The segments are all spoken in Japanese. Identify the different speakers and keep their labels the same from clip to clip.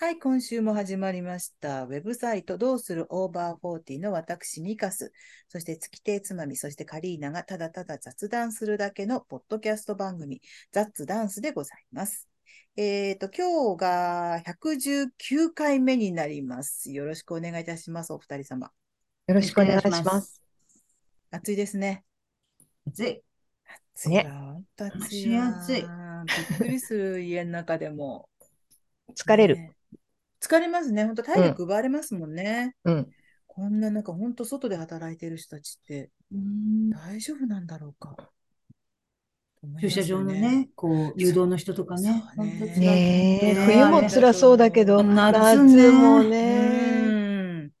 Speaker 1: はい、今週も始まりました。ウェブサイトどうするオーバーフォーティの私、ミカス、そして月亭つまみ、そしてカリーナがただただ雑談するだけのポッドキャスト番組、雑ダンスでございます。えっ、と、今日が119回目になります。よろしくお願いいたします、お二人様。
Speaker 2: よろしくお願いし
Speaker 3: お願いし
Speaker 2: ま。
Speaker 3: ます
Speaker 1: 暑いですね。
Speaker 3: 暑い。
Speaker 1: 暑いわ。本当暑いわ。
Speaker 3: 蒸し暑い
Speaker 1: びっくりする家の中でも。
Speaker 2: 疲れる。
Speaker 1: ね疲れますね。本当体力奪われますもんね。
Speaker 2: うん。
Speaker 1: こんななんか本当外で働いてる人たちって大丈夫なんだろうか。
Speaker 3: 駐車場の
Speaker 1: 思いますよ
Speaker 3: ね、こう、誘導の人とかね。
Speaker 1: そうね
Speaker 3: 本当辛い
Speaker 2: ねえ、
Speaker 1: ね
Speaker 2: 冬も辛そうだけど、
Speaker 3: 夏ね
Speaker 2: 夏も
Speaker 1: う
Speaker 2: ね、
Speaker 1: ん。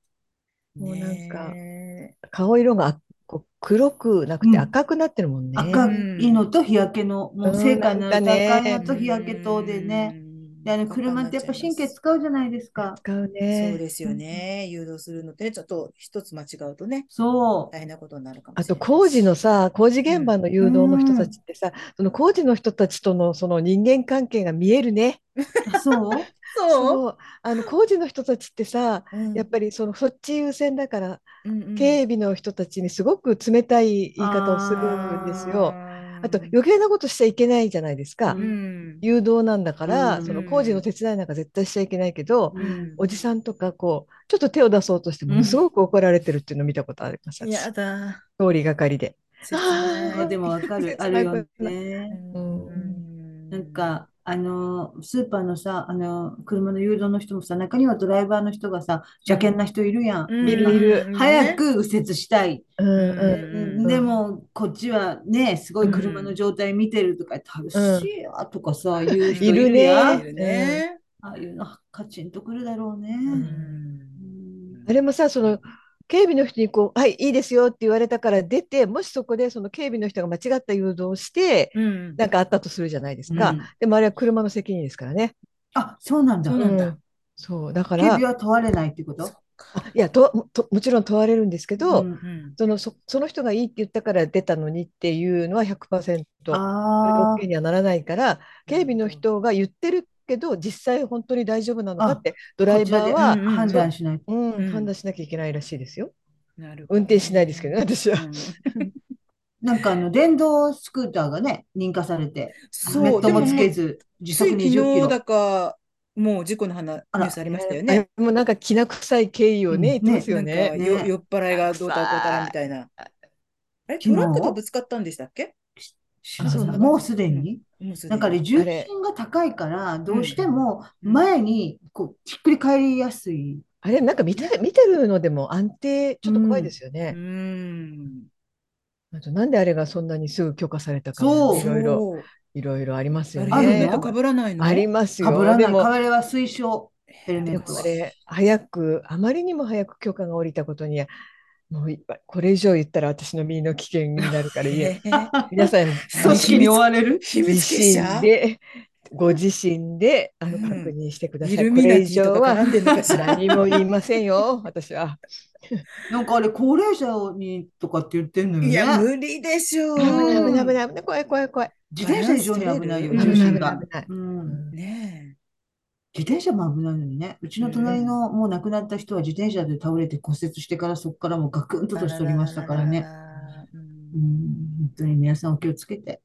Speaker 2: もうなんか
Speaker 1: ねえ
Speaker 2: 顔色がこう黒くなくて
Speaker 3: うん
Speaker 2: 赤くなってるもんね。
Speaker 3: 赤いのと日焼けの、もう成果の
Speaker 2: うんなんか
Speaker 3: 赤
Speaker 2: ね
Speaker 3: いのと日焼けとでね。。
Speaker 1: うん
Speaker 3: で、あの、車ってやっぱ神経使うじゃないですか。
Speaker 2: 使う
Speaker 1: そう
Speaker 2: ね。
Speaker 1: ですよね。誘導するのってね、ちょっと一つ間違うとね、
Speaker 3: そ
Speaker 1: 大変なことになるかも
Speaker 2: あ
Speaker 1: しれ
Speaker 2: と
Speaker 1: ない。
Speaker 2: 工事のさ、工事現場の誘導の人たちってさ、その工事の人たちとのその人間関係が見えるね。
Speaker 3: う。あそう
Speaker 1: そう
Speaker 2: そう。あの工事の人たちってさ、
Speaker 1: うん
Speaker 2: やっぱりそのそっち優先だから、
Speaker 1: うんうん
Speaker 2: 警備の人たちにすごく冷たい言い方をするんですよ。あと余計なことしちゃいけないじゃないですか。
Speaker 1: うん
Speaker 2: 誘導なんだから、
Speaker 3: うん
Speaker 2: その工事の手伝いなんか絶対しちゃいけないけど、
Speaker 1: うん
Speaker 2: おじさんとかこうちょっと手を出そうとしても
Speaker 3: うん
Speaker 2: すごく怒られてるっていうのを見たことあります、私
Speaker 1: やだ。
Speaker 2: 通りがかりで。
Speaker 1: 切ない
Speaker 3: あでもわ かる。あるよね。
Speaker 1: うん
Speaker 3: なんか、あの、スーパーのさ、あの、車の誘導の人もさ、中にはドライバーの人がさ、邪険な人いるやん。
Speaker 1: うん
Speaker 2: いるいる
Speaker 1: うん
Speaker 3: 早く右折したい。
Speaker 2: うん
Speaker 1: うん
Speaker 2: うん
Speaker 1: うん
Speaker 3: でもこっちはねすごい車の状態見てるとか「楽しいわ」とかさ言う人いるや
Speaker 1: いるね。
Speaker 3: ああいうのカチンとくるだろうね。うん
Speaker 2: あれもさその警備の人にこう「はいいいですよ」って言われたから出てもしそこでその警備の人が間違った誘導をして
Speaker 1: うん
Speaker 2: なんかあったとするじゃないです
Speaker 3: う
Speaker 2: か、
Speaker 3: ん
Speaker 2: でもあれは車の責任ですからね。
Speaker 3: あそうなんだ。
Speaker 1: そう
Speaker 3: 警
Speaker 1: なんだ
Speaker 2: うんそうだから
Speaker 3: 備は問われないってこと
Speaker 2: あいやとともちろん問われるんですけど、
Speaker 3: うん
Speaker 1: うん
Speaker 2: そのそその人がいいって言ったから出たのにっていうのは100%それで
Speaker 3: あ
Speaker 2: OK にはならないから警備の人が言ってるけど実際本当に大丈夫なのかってドライバー
Speaker 3: あ、
Speaker 2: は、
Speaker 1: うん
Speaker 3: 判断しないと。
Speaker 2: うん
Speaker 1: うん
Speaker 2: 判断しなきゃいけないらしいですよ
Speaker 1: なるほど
Speaker 2: 運転しないですけどね私は。
Speaker 1: うん
Speaker 3: なんかあの電動スクーターがね認可されて
Speaker 1: そう
Speaker 3: ヘルメットもつけ
Speaker 1: で
Speaker 3: ず時
Speaker 1: つ
Speaker 3: 速
Speaker 1: い
Speaker 3: 20キ
Speaker 1: 昨日
Speaker 3: ロ。
Speaker 1: だかもう事故の話ニ
Speaker 3: あ
Speaker 1: ュ
Speaker 3: ら
Speaker 1: ースありましたよね。
Speaker 2: あもうなんかきな臭い経緯をね、
Speaker 3: うん
Speaker 2: 言ってますよ
Speaker 1: な
Speaker 2: ね。
Speaker 1: んかよ
Speaker 3: ね
Speaker 1: 酔っ払いがどうたらこうたらみたいな。あれトラックとぶつかったんでしたっけ
Speaker 3: 知ら
Speaker 2: あそう
Speaker 3: な
Speaker 2: ないんだ
Speaker 3: もうすでに
Speaker 1: もうすで
Speaker 3: なん
Speaker 1: に
Speaker 3: かあれ重心が高いからどうしても
Speaker 1: うん
Speaker 3: 前にこうひっくり返りやすい。
Speaker 2: あれなんか見て見てるのでも安定ちょっと怖いですよ
Speaker 1: う
Speaker 2: ね。
Speaker 1: ん。
Speaker 2: あとなんであれがそんなにすぐ許可されたかも
Speaker 3: そう
Speaker 2: いろいろ
Speaker 1: そう
Speaker 2: いろいろありますよ
Speaker 1: あれヘル
Speaker 2: ね
Speaker 3: る
Speaker 1: メッ。ト被らないの
Speaker 2: ありますよ。
Speaker 3: かぶら
Speaker 2: で
Speaker 3: ない。
Speaker 2: も
Speaker 3: かぶれは推奨。ヘルメ
Speaker 2: で
Speaker 3: ッ
Speaker 2: も
Speaker 3: トは
Speaker 2: あ。れ、早く、あまりにも早く許可が下りたことに、もういこれ以上言ったら私の身の危険になるから言え、
Speaker 1: えー
Speaker 2: 皆さん、
Speaker 1: 組織に追
Speaker 3: われる
Speaker 1: 秘密
Speaker 2: 自
Speaker 1: 結社
Speaker 2: 身で、ご自身であの
Speaker 1: うん
Speaker 2: 確認してくださ
Speaker 1: イ
Speaker 2: い。
Speaker 1: ル
Speaker 2: こ
Speaker 1: ミナ
Speaker 2: れ
Speaker 1: テ
Speaker 2: 以
Speaker 1: ィ
Speaker 2: 上
Speaker 1: とか絡
Speaker 2: は
Speaker 1: んでんのかしら。
Speaker 2: 何も言いませんよ、私は。
Speaker 3: なんかあれ、高齢者にとかって言ってんの
Speaker 1: いや、
Speaker 3: よ
Speaker 1: 無
Speaker 3: ね。
Speaker 1: 理でしょう
Speaker 2: 危。ない危ない
Speaker 3: うん
Speaker 2: 危ない危ない、怖い怖い怖い。
Speaker 3: 自転車以上に危ないよ、
Speaker 1: バランス取れ
Speaker 3: 重
Speaker 1: る
Speaker 3: 心
Speaker 2: う
Speaker 3: が
Speaker 2: ん危ない。危
Speaker 3: うん
Speaker 1: ね
Speaker 3: 自転車も危ないのにね。うちの隣のもう亡くなった人は自転車で倒れて骨折してからそこからもうガクン
Speaker 1: え。
Speaker 3: と年取りましたから
Speaker 1: あ
Speaker 3: ね。
Speaker 1: らららら。うん
Speaker 3: うん、本当に皆さんお気をつけて。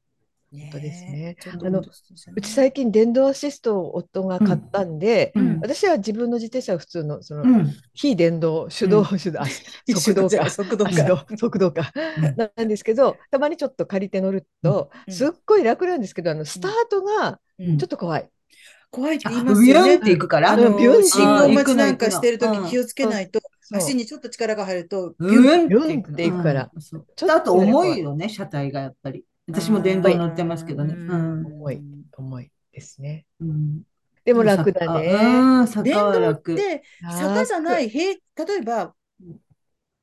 Speaker 1: ね
Speaker 2: 当ですね
Speaker 1: ちょっと
Speaker 2: あの
Speaker 1: 本当そうですね
Speaker 2: うち最近、電動アシストを夫が買ったんで、
Speaker 3: うん。
Speaker 2: 私は自分の自転車は普通のその、
Speaker 3: うん。
Speaker 2: 非電動、手動、手動、あ速道
Speaker 1: じゃ
Speaker 2: か
Speaker 1: あ。速度
Speaker 2: あ
Speaker 1: か。
Speaker 2: の速度か
Speaker 3: うん
Speaker 2: ななんですけどたまにちょっと借りて乗ると、
Speaker 1: うん
Speaker 2: すっごい楽なんですけどあのスタートが
Speaker 1: うん
Speaker 2: ちょっと怖い、
Speaker 1: 怖いって
Speaker 3: あ、
Speaker 1: 言い
Speaker 3: ビ
Speaker 1: ますよ
Speaker 3: ューン
Speaker 1: ね
Speaker 3: っ。ていくか
Speaker 1: あ
Speaker 3: ら。
Speaker 2: う
Speaker 1: の
Speaker 2: ビュンって
Speaker 1: 信号待ちなんかしてると
Speaker 3: うん
Speaker 1: き気をつけないと、
Speaker 2: そう
Speaker 1: 足にちょっと力が入ると、
Speaker 3: う
Speaker 1: ビュン
Speaker 3: ん
Speaker 2: ビュンっていくから
Speaker 3: うんそう
Speaker 2: ちょっと
Speaker 3: あと重いよね、車体がやっぱり。私も電動乗ってますけどね。うん。
Speaker 2: 重い重いですね
Speaker 3: うん
Speaker 2: でも楽だね、
Speaker 3: うん、坂
Speaker 1: 電
Speaker 3: は
Speaker 1: 動っ
Speaker 3: 楽。
Speaker 1: て坂じゃない、平例えば、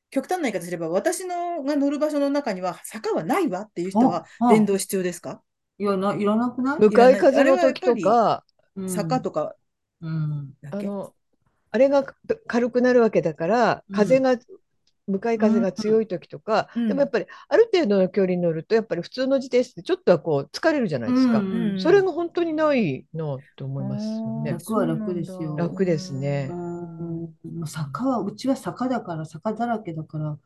Speaker 1: 極端な言い方すれば、私のが乗る場所の中には坂はないわっていう人は、
Speaker 3: ああ
Speaker 1: 電動必要ですか
Speaker 3: いやな、いらなくない
Speaker 2: 向かい風の時と
Speaker 1: いら
Speaker 2: か
Speaker 3: うん
Speaker 1: 坂とか
Speaker 3: うん。
Speaker 1: だ
Speaker 2: あ
Speaker 1: け。
Speaker 2: のあれが軽くなるわけだから風が向かい風が強い時とか、
Speaker 1: うん
Speaker 2: でもやっぱりある程度の距離に乗るとやっぱり普通の自転車ってちょっとはこう疲れるじゃないですか、
Speaker 3: うん
Speaker 1: うん
Speaker 2: それが本当にないなと思いますよ
Speaker 1: あ
Speaker 2: ね
Speaker 1: ー。
Speaker 3: 楽は楽ですよ
Speaker 2: 楽ですね
Speaker 3: うんもう坂は、うちは坂だから、坂だらけだから、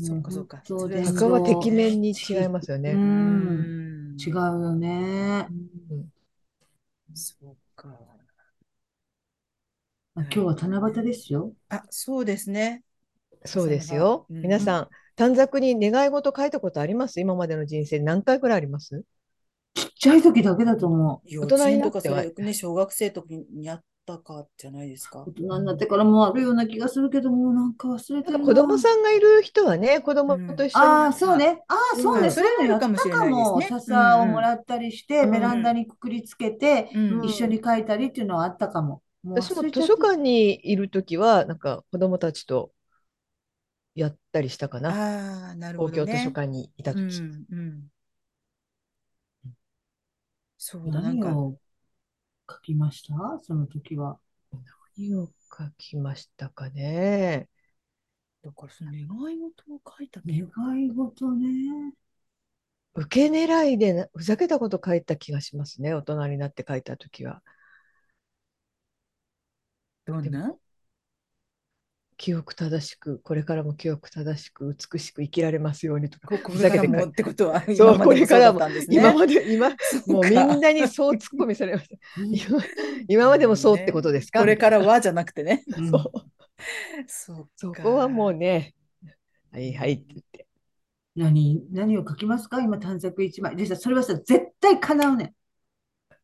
Speaker 1: そうかそうか。
Speaker 3: うん
Speaker 1: それ
Speaker 3: うん
Speaker 2: 坂はてきめんに違いますよ
Speaker 3: う
Speaker 2: ね。
Speaker 3: ん、違
Speaker 1: 違
Speaker 3: う
Speaker 1: う
Speaker 3: よね。
Speaker 1: ん。そうか。
Speaker 3: まあ今日は七夕ですよ。
Speaker 1: あ、そうですね。
Speaker 2: そうですよ。
Speaker 1: うん
Speaker 2: 皆さん短冊に願い事書いたことあります今までの人生何回くらいあります
Speaker 3: ちっちゃい時だけだと思う。
Speaker 1: 幼
Speaker 2: 大人
Speaker 1: 稚
Speaker 2: に
Speaker 1: 園
Speaker 2: な
Speaker 1: と
Speaker 2: って
Speaker 1: か
Speaker 2: は
Speaker 1: それよくね、小学生とかにやったかじゃないですか
Speaker 3: 大。人になってからもあるような気がするけど、もうなんか忘れて
Speaker 2: ただ
Speaker 3: るな
Speaker 2: 子供さんがいる人はね子供と一緒に、
Speaker 3: ああ、そうね。ああ、そう
Speaker 1: う
Speaker 3: ね。
Speaker 1: ん
Speaker 3: それもやった
Speaker 1: それもいいかもしれないですね
Speaker 3: 笹をもらったりして、
Speaker 2: うん
Speaker 3: ベランダにくくりつけて、
Speaker 1: うん
Speaker 3: 一緒に書いたりっていうのはあったかも。もう
Speaker 2: 私も
Speaker 3: 忘れち
Speaker 2: 図
Speaker 3: ゃっ
Speaker 2: 書
Speaker 3: た
Speaker 2: 館にいる時はなんか子供たちとやったりしたかな
Speaker 1: ああ、なるほ
Speaker 2: 公
Speaker 1: ど
Speaker 2: 共図書
Speaker 1: ね。
Speaker 2: 館にいた
Speaker 1: う
Speaker 2: 時、
Speaker 1: んうん。そうだ、なん
Speaker 3: 何
Speaker 1: か、
Speaker 3: を書きましたその時は。
Speaker 2: 何を書きましたかね
Speaker 1: だからその願い事を書いた記
Speaker 3: 願
Speaker 1: 憶
Speaker 3: い事ね。
Speaker 2: 受け狙いでなふざけたこと書いた気がしますね大人になって書いた時は
Speaker 1: どん
Speaker 2: で
Speaker 1: な
Speaker 2: も記憶正しくこれからも記憶正しく美しく生きられますようにとか
Speaker 1: ここ
Speaker 2: ふ
Speaker 1: れ
Speaker 2: ざ
Speaker 1: から
Speaker 2: けて書
Speaker 1: も
Speaker 2: い
Speaker 1: ってことは、
Speaker 2: そう
Speaker 1: 今までも
Speaker 2: これ
Speaker 1: そ
Speaker 2: から
Speaker 1: うだったんですね。
Speaker 2: 今まで今
Speaker 1: そう
Speaker 2: もうみ
Speaker 1: か
Speaker 2: んなにそう突っ込みされま した今今までもそうってことですか
Speaker 1: これ
Speaker 2: みた
Speaker 1: か
Speaker 2: いな
Speaker 1: らはじゃなくてね。
Speaker 3: うん
Speaker 2: そう
Speaker 1: そう
Speaker 2: そ
Speaker 1: か
Speaker 2: こはもうね、はいはいって言って。
Speaker 3: 何、何を書きますか今、短冊一枚。でさ、それはさ、絶対叶うねん。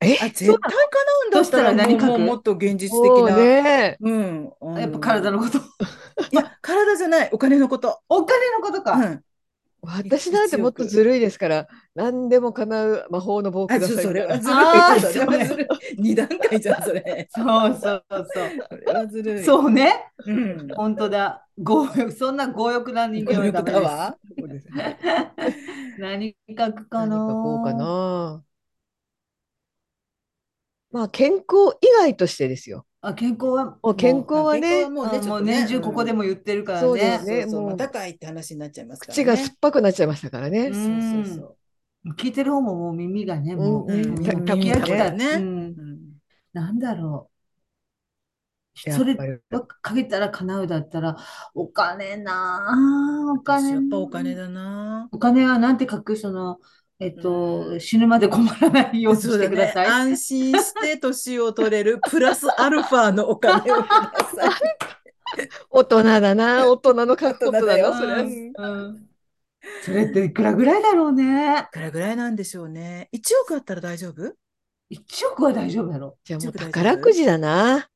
Speaker 2: え
Speaker 1: あ、絶対叶うんだったら、
Speaker 3: そしたら
Speaker 1: もう
Speaker 3: 何書く
Speaker 1: もうもっと現実
Speaker 2: そう
Speaker 1: 的な。
Speaker 2: ね。
Speaker 1: うん。あの
Speaker 3: やっぱ体のこと。
Speaker 1: いや、体じゃない、お金のこと。
Speaker 3: お金のこと
Speaker 1: う
Speaker 3: か。
Speaker 1: ん。
Speaker 2: 私なんてもっとずるいですから、何でも叶う魔法の棒
Speaker 1: あ、
Speaker 2: くだ
Speaker 1: そ
Speaker 2: さい
Speaker 1: そ
Speaker 2: みた
Speaker 1: れ
Speaker 2: いな
Speaker 1: はずるい。
Speaker 3: あ
Speaker 1: そ
Speaker 3: ー
Speaker 1: れはずるい。二段階じゃん、それ。
Speaker 3: そうそうそう。
Speaker 1: それはずるい。
Speaker 3: そうね。
Speaker 1: うん。
Speaker 3: 本当だ。強欲、そんな強欲な人間
Speaker 1: 強
Speaker 3: はダ
Speaker 1: 力
Speaker 3: メ
Speaker 1: だ
Speaker 3: です。
Speaker 1: わ。
Speaker 2: そうですね。
Speaker 3: 何書くか
Speaker 2: 何かこうか
Speaker 3: な。
Speaker 2: な。まあ健康以外としてですよ。
Speaker 3: あ、健康は、
Speaker 2: もう健康は
Speaker 1: 健康
Speaker 2: ね
Speaker 1: は、もうね、
Speaker 3: あ
Speaker 1: ちょ
Speaker 3: も
Speaker 1: っ
Speaker 3: う
Speaker 1: とね
Speaker 3: 年中ここでも言ってるから
Speaker 2: そうだよ
Speaker 3: ね。
Speaker 1: そうそう、
Speaker 2: もう
Speaker 1: またかいって話になっちゃいますからね。
Speaker 2: 口が酸っぱくなっちゃいましたからね。
Speaker 1: そうそうそう。
Speaker 3: 聞いてる方ももう耳がね、も
Speaker 2: う
Speaker 3: う、
Speaker 2: ん
Speaker 1: うん
Speaker 3: もう
Speaker 1: た
Speaker 3: 耳が
Speaker 2: 多分
Speaker 3: 来た。
Speaker 1: ね
Speaker 3: うん
Speaker 1: うん
Speaker 3: なんだろう。
Speaker 2: や
Speaker 3: そ
Speaker 2: っ
Speaker 3: れ
Speaker 2: ぱり。
Speaker 3: ばっかけたら叶うだったら、お金なあ、お
Speaker 1: 私
Speaker 3: 金
Speaker 1: やっぱ
Speaker 3: な
Speaker 1: お金だな。
Speaker 3: お金はなんて書くその、えっ
Speaker 1: う
Speaker 3: と、
Speaker 1: ん
Speaker 3: 死ぬまで困らないように
Speaker 1: そう
Speaker 3: して
Speaker 1: だ
Speaker 3: くだ
Speaker 1: ね。
Speaker 3: さい。
Speaker 1: 安心して年を取れるプラスアルファのお金をくださ い。
Speaker 2: 大人だな、大人の書くことだ
Speaker 1: 大
Speaker 2: な、
Speaker 1: 人
Speaker 2: そ
Speaker 1: だ
Speaker 2: れ
Speaker 1: よ。
Speaker 3: うんそれっていくらぐらいだろうね。
Speaker 1: いくらぐらいなんでしょうね。1億あったら大丈夫
Speaker 3: 1億は大丈夫だろ。
Speaker 2: じゃあもう
Speaker 1: 大丈夫
Speaker 2: 宝くじだな。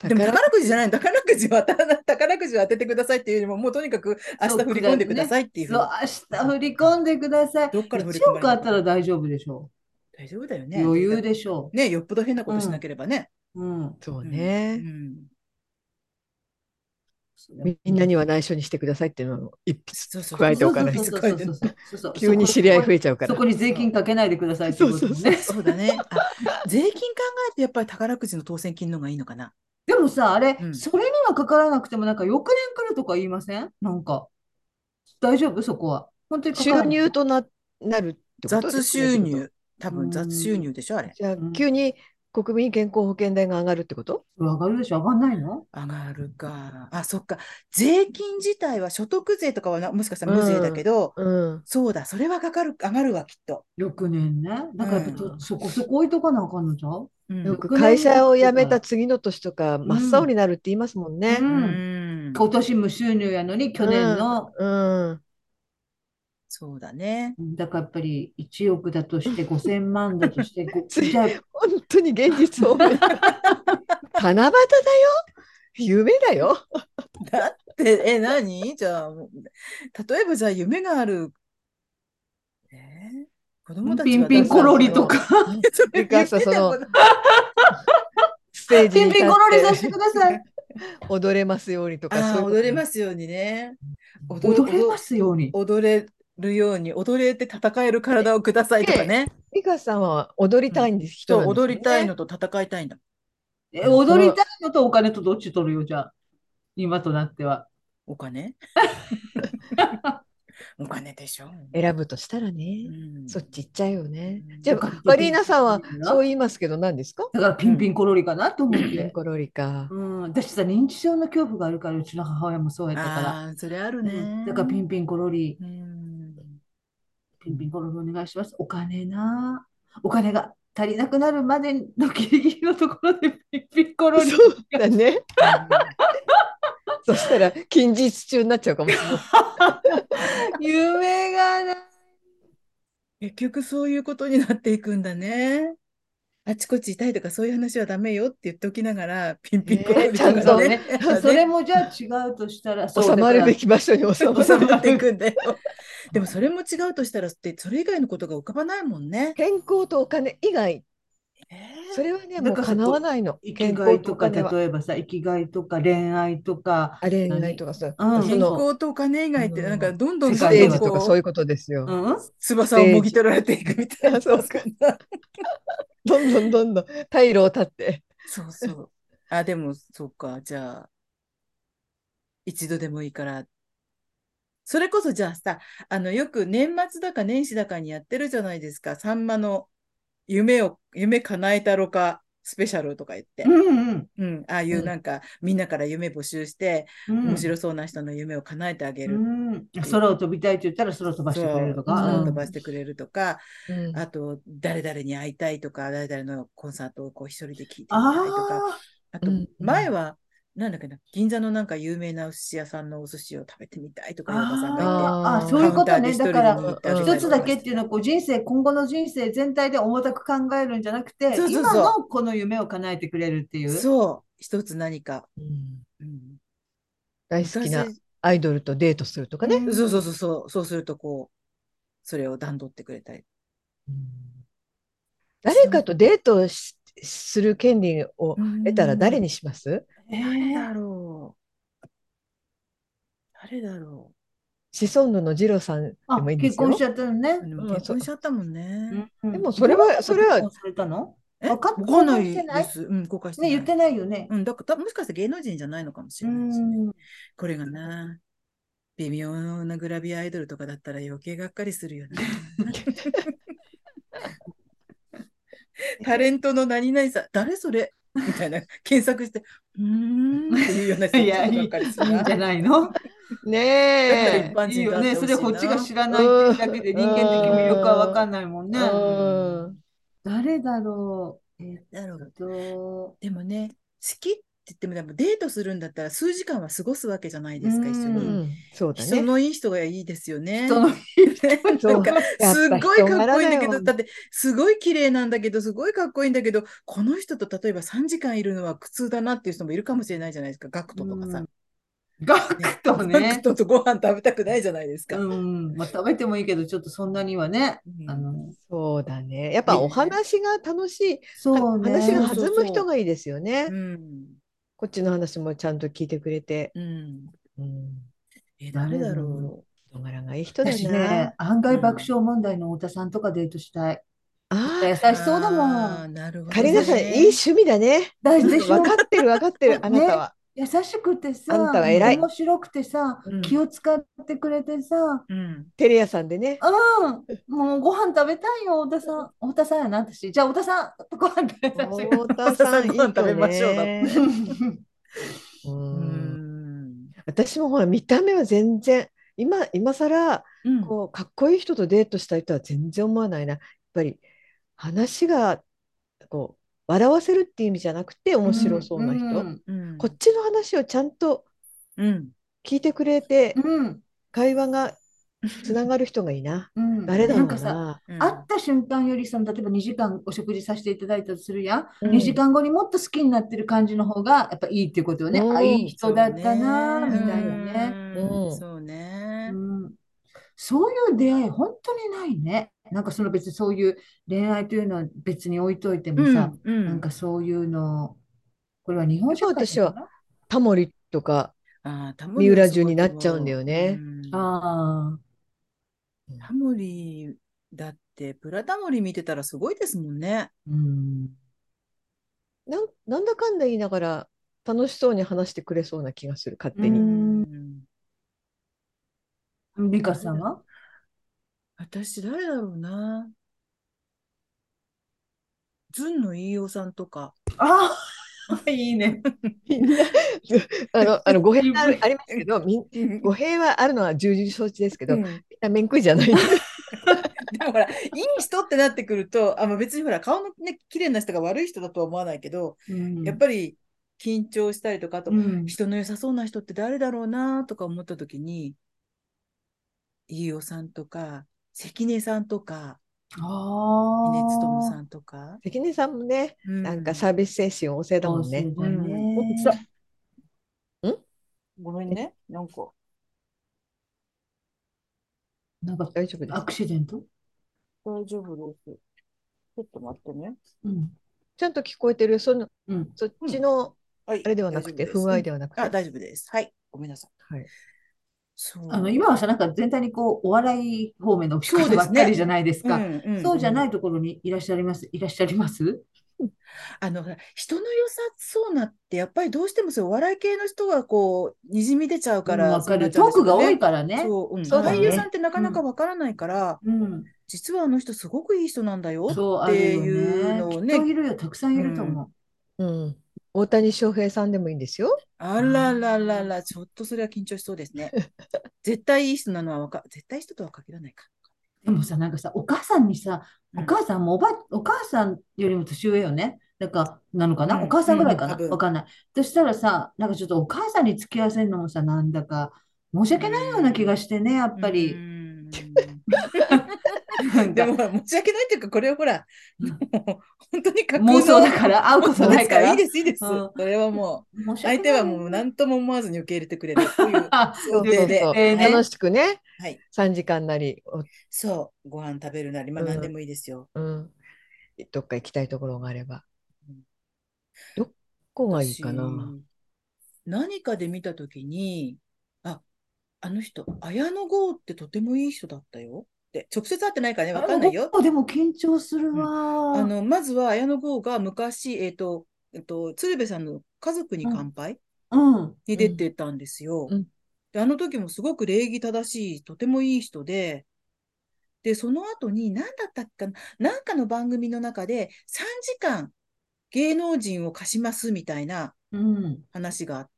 Speaker 1: でも
Speaker 2: 宝
Speaker 1: 宝くじじゃないの宝くじは当たらない 宝くじを当ててくださいっていうよりも、もうとにかく明日振り込んでくださいっていううふう
Speaker 3: そう、
Speaker 1: に。
Speaker 3: 明日振り込んでください。
Speaker 1: どっから振り
Speaker 3: 1
Speaker 1: 込まれる
Speaker 3: 億あったら大丈夫でしょ
Speaker 1: 大丈夫だよ
Speaker 3: う。
Speaker 1: ね。
Speaker 3: 余裕でしょ
Speaker 1: ね、よっぽど変なことしなければね。
Speaker 3: う。うん。
Speaker 2: そう
Speaker 1: う
Speaker 2: ね。
Speaker 1: ん。
Speaker 2: みんなには内緒にしてくださいっていうのを一筆
Speaker 1: そうそう
Speaker 2: 加えて
Speaker 3: そ
Speaker 2: お
Speaker 3: う
Speaker 2: かない
Speaker 3: そ
Speaker 2: と
Speaker 3: うそう
Speaker 1: 加え
Speaker 3: そう
Speaker 1: て
Speaker 3: そ
Speaker 1: ね
Speaker 3: うそうそうそう。
Speaker 2: 急に知り合い増えちゃうから
Speaker 3: そこに税金かけないでくださいっていうことね。
Speaker 2: そう
Speaker 1: そ
Speaker 2: そう
Speaker 1: うだね。あ、税金考えてやっぱり宝くじの当選金の方がいいのかな。
Speaker 3: でもさ、あれ、
Speaker 1: うん
Speaker 3: それにはかからなくても、なんか翌年からとか言いませんなんか、大丈夫そこは。本当にかか
Speaker 2: 収
Speaker 3: らない
Speaker 2: 入とななるってこと
Speaker 1: 雑収
Speaker 2: ですね
Speaker 1: 入。多分雑収入でしょ、あれ。
Speaker 2: じゃあ
Speaker 3: うん
Speaker 2: 急に国民健康保険代が上がるってこと
Speaker 3: 上がるでしょ上がんないの
Speaker 1: 上がるか。あ、そっか。税金自体は所得税とかはなもしかしたら無税だけど、
Speaker 2: うん。
Speaker 1: そうだ、それはかかる、上がるわ、きっと。
Speaker 3: ?6 年ね。だからやっぱと
Speaker 1: うん
Speaker 3: そこそこ置いとかなあかんのじゃん
Speaker 1: うん
Speaker 2: よく
Speaker 3: 翌年
Speaker 2: 会社を辞
Speaker 3: にな
Speaker 2: め
Speaker 3: ってから
Speaker 2: た次の年とか真っ青になるって言いますもんね
Speaker 3: う。ん
Speaker 1: うん
Speaker 3: 今年無収入やのに、去年の、
Speaker 2: うん。
Speaker 1: そうだね。
Speaker 3: だからやっぱり1億だと して5000万だとして、ご
Speaker 2: つい
Speaker 3: じゃあ
Speaker 2: 本当に現実を思い。七夕だよ。夢だよ。
Speaker 1: だって、え、何じゃあ、もう例えばじゃあ夢がある。えー子供たち
Speaker 3: ピン
Speaker 1: は
Speaker 3: ピンコロ リとか、
Speaker 1: それ
Speaker 2: てかさ
Speaker 1: 夢 だ
Speaker 2: そ
Speaker 1: もん
Speaker 2: ステージ
Speaker 3: ピ
Speaker 2: に
Speaker 3: ン
Speaker 2: 立
Speaker 3: ピンコロリさせ
Speaker 2: って
Speaker 3: くだ さい。
Speaker 2: 踊れますようにとか
Speaker 1: あ
Speaker 2: そ
Speaker 1: あ、
Speaker 2: ういうこと
Speaker 1: 踊れますようにね。踊
Speaker 3: 踊れますように。
Speaker 1: 踊れるように、踊れて戦える体をくださいとかね。
Speaker 2: 美香さんは踊りたいんです、人
Speaker 1: そ
Speaker 2: な
Speaker 1: うん
Speaker 2: ですよ
Speaker 1: 踊
Speaker 2: ね
Speaker 1: りたいのと戦いたいんだ。
Speaker 3: え、踊りたいのとお金とどっち取るよ、じゃあ。今となっては。
Speaker 1: お金お金でしょ。
Speaker 2: 選ぶとしたらね、
Speaker 1: うん
Speaker 2: そっち行っちゃうよね
Speaker 1: う。ん
Speaker 2: じゃあ、マリーナさんは
Speaker 3: ピンピンコロリか
Speaker 2: そう言いますけど、何ですか
Speaker 3: だからピンピンコロリかなと思っ
Speaker 2: ピン
Speaker 3: て。
Speaker 2: コロリか。
Speaker 3: うん、私さ、認知症の恐怖があるから、うちの母親もそうやったから。
Speaker 1: ああー、それある
Speaker 3: うん
Speaker 1: ね。
Speaker 3: だからピンピンコロリ、
Speaker 1: うん
Speaker 3: ピンピンコロリお願いします。お金な。お金が足りなくなるまでのギリギリのところでピンピンコロリ。
Speaker 2: そうだね。そしたら、近日中になっちゃうかもしれない。
Speaker 3: 夢がない。
Speaker 1: 結局そういうことになっていくんだね。あちこち痛いとかそういう話はダメよって言っておきながら、ピンピンコロリと
Speaker 2: えー
Speaker 1: か
Speaker 2: ちゃんと
Speaker 1: ね
Speaker 3: ね、
Speaker 1: やっ
Speaker 3: そ
Speaker 1: ぱね
Speaker 3: れもじゃあ違うとしたら、そう
Speaker 2: 収まるべ
Speaker 3: き。
Speaker 2: き場所に収ま
Speaker 1: 収
Speaker 2: る。
Speaker 1: まってい くんだよ。でもそれも違うとしたらって、それ以外のことが浮かばないもんね。
Speaker 2: 健康とお金以外、
Speaker 1: え
Speaker 2: それはね、
Speaker 3: な
Speaker 2: も
Speaker 3: ん
Speaker 2: う
Speaker 3: か
Speaker 2: かなわないの。
Speaker 3: 生き
Speaker 2: 健
Speaker 3: が
Speaker 2: 康
Speaker 3: い
Speaker 2: と
Speaker 3: と
Speaker 2: お
Speaker 3: か、
Speaker 2: 金は。
Speaker 3: 例えばさ、生きがいとか、恋愛とか、
Speaker 2: あれないとかさ、
Speaker 3: うん
Speaker 1: ー
Speaker 2: そ
Speaker 1: 健
Speaker 2: の
Speaker 1: 康とお金以外って、
Speaker 2: うん
Speaker 1: なんかどんどん
Speaker 2: ス
Speaker 1: どん
Speaker 2: テ
Speaker 1: ど
Speaker 2: ー
Speaker 1: ん
Speaker 2: ジとか
Speaker 1: こ
Speaker 2: そういう
Speaker 1: う、
Speaker 2: ことですよ。
Speaker 3: うん、
Speaker 1: 翼をもぎ取られていくみ たいな。
Speaker 2: ステージどんどんどんどん退路を立って。
Speaker 1: そうそう。あ、でも、そうか。じゃあ、一度でもいいから。それこそ、じゃあさ、あの、よく年末だか年始だかにやってるじゃないですか。さんまの夢を、夢叶えたろかスペシャルとか言って
Speaker 3: う。んうん、
Speaker 1: うん。ああいう
Speaker 2: うん
Speaker 1: なんか、みんなから夢募集して、
Speaker 3: うん
Speaker 1: 面白そうな人の夢を叶えてあげる。
Speaker 3: うん、空を飛びたいと言ったら空を飛ばしてくれると
Speaker 1: そう
Speaker 3: か、
Speaker 1: 空
Speaker 2: う
Speaker 1: を
Speaker 2: ん
Speaker 1: 飛ばしてくれるとか、
Speaker 2: うん
Speaker 1: あと、誰々に会いたいとか、誰々のコンサートをこう一人で聞いてみたいとか、
Speaker 3: あ
Speaker 1: あと
Speaker 2: うん
Speaker 1: 前は、なんだっけな、銀座のなんか有名なお寿司屋さんのお寿司を食べてみたいとかいうおばさんが
Speaker 2: あ
Speaker 3: あ、ああ、そういうことね。だから、
Speaker 1: カウンタ
Speaker 2: ーで一人で握ってあげたりとか
Speaker 3: 一つだけっていうのは、こう人生、今後の人生全体で重たく考えるんじゃなくて、
Speaker 1: そうそうそう
Speaker 3: 今のこの夢を叶えてくれるってい
Speaker 1: いて、
Speaker 3: う。
Speaker 1: そう、一つ何か。うん
Speaker 2: 大好きな
Speaker 1: 昔
Speaker 2: アイドルとデートするとかね。
Speaker 1: そうそうそうそう、そうするとこう、それを段取ってくれたり。
Speaker 2: 誰かとデートをしする権利を得たら誰
Speaker 1: に
Speaker 2: にします
Speaker 3: え
Speaker 1: 誰
Speaker 3: ー
Speaker 1: だろう誰だろ
Speaker 2: シソンヌのジロさんで
Speaker 3: あ、
Speaker 2: もいいんで
Speaker 3: 結
Speaker 2: すよ
Speaker 3: 婚し。ちゃったのね
Speaker 1: う。で。
Speaker 2: うん
Speaker 1: も結婚しちゃったもんね。
Speaker 3: うん
Speaker 2: でもそれはそ
Speaker 3: ジロさんと
Speaker 2: れは
Speaker 3: 結婚されたの
Speaker 1: え、
Speaker 3: わかっ
Speaker 1: わかんない
Speaker 3: 公開してない
Speaker 1: です。うん、公開してな
Speaker 3: ね、
Speaker 1: い。
Speaker 3: 言ってないよね。
Speaker 1: うん、だから、もしかしたら芸能人じゃないのかもし
Speaker 3: う
Speaker 1: れないですね。
Speaker 3: ん。
Speaker 1: これがな、微妙なグラビアアイドルとかだったら余計がっかりするよ ね。タレントの何々さん、誰それみたいな、検索して、うーんっていうような人
Speaker 3: いや、い
Speaker 1: ち
Speaker 3: い
Speaker 1: ょっ
Speaker 3: いいん
Speaker 1: とがっかりす
Speaker 3: じ
Speaker 1: るな。
Speaker 3: ゃないの
Speaker 1: 一
Speaker 2: ねえ。
Speaker 1: 般
Speaker 3: いい
Speaker 1: 人と会っ
Speaker 3: よ
Speaker 1: てほしい
Speaker 3: ね。
Speaker 1: な
Speaker 3: それこっちが知らないっていうだけで人間的魅力はわかんないもんね。
Speaker 2: うん
Speaker 3: 誰だろう。えっ
Speaker 1: だろう
Speaker 3: と、
Speaker 1: でもね、好きって言っても、でもデートするんだったら数時間は過ごすわけじゃないですか、一緒
Speaker 2: う
Speaker 1: に。
Speaker 2: んそうだ
Speaker 1: 人
Speaker 2: ね。
Speaker 1: のいい人がいいですよね。
Speaker 3: 人
Speaker 1: な
Speaker 3: の
Speaker 1: んか
Speaker 2: やっ
Speaker 1: すっ
Speaker 2: ぱ
Speaker 1: ごい
Speaker 2: 人
Speaker 1: かっ
Speaker 2: 柄
Speaker 1: こいいん
Speaker 2: だ
Speaker 1: だけど、
Speaker 2: よ
Speaker 1: だってすごい綺麗なんだけど、すごいかっこいいんだけど、この人と例えば3時間いるのは苦痛だなっていう人もいるかもしれないじゃないですか、ガクトとかさ。
Speaker 3: ガクト
Speaker 1: ガク
Speaker 3: ね。
Speaker 1: トとご飯食べたくないじゃないですか。
Speaker 3: うん。まあ、食べてもいいけど、ちょっとそんなにはね。あの、
Speaker 2: そうだね。やっぱお話が楽しい。
Speaker 3: そうね。
Speaker 2: 話が
Speaker 1: そう
Speaker 2: 弾む人がいいですよね
Speaker 1: う。ん。
Speaker 2: こっちの話もちゃんと聞いてくれて。
Speaker 1: うん。
Speaker 2: うん。
Speaker 1: え、誰だろ
Speaker 2: 人柄がいい人だ
Speaker 3: 私
Speaker 2: な。
Speaker 3: ね、案外爆笑問題の太田さんとかデートしたい。
Speaker 2: あ
Speaker 3: 優
Speaker 2: あ、
Speaker 3: し
Speaker 1: う。
Speaker 3: そうだも
Speaker 1: あー
Speaker 3: ん。
Speaker 1: なるほど、
Speaker 2: カリナさん、いい趣味だね。
Speaker 3: 大事でしょ
Speaker 2: 分かってる分か ってる、あなたは。
Speaker 3: 優しくてさ、
Speaker 2: あんたは偉い
Speaker 3: 面白くてさ、
Speaker 1: うん
Speaker 3: 気を使ってくれてさ、
Speaker 1: うん。
Speaker 2: テレ屋さんでね。
Speaker 3: うん、もうご飯食べたいよ、太田さん。太田さんやな、私。じゃあ、太田さん、ご飯食べたい。
Speaker 2: 太田 さん、いいよ
Speaker 1: ご飯食べましょうだっ
Speaker 2: ね。う
Speaker 1: うんん。
Speaker 2: 私もほら、見た目は全然、今、今更、
Speaker 1: うん
Speaker 2: こう、かっこいい人とデートしたいとは全然思わないな。やっぱり、話が、こう、笑わせるっていう意味じゃなくて、面白そうな人。
Speaker 3: うん、
Speaker 1: うん
Speaker 2: こっちの話をちゃんと
Speaker 1: うん。
Speaker 2: 聞いてくれて、
Speaker 3: うん、
Speaker 2: 会話がつながる人がいいな。
Speaker 3: うん
Speaker 2: 誰だ
Speaker 3: な
Speaker 2: ろ
Speaker 3: ん
Speaker 2: う
Speaker 3: かさ、
Speaker 2: な。
Speaker 1: うん
Speaker 3: 会った瞬間よりその、例えば2時間お食事させていただいたとするやん。
Speaker 2: うん
Speaker 3: 2時間後にもっと好きになってる感じの方が、やっぱいいってことよね。
Speaker 2: うん
Speaker 3: あ、いい人だったな、みたいなね。
Speaker 1: うん
Speaker 2: うん
Speaker 1: そうね。
Speaker 3: うんそういう出会い、本当にないね。なんかその別にそういう恋愛というのは別に置いといてもさ、
Speaker 1: うん
Speaker 3: なんかそういうの、これは日本社会
Speaker 2: でも私タモリとか、
Speaker 1: ああ、タモ
Speaker 2: 三
Speaker 1: リは
Speaker 2: 浦
Speaker 1: す
Speaker 2: 中
Speaker 1: ごい
Speaker 2: に
Speaker 1: と
Speaker 2: な
Speaker 1: 思
Speaker 2: っちゃうんだよね。
Speaker 1: うん
Speaker 3: ああ、
Speaker 1: タモリだって、プラタモリ見てたらすごいですもんね。
Speaker 3: うん。
Speaker 2: なん、なんだかんだ言いながら楽しそうに話してくれそうな気がする、勝手に。
Speaker 3: う
Speaker 1: うんん
Speaker 3: 美香さんは
Speaker 1: 私、誰だろうな。ずんの飯尾さんとか。
Speaker 3: ああ、い いね。
Speaker 2: みんな、あの、あの、語弊があるありますけど、みん語弊はあるのは重々承知ですけど、
Speaker 1: う
Speaker 2: みん
Speaker 1: ん
Speaker 2: な面食いじゃない。
Speaker 1: でもほら、いい人ってなってくると、あまあ別にほら、顔のね、綺麗な人が悪い人だとは思わないけど、やっぱり緊張したりとか、あと、
Speaker 3: うん
Speaker 1: 人の良さそうな人って誰だろうなとか思った時に、飯尾さんとか、関根さんとか、
Speaker 3: あ
Speaker 1: 峰勤さ
Speaker 3: ん。
Speaker 1: んとか、
Speaker 2: 関根さんもね、
Speaker 1: う
Speaker 2: なんかサービス精神旺盛だもんね。
Speaker 3: そうだね
Speaker 1: うん
Speaker 3: そう
Speaker 1: ごめんね、なんか。
Speaker 3: なんか
Speaker 2: 大丈夫で
Speaker 3: ア
Speaker 2: す。
Speaker 3: クシデント
Speaker 1: 大丈夫です。ちょっと待ってね。
Speaker 3: うん。
Speaker 2: ちゃんと聞こえてる、その、
Speaker 3: うん。
Speaker 2: そっちの、
Speaker 1: はい
Speaker 2: あれではなくて、
Speaker 1: 大丈夫
Speaker 2: 不
Speaker 1: す
Speaker 2: 具合ではなくて。
Speaker 1: あ、大丈夫です。はい。ごめんなさい。
Speaker 2: はい。
Speaker 1: そう。
Speaker 3: あの、今はさ、なんか全体にこう、お笑い方面の
Speaker 1: そうですね
Speaker 3: ばっかりじゃないです
Speaker 1: う
Speaker 3: か。
Speaker 1: んうん
Speaker 3: そうじゃないところにいらっしゃいます。いらっしゃいます
Speaker 1: あの、ほら人の良さそうなって、やっぱりどうしてもそう、お笑い系の人がこう、にじみ出ちゃうか
Speaker 3: うん
Speaker 1: ら、
Speaker 3: わかる。
Speaker 1: そうなっちゃ
Speaker 3: トークが
Speaker 1: うんで
Speaker 3: 多
Speaker 1: すよ
Speaker 3: いからね。
Speaker 1: そう、うん
Speaker 2: そうだね
Speaker 1: 俳優さんってなかなかわからないから、
Speaker 3: うん。
Speaker 1: 実はあの人すごくいい人なんだよ
Speaker 3: そう、あ
Speaker 1: っ
Speaker 3: る
Speaker 1: て
Speaker 3: よ
Speaker 1: いうのを
Speaker 3: ね。きっと
Speaker 1: ね、
Speaker 3: いるよ。たくさんいると思
Speaker 2: うん。大谷翔平さんでもいいんですよ。
Speaker 1: あらららら、ちょっとそれは緊張しそうですね。 絶対いい人なのはわか、絶対いい人とは限らないか。
Speaker 3: う。でもさ、なんかさ、お母さんにさ、
Speaker 1: うん
Speaker 3: お母さんもおば、お母さんよりも年上よね。なんか、なのか
Speaker 1: う
Speaker 3: なんお母さんぐらいか
Speaker 1: うん
Speaker 3: な
Speaker 1: 多分
Speaker 3: わかんない。そしたらさ、なんかちょっとお母さんに付き合わせるのもさ、なんだか申し訳ないような気がしてね、やっぱ
Speaker 1: う
Speaker 3: り。
Speaker 1: ん
Speaker 3: なん
Speaker 1: で
Speaker 3: か
Speaker 1: も、申し訳ないというか、これはほら、
Speaker 3: うん
Speaker 1: もう本当に架空の
Speaker 3: 妄想だから、会うこと
Speaker 1: 妄想で
Speaker 3: ない
Speaker 1: すか、
Speaker 3: からら。
Speaker 1: いいです、いいです。
Speaker 3: うん
Speaker 1: それはもう、
Speaker 3: 申し
Speaker 1: 相
Speaker 3: 訳
Speaker 1: 手
Speaker 3: ない
Speaker 1: はもう何とも思わずに受け入れてくれる。そう いう
Speaker 3: あ
Speaker 1: 想定で。
Speaker 2: そう
Speaker 1: は
Speaker 2: そう
Speaker 1: い
Speaker 3: えーね
Speaker 2: 楽しくね、
Speaker 1: はい、
Speaker 2: 3時間なり、お
Speaker 1: そう、ご飯食べるなり、まあ
Speaker 2: うん
Speaker 1: 何でもいいですよ。
Speaker 2: うん、どっか行きたいところがあれば。どこがいいかな。
Speaker 1: 私何かで見たときに、あ、あの人、綾野剛ってとてもいい人だったよって、直接会ってないからね、わかんないよ。
Speaker 3: あでも緊張するわ。
Speaker 1: あの、まずは綾野剛が昔、えっと、えっと、鶴瓶さんの家族に乾杯
Speaker 3: うん。
Speaker 1: に出てたんですよ
Speaker 2: うん。
Speaker 1: で、あの時もすごく礼儀正しい、とてもいい人で、で、その後に何だったっけかな、なんかの番組の中で3時間芸能人を貸しますみたいな、
Speaker 3: うん。
Speaker 1: 話が、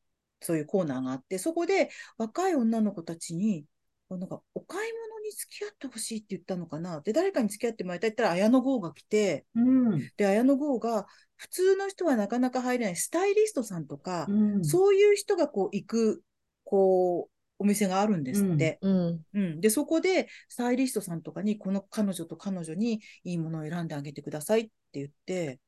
Speaker 1: そういうコーナーがあって、そこで若い女の子たちに、こうなんかお買い物に付き合ってほしいって言ったのかな。で、誰かに付き合ってもらいたいって言ったら綾野剛が来て、
Speaker 3: うん。
Speaker 1: で、綾野剛が普通の人はなかなか入れないスタイリストさんとか
Speaker 3: う、ん。
Speaker 1: そういう人がこう行く、こう、お店があるんですって。
Speaker 2: うん、
Speaker 1: うん、で、そこで、スタイリストさんとかに、この彼女と彼女にいいものを選んであげてくださいって言って、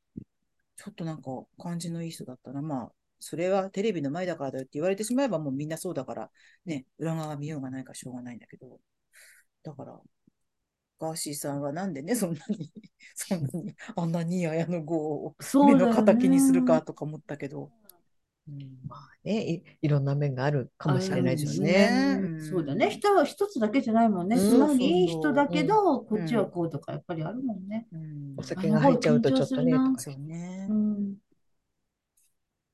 Speaker 1: ちょっとなんか感じのいい人だったら、まあ、それはテレビの前だからだよって言われてしまえば、もうみんなそうだから、ね、裏側見ようがないからしょうがないんだけど、だから、ガーシーさんはなんでね、そんなに、 そんなに、あんなに綾野剛を
Speaker 3: そう
Speaker 1: 目
Speaker 3: だ
Speaker 1: の
Speaker 3: よ
Speaker 1: 敵にするか
Speaker 3: ね。
Speaker 1: とか思ったけど、うん、
Speaker 2: ねい、いろんな面があるかもしれないですよ
Speaker 1: あるんですね
Speaker 2: ね。
Speaker 1: うん
Speaker 3: そうだね。人は一つだけじゃないもんね。
Speaker 2: うん
Speaker 3: 素直にいい人だけど、
Speaker 1: そうそう
Speaker 3: こっちはこうとかやっぱりあるもんね。
Speaker 1: うん
Speaker 2: お、酒が入っちゃうとちょっとね、
Speaker 3: あの方が
Speaker 2: と
Speaker 3: 緊張
Speaker 1: そ
Speaker 2: か
Speaker 1: うね
Speaker 3: う。ん。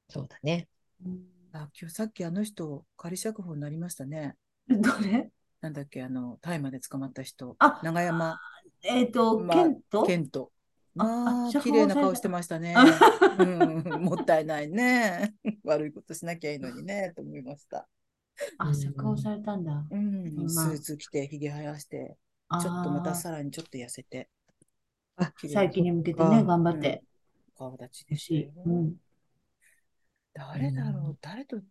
Speaker 2: そうだね。
Speaker 1: あ、今日さっきあの人、仮釈放になりましたね。
Speaker 3: どれ
Speaker 1: なんだっけ、あの、大麻で捕まった人。
Speaker 3: あ
Speaker 1: 永山
Speaker 3: えっと、
Speaker 1: まあ
Speaker 3: ケント
Speaker 1: 健人。
Speaker 3: あ
Speaker 1: ま
Speaker 3: あ
Speaker 1: あ、
Speaker 3: 釈
Speaker 1: 綺
Speaker 3: 放
Speaker 1: 麗な顔
Speaker 3: さ
Speaker 1: してましたね。
Speaker 3: あ
Speaker 1: うん、 もったいないね。 悪いことしなきゃいいのにね、と思いました。
Speaker 3: あ、釈放されたんだ。
Speaker 1: うん、
Speaker 3: まあ
Speaker 1: スーツ着て、ひげ生やして、ちょっとまたさらにちょっと痩せて。
Speaker 2: あ
Speaker 1: 綺麗な
Speaker 3: 再起に向けて
Speaker 2: そっ
Speaker 3: ね、
Speaker 2: か
Speaker 3: 頑張って
Speaker 1: 顔立ち
Speaker 3: ほ
Speaker 1: でした
Speaker 3: し
Speaker 1: よ。
Speaker 3: い。うん。
Speaker 1: 誰だろう、誰と。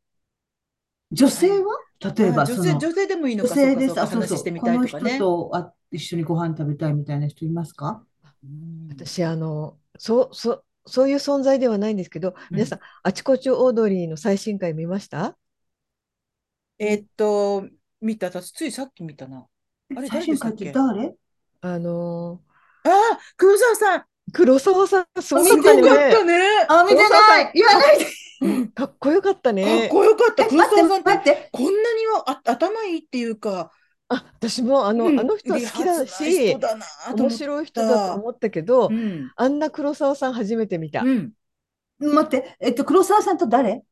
Speaker 3: 女性は例えば
Speaker 1: あ
Speaker 3: そ
Speaker 1: 女
Speaker 3: の、
Speaker 1: 性、女性でもいいの
Speaker 3: 女
Speaker 1: か、
Speaker 3: 性
Speaker 1: そうか
Speaker 3: で
Speaker 1: そう
Speaker 3: す。
Speaker 1: か
Speaker 3: あ、そう
Speaker 1: 話
Speaker 3: そう。
Speaker 1: してみ
Speaker 3: こ
Speaker 1: たい
Speaker 3: の
Speaker 1: とか
Speaker 3: 人
Speaker 1: ね。
Speaker 3: とあ一緒にご飯食べたいみたいな人いますか
Speaker 1: うん
Speaker 2: 私、あの、そう、そう、そういう存在ではないんですけど、皆さん、あちこちオードリーの最新回見ました
Speaker 1: えーっと、見た、私、ついさっき見たな。あれ
Speaker 3: 最
Speaker 1: 誰で
Speaker 3: 新
Speaker 1: した
Speaker 3: 回
Speaker 1: っ
Speaker 3: って
Speaker 1: け
Speaker 3: 誰
Speaker 2: あの、
Speaker 1: ああ、黒沢さん、
Speaker 2: 黒沢さん、すご
Speaker 1: す
Speaker 2: か
Speaker 1: ご
Speaker 2: っ
Speaker 1: か
Speaker 2: た
Speaker 1: っ
Speaker 2: よね。
Speaker 1: たね。
Speaker 3: あ、見てない言わないで
Speaker 2: かっこよかった
Speaker 1: かっ
Speaker 2: ね。
Speaker 1: こよかった。
Speaker 3: え
Speaker 1: 黒
Speaker 3: 待
Speaker 1: 沢さ
Speaker 3: っ、
Speaker 1: んって
Speaker 3: 待
Speaker 1: て、
Speaker 3: って。
Speaker 1: こんなにはあ頭いいっていうか、
Speaker 2: あ、私もあの、
Speaker 1: うん
Speaker 2: あの人好きだ
Speaker 1: 理髪な
Speaker 2: し
Speaker 1: 人、だなと思
Speaker 2: 面
Speaker 1: っ
Speaker 2: 白い人だと思ったけど、
Speaker 1: うん。
Speaker 2: あんな黒沢さん初めて見た。
Speaker 1: うん。
Speaker 3: 待って。えっと、黒沢さんと誰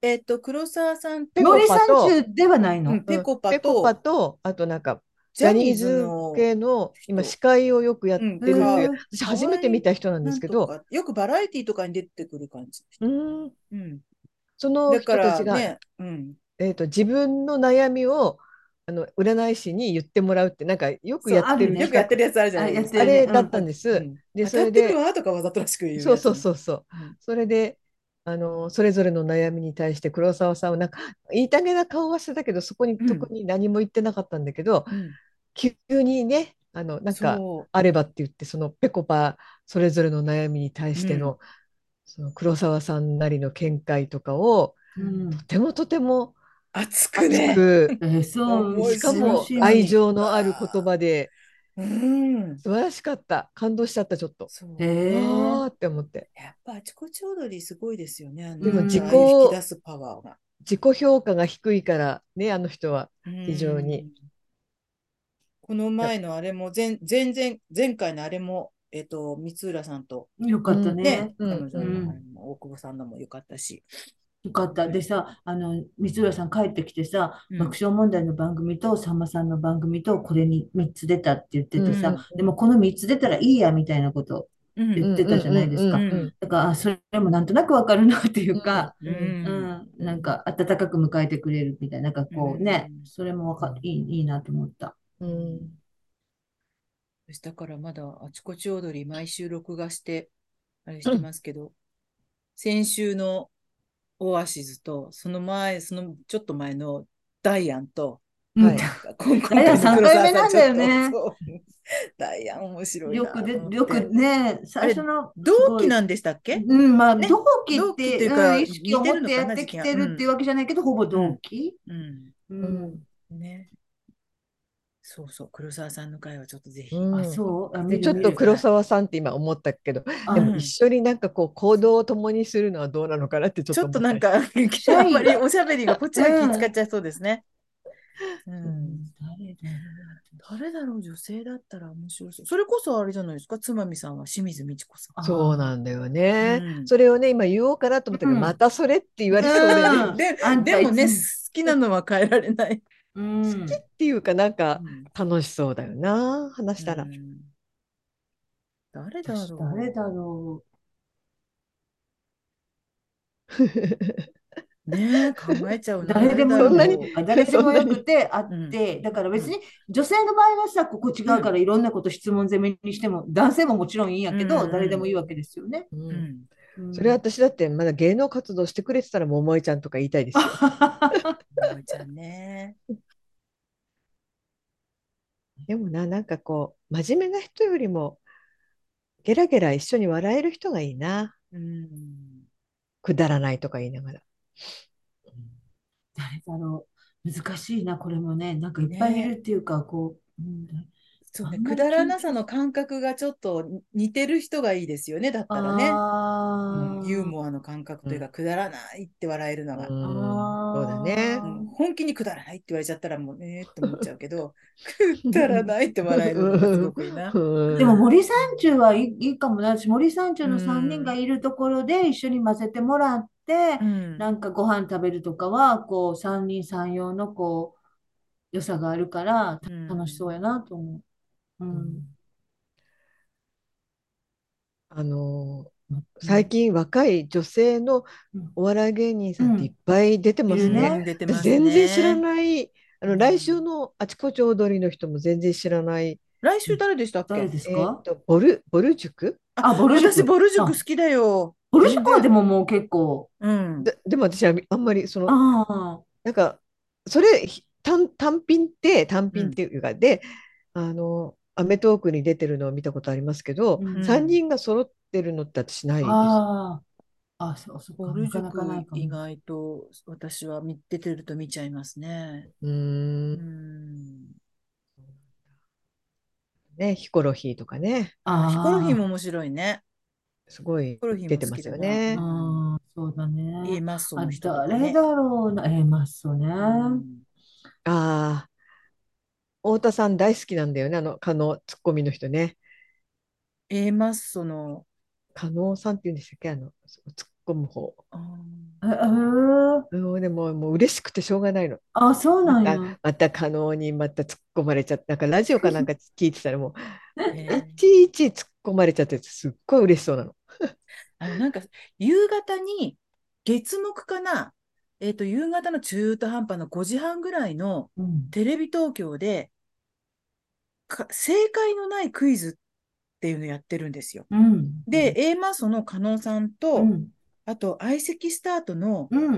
Speaker 1: えっと、黒沢さん
Speaker 2: ペ
Speaker 1: と
Speaker 2: コ
Speaker 3: 森
Speaker 2: パ
Speaker 3: 三
Speaker 2: と
Speaker 3: 中ではないの。
Speaker 1: うんペコパと
Speaker 2: ペコパと、あとなんか、ジ
Speaker 1: ジ
Speaker 2: ャ
Speaker 1: ャ
Speaker 2: ニ
Speaker 1: ニ
Speaker 2: ー
Speaker 1: ーズ
Speaker 2: ズ
Speaker 1: の
Speaker 2: 系の、今、
Speaker 1: 人
Speaker 2: 司会をよくやってるっていう、
Speaker 1: うん
Speaker 2: 私、初めて見た人なんですけ
Speaker 1: なん
Speaker 2: ど、
Speaker 1: とかよくバラエティとかに出てくる感じ。
Speaker 2: うん、
Speaker 1: うん、
Speaker 2: その
Speaker 1: だ
Speaker 2: 人
Speaker 1: か
Speaker 2: た
Speaker 1: ら
Speaker 2: ちが、
Speaker 1: ね、うん、
Speaker 2: えー、と自分の悩みをあの占い師に言ってもらうって、なんかよくやってる
Speaker 3: そうあるね
Speaker 1: よくやってるやつあるじゃないですか。
Speaker 2: あ
Speaker 3: やってるね
Speaker 2: れ
Speaker 3: うん
Speaker 2: だったんです。
Speaker 1: うん
Speaker 2: で、
Speaker 1: 当
Speaker 2: そ
Speaker 1: た
Speaker 2: れ
Speaker 1: ってる
Speaker 2: で、
Speaker 1: わとかわざとらしく言うやつ
Speaker 2: そうそう
Speaker 1: う。
Speaker 2: そうそう。
Speaker 1: ん
Speaker 2: それで、あのそれぞれの悩みに対して黒沢さんはなんか言いたげな顔はしてたけどそこに
Speaker 1: うん
Speaker 2: 特に何も言ってなかったんだけど、
Speaker 1: うん
Speaker 2: 急にねあのなんか
Speaker 1: そう
Speaker 2: あればって言ってそのぺこぱそれぞれの悩みに対しての,、
Speaker 1: う
Speaker 2: その黒沢さんなりの見解とかを
Speaker 3: うん
Speaker 2: とてもとても
Speaker 1: 熱く
Speaker 2: 熱
Speaker 1: ね。
Speaker 2: く、
Speaker 3: えーそう、
Speaker 1: うん
Speaker 2: しかも
Speaker 1: 素晴らしい
Speaker 2: 愛情のある言葉で
Speaker 1: うん。
Speaker 2: 素晴らしかった感動しちゃったちょっと。
Speaker 1: そう。
Speaker 3: え
Speaker 2: わーって思って
Speaker 1: やっぱあちこち踊りすごいですよね。あの
Speaker 3: でも自己
Speaker 1: ああいう引き出すパワーが。
Speaker 2: 自己評価が低いからねあの人は。非常に
Speaker 1: うん。この前のあれも、前前前前回のあれも、えっと、光浦さんと
Speaker 3: よかった
Speaker 1: ね
Speaker 3: ね。、
Speaker 2: うん
Speaker 1: 彼女
Speaker 3: うん
Speaker 1: のあれも大久保さんのも良かったし。
Speaker 3: よかった。でさ、あの、光浦さん帰ってきてさ、
Speaker 1: うん
Speaker 3: 爆笑問題の番組と、さんまさんの番組と、これに3つ出たって言ってて
Speaker 1: う
Speaker 3: さ
Speaker 1: ん、
Speaker 3: でもこの3つ出たらいいや、みたいなこと。
Speaker 1: うん
Speaker 3: 言ってたじゃないですか
Speaker 2: うんうんうん
Speaker 3: だから、あそれもなんとなくわかるなっていうか、
Speaker 2: うん
Speaker 3: うん、なんか温かく迎えてくれるみたいな、なんかこうね
Speaker 1: う、ん
Speaker 3: それもわか、いい、いいなと思った。
Speaker 2: うん
Speaker 1: 私だからまだあちこち踊り毎週録画して、あれしてますけど、先週のオアシズと、その前、そのちょっと前のダイアンと、
Speaker 2: はい
Speaker 3: うん
Speaker 1: 今
Speaker 3: ダイアン三回目なんだよ
Speaker 1: 黒沢
Speaker 3: ね
Speaker 1: さんちょっとそうダイアン面白いな。
Speaker 3: よくで、よく。ね、最初の、
Speaker 1: 同期なんでしたっけ
Speaker 3: うん、まあ、
Speaker 1: ね
Speaker 3: 同期
Speaker 1: 同期
Speaker 3: っ
Speaker 1: ってい
Speaker 3: て、
Speaker 1: うか
Speaker 3: うん、意識を持ってやってきてるっていうわけじゃないけど、ほぼ同期。
Speaker 1: うん。
Speaker 3: うん。
Speaker 1: ね。そうそう、黒沢さんの回はちょっとぜひ。
Speaker 2: うん
Speaker 3: あ、そう。あ、見
Speaker 2: で
Speaker 3: る
Speaker 2: ちょっ
Speaker 3: 見
Speaker 2: と
Speaker 3: る
Speaker 2: 黒沢さんって今思ったけど、
Speaker 3: あ
Speaker 2: で
Speaker 1: う
Speaker 2: も
Speaker 1: ん
Speaker 2: 一緒になんかこう行動を共にするのはどうなのかなってちょっ
Speaker 1: ち
Speaker 2: と
Speaker 1: ょっ
Speaker 2: 思
Speaker 1: と
Speaker 2: た
Speaker 1: なん
Speaker 2: り
Speaker 1: か、あ
Speaker 3: ャイ
Speaker 1: んまりおしゃべりがこっちが気使っちゃいそうですね。う。
Speaker 3: うんん誰だろう
Speaker 1: 誰だろう、女性だったら面白そう。それこそあれじゃないですか、つまみさんは清水美智子さん。
Speaker 3: あ
Speaker 2: そうなんだよね、
Speaker 1: うん
Speaker 2: それをね今言おうかなと思ったけど、
Speaker 3: うん
Speaker 2: またそれって言われそうで、ね
Speaker 3: うん
Speaker 1: で
Speaker 3: あんた
Speaker 1: でもね、
Speaker 3: い
Speaker 1: 好
Speaker 3: つ
Speaker 1: きなのは変えられない。
Speaker 3: うん。
Speaker 2: っていうかなんか
Speaker 1: うん
Speaker 2: 楽しそうだよな話したら、
Speaker 1: うん誰だ
Speaker 3: 私
Speaker 1: ろう。
Speaker 3: 誰だろ
Speaker 1: ねえ考えちゃう
Speaker 3: う。
Speaker 1: な。
Speaker 3: 誰でも
Speaker 2: そんなに
Speaker 3: よく、あ誰でもよくて、あ
Speaker 1: ん
Speaker 3: って、だから別に女性の場合はさ、ここ違うからいろんなこと質問攻めにしても、男性ももちろんいいんやけ
Speaker 1: う
Speaker 3: ど、
Speaker 1: ん
Speaker 3: 誰でもいいわけですよね。
Speaker 2: うん
Speaker 1: うん
Speaker 3: うん
Speaker 2: それ 私だってまだ芸能活動してくれてたら桃井ちゃんとか言いたいですよ
Speaker 1: 桃井ちゃんね。
Speaker 2: でもななんかこう真面目な人よりもゲラゲラ一緒に笑える人がいいな
Speaker 1: うん。
Speaker 2: くだらないとか言いながら。
Speaker 3: 誰だろう。難しいな、これもね。なんかいっぱいいるっていうか、こう。うん
Speaker 1: そう
Speaker 3: あ
Speaker 1: ね、
Speaker 3: んま
Speaker 1: く
Speaker 3: り
Speaker 1: だらなさの感覚がちょっと似てる人がいいですよね、だったらね。
Speaker 3: あ
Speaker 2: う
Speaker 3: ー
Speaker 1: ユーモアの感覚というか、くだらないって笑えるのが。
Speaker 2: うん
Speaker 3: あ
Speaker 2: そう
Speaker 3: ー
Speaker 2: だね
Speaker 1: うん本気にくだらないって言われちゃったらもうねーって思っちゃうけ ど、くだらないって笑えるのがすごくいいな。
Speaker 3: でも
Speaker 2: うん
Speaker 3: 森三中はいい、いいかもな。私、森三中の3人がいるところで一緒に混ぜてもらって
Speaker 1: う、ん
Speaker 3: なんかご飯食べるとかは、こう、三人三様の、こう、良さがあるから、
Speaker 1: うん
Speaker 3: 楽しそうやなと思う。うん。
Speaker 2: あのー最近若い女性の
Speaker 3: うん
Speaker 2: お笑い芸人さんっていっぱい出てます
Speaker 3: いる
Speaker 2: ね。
Speaker 1: 出てま
Speaker 2: 私
Speaker 1: すね
Speaker 2: 全然知らない。
Speaker 1: う
Speaker 2: あの
Speaker 1: ん
Speaker 2: 来週のあちこち踊りの人も全然知らない。
Speaker 1: 来週誰でしたっけ
Speaker 3: 誰です
Speaker 2: え
Speaker 3: か
Speaker 2: っとボルボル塾？
Speaker 3: あ、ボルジュク。
Speaker 1: 私、ボル塾好
Speaker 3: あ
Speaker 1: きだよ。
Speaker 3: ボルジュクはでももう結構、
Speaker 1: うん。
Speaker 2: ででも私はあんまりその
Speaker 3: ああ、
Speaker 2: なんかそれひ単単品って単品っていうか、であのアメトークに出てるのを見たことありますけど、
Speaker 3: うん
Speaker 2: 三人が揃ってるのって私ないです。
Speaker 3: ああ、あ、そう、そっ
Speaker 1: ボ
Speaker 3: か、
Speaker 1: ル
Speaker 3: なかな
Speaker 1: 塾
Speaker 3: かないかも。
Speaker 1: 意外と私は見出てると見ちゃいますね。
Speaker 2: うーん
Speaker 1: うん。
Speaker 2: ね、ヒコロヒーとかね、
Speaker 3: ああ、
Speaker 1: ヒコロヒーも面白いね。
Speaker 2: すごい
Speaker 1: ヒコロヒー
Speaker 2: 出
Speaker 1: も
Speaker 2: て
Speaker 1: 好
Speaker 2: ま
Speaker 1: き
Speaker 2: す
Speaker 1: だ
Speaker 2: よ
Speaker 1: な
Speaker 2: ね。
Speaker 3: うん、そうだね。
Speaker 1: A マッソ
Speaker 3: あ
Speaker 1: の人とか
Speaker 3: 誰
Speaker 1: ね。
Speaker 3: だろうな、えー、まあそうね。
Speaker 1: うん
Speaker 2: ああ、太田さん大好きなんだよね、あの、加納ツッコミの人ね。
Speaker 1: A マッソの
Speaker 2: 加納さんって言うんでしたっけ、あの、ツッ込む方。
Speaker 1: うん
Speaker 3: ええー、
Speaker 2: もうでも、もう嬉しくてしょうがないの。
Speaker 3: あ、そうなんや。
Speaker 2: また加納にまた突っ込まれちゃって、なんかラジオか なんか聞いてたらもう、
Speaker 1: ね
Speaker 2: いちいち突っ込まれちゃって、すっごい嬉しそうなの。
Speaker 1: あのなんか夕方に月目かな、えっと夕方の中途半端な5時半ぐらいの
Speaker 3: うん。
Speaker 1: テレビ東京でか正解のないクイズっていうのやってるんですよ。
Speaker 3: うん。
Speaker 1: で、A マッソの加納さんと、
Speaker 3: うん。
Speaker 1: あと相席スタートの
Speaker 3: うん。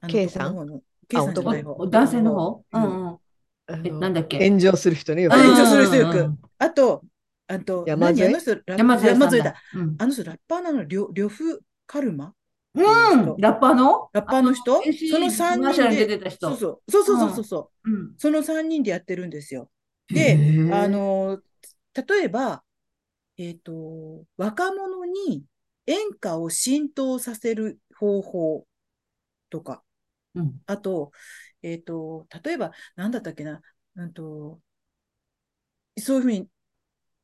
Speaker 1: あの
Speaker 2: K さん
Speaker 1: 男の方の K さんじゃない方
Speaker 3: おお男性の方
Speaker 1: う
Speaker 3: う
Speaker 1: ん
Speaker 3: んうん。え、なんだっけ
Speaker 2: 炎上する人ね、よく
Speaker 1: あ
Speaker 3: うん
Speaker 1: 炎上する人よく
Speaker 3: うんうん
Speaker 1: あと、あと、
Speaker 2: 山
Speaker 1: 何
Speaker 2: 添
Speaker 1: あの人ラッ
Speaker 3: 山添さん
Speaker 1: 山添
Speaker 3: だ
Speaker 1: だ。。
Speaker 3: うん。
Speaker 1: あの人ラッパーなの、りょ、りょふカルマ
Speaker 3: うん。ラッパーの
Speaker 1: ラッパーの人
Speaker 3: あ AC
Speaker 1: その三
Speaker 3: コマーシャ
Speaker 1: 人
Speaker 3: ルに
Speaker 1: で、
Speaker 3: 出てた人
Speaker 1: そうそう、そうそうそうそうそう、
Speaker 3: うん。
Speaker 1: その三人でやってるんですよ。
Speaker 2: へ
Speaker 1: で、
Speaker 2: ー
Speaker 1: あの、例えば、えっと、若者に演歌を浸透させる方法とか、
Speaker 3: うん。
Speaker 1: あと、えっ、と、例えば、なんだったっけな、うんと、そういうふうに、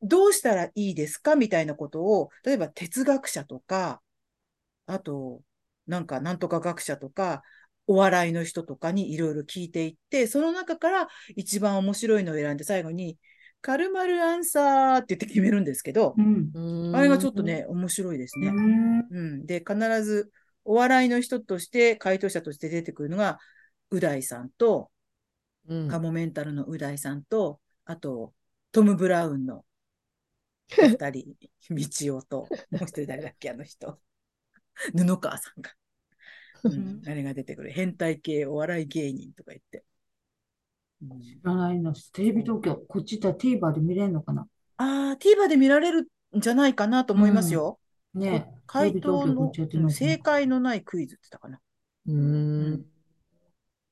Speaker 1: どうしたらいいですかみたいなことを、例えば哲学者とか、あと、なんか、なんとか学者とか、お笑いの人とかにいろいろ聞いていって、その中から一番面白いのを選んで、最後に、カルマルアンサーって言って決めるんですけど
Speaker 3: う、ん。
Speaker 1: あれがちょっと、ね、面白いですね。
Speaker 3: うん
Speaker 1: うん、で必ずお笑いの人として回答者として出てくるのがう大さんと、
Speaker 2: うん
Speaker 1: カモメンタルのう大さんとあとトム・ブラウンのお二人 道夫ともう一人誰だっけあの人布川さんか、うん、あれが出てくる変態系お笑い芸人とか言って、うん
Speaker 3: 知らないな。テレビ東京、こっちだ TVer で見れるのかな
Speaker 1: ああ TVer で見られるんじゃないかなと思いますよ、
Speaker 3: ねえ。
Speaker 1: 回答
Speaker 3: テレビ東京こ
Speaker 1: の
Speaker 3: っちやって
Speaker 1: う
Speaker 3: な
Speaker 1: ん
Speaker 3: いかな
Speaker 1: 正解のないクイズって言ったかな
Speaker 2: うん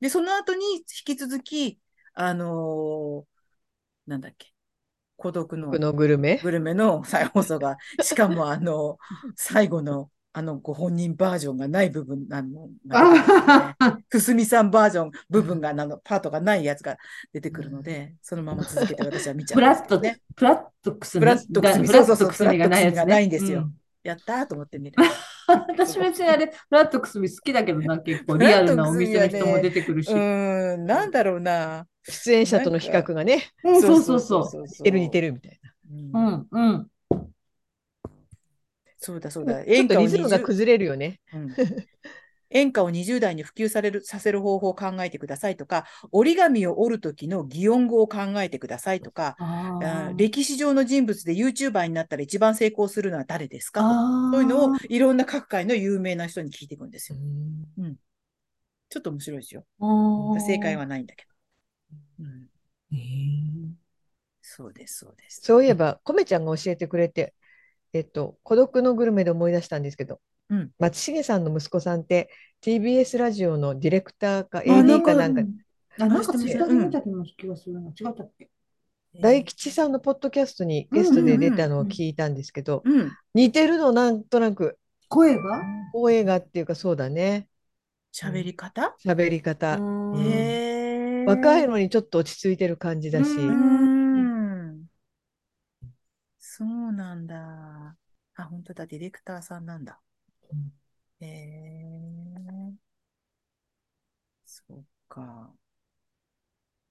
Speaker 1: で、その後に引き続き、あのーなんだっけ、孤独の
Speaker 2: 僕のグルメ。
Speaker 1: グルメの再放送が、しかもあの、最後の、あの、ご本人バージョンがない部分、あの、なんか
Speaker 3: あ
Speaker 1: くすみさんバージョン部分が、あの、パートがないやつが出てくるので、そのまま続けて私は見ちゃう
Speaker 3: プ
Speaker 1: んで
Speaker 3: ラ
Speaker 1: す
Speaker 3: ッ
Speaker 1: けど
Speaker 3: と
Speaker 1: ね。、
Speaker 3: プラッとくすみ。
Speaker 1: プラッとくすみ
Speaker 3: プラッ
Speaker 1: そうそうそう
Speaker 3: とくすみがないやつね
Speaker 1: プラッとくすみがないんですよ
Speaker 3: う
Speaker 1: やったーと思って見る。
Speaker 3: 私別にあれ、フラットクスミ好きだけどな、結構リアルなお店の人も出てくるし。
Speaker 1: うーん、なんだろうな。
Speaker 2: 出演者との比較がね、
Speaker 3: うん、そうそうそう。
Speaker 1: う。
Speaker 2: 似てる似て
Speaker 1: る。
Speaker 2: るみたいな。
Speaker 1: うん
Speaker 3: うん、うん。
Speaker 1: そうだそうだ。
Speaker 2: ちょ
Speaker 1: 演
Speaker 2: っと
Speaker 1: 歌を
Speaker 2: リズムが
Speaker 1: 20
Speaker 2: 崩れるよね。
Speaker 1: うん 演歌を20代に普及されるさせる方法を考えてくださいとか、折り紙を折る時の擬音語を考えてくださいとか、あ
Speaker 3: あー
Speaker 1: ー歴史上の人物で YouTuber になったら一番成功するのは誰ですかとか
Speaker 3: あー
Speaker 1: そういうのをいろんな各界の有名な人に聞いていくんですよ。ちょっと面白いですよ。
Speaker 3: あー
Speaker 1: 正解はないんだけど。うん、
Speaker 3: へー
Speaker 1: そうです、そうです。
Speaker 2: そういえば、コメちゃんが教えてくれて、えっと、孤独のグルメで思い出したんですけど、
Speaker 1: うん
Speaker 2: 松重さんの息子さんって、TBS ラジオのディレクターか
Speaker 3: あ
Speaker 2: AD かなんか、
Speaker 3: あ、なんかツイッターで
Speaker 1: うん
Speaker 3: 見た気がするな。違ったっけ
Speaker 2: 大吉さんのポッドキャストにゲストで出たの
Speaker 3: う
Speaker 2: を
Speaker 3: んうんうん
Speaker 2: 聞いたんですけど、
Speaker 1: うん。
Speaker 2: 似てるの、なんとなく、
Speaker 3: 声が
Speaker 2: 声がっていうか、そうだね、
Speaker 1: 喋り方、
Speaker 2: 喋り方。
Speaker 3: うん
Speaker 1: へー
Speaker 2: 若いのにちょっと落ち着いてる感じだし、
Speaker 1: う
Speaker 3: う
Speaker 1: んん。そうなんだ。あ、本当だ、ディレクターさんなんだ。へえ。そうか。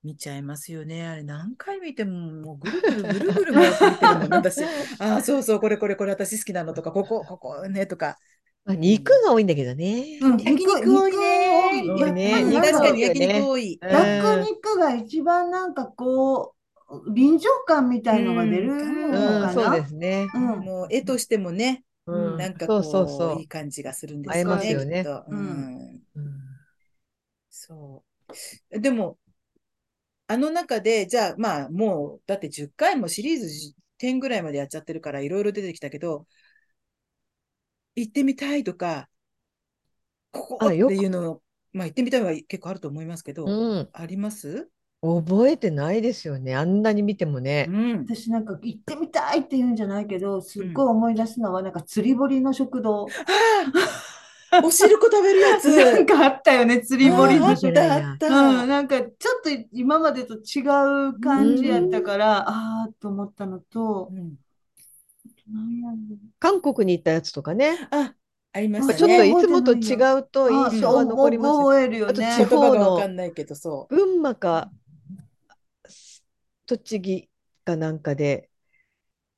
Speaker 1: 見ちゃいますよね。あれ、何回見ても、もうぐるぐるぐるぐる回って見てるも ん、私。あー、そうそう、これこれこれ、私好きなのとか、ここ、ここね、とか。
Speaker 2: まあ、肉が多いんだけどね。
Speaker 3: うん
Speaker 1: 焼肉多いね。
Speaker 3: 肉
Speaker 2: 多いね
Speaker 1: やっぱり
Speaker 2: 肉
Speaker 1: 確か
Speaker 2: 多いよね
Speaker 1: に焼肉多い。
Speaker 2: うん
Speaker 3: 焼肉が一番なんかこう、臨場感みたいのが出る
Speaker 2: う
Speaker 3: の
Speaker 1: 多い
Speaker 2: ん
Speaker 1: の
Speaker 3: か
Speaker 2: そう
Speaker 3: な。
Speaker 2: ですね。
Speaker 3: うん
Speaker 1: もう、絵としてもね、
Speaker 2: うん
Speaker 1: なんかこう、
Speaker 2: そうそうそう
Speaker 1: いい感じがするんです
Speaker 2: 合いますよね
Speaker 1: きっと
Speaker 3: うん
Speaker 1: うん
Speaker 2: うん
Speaker 1: そう。でも、あの中で、じゃあ、まあ、もう、だって10回もシリーズ10ぐらいまでやっちゃってるから、いろいろ出てきたけど、行ってみたいとか、ここっ
Speaker 2: あ
Speaker 1: て
Speaker 2: よく
Speaker 1: いうのを、まあ、行ってみたいは結構あると思いますけど、
Speaker 2: うん、
Speaker 1: あります
Speaker 2: 覚えてないですよね。あんなに見てもね
Speaker 1: う。ん。
Speaker 3: 私なんか行ってみたいって言うんじゃないけど、すっごい思い出すのはなんか釣り堀の食堂。
Speaker 1: ああお汁粉食べるや つ。
Speaker 3: なんかあったよね、釣り堀
Speaker 1: あああ
Speaker 3: の
Speaker 1: っ
Speaker 3: 食堂。
Speaker 1: たあっ
Speaker 3: うん、
Speaker 1: た。
Speaker 3: なんかちょっと今までと違う感じやったから、ああと思ったのと
Speaker 1: う、ん
Speaker 3: なんやろう
Speaker 2: 韓国に行ったやつとかね。
Speaker 1: あ、ありま
Speaker 2: な
Speaker 1: し
Speaker 2: ん
Speaker 1: た
Speaker 2: か
Speaker 1: ね。
Speaker 2: ちょっと
Speaker 3: い
Speaker 2: いつもと違うと
Speaker 3: あ
Speaker 2: 印象が残りますね。
Speaker 3: 覚えるよ
Speaker 2: あと
Speaker 3: ね
Speaker 2: 地
Speaker 1: 言
Speaker 2: 方
Speaker 1: 葉が
Speaker 2: の
Speaker 1: わかんないけど、そう。
Speaker 2: 群馬か栃木かなんかで、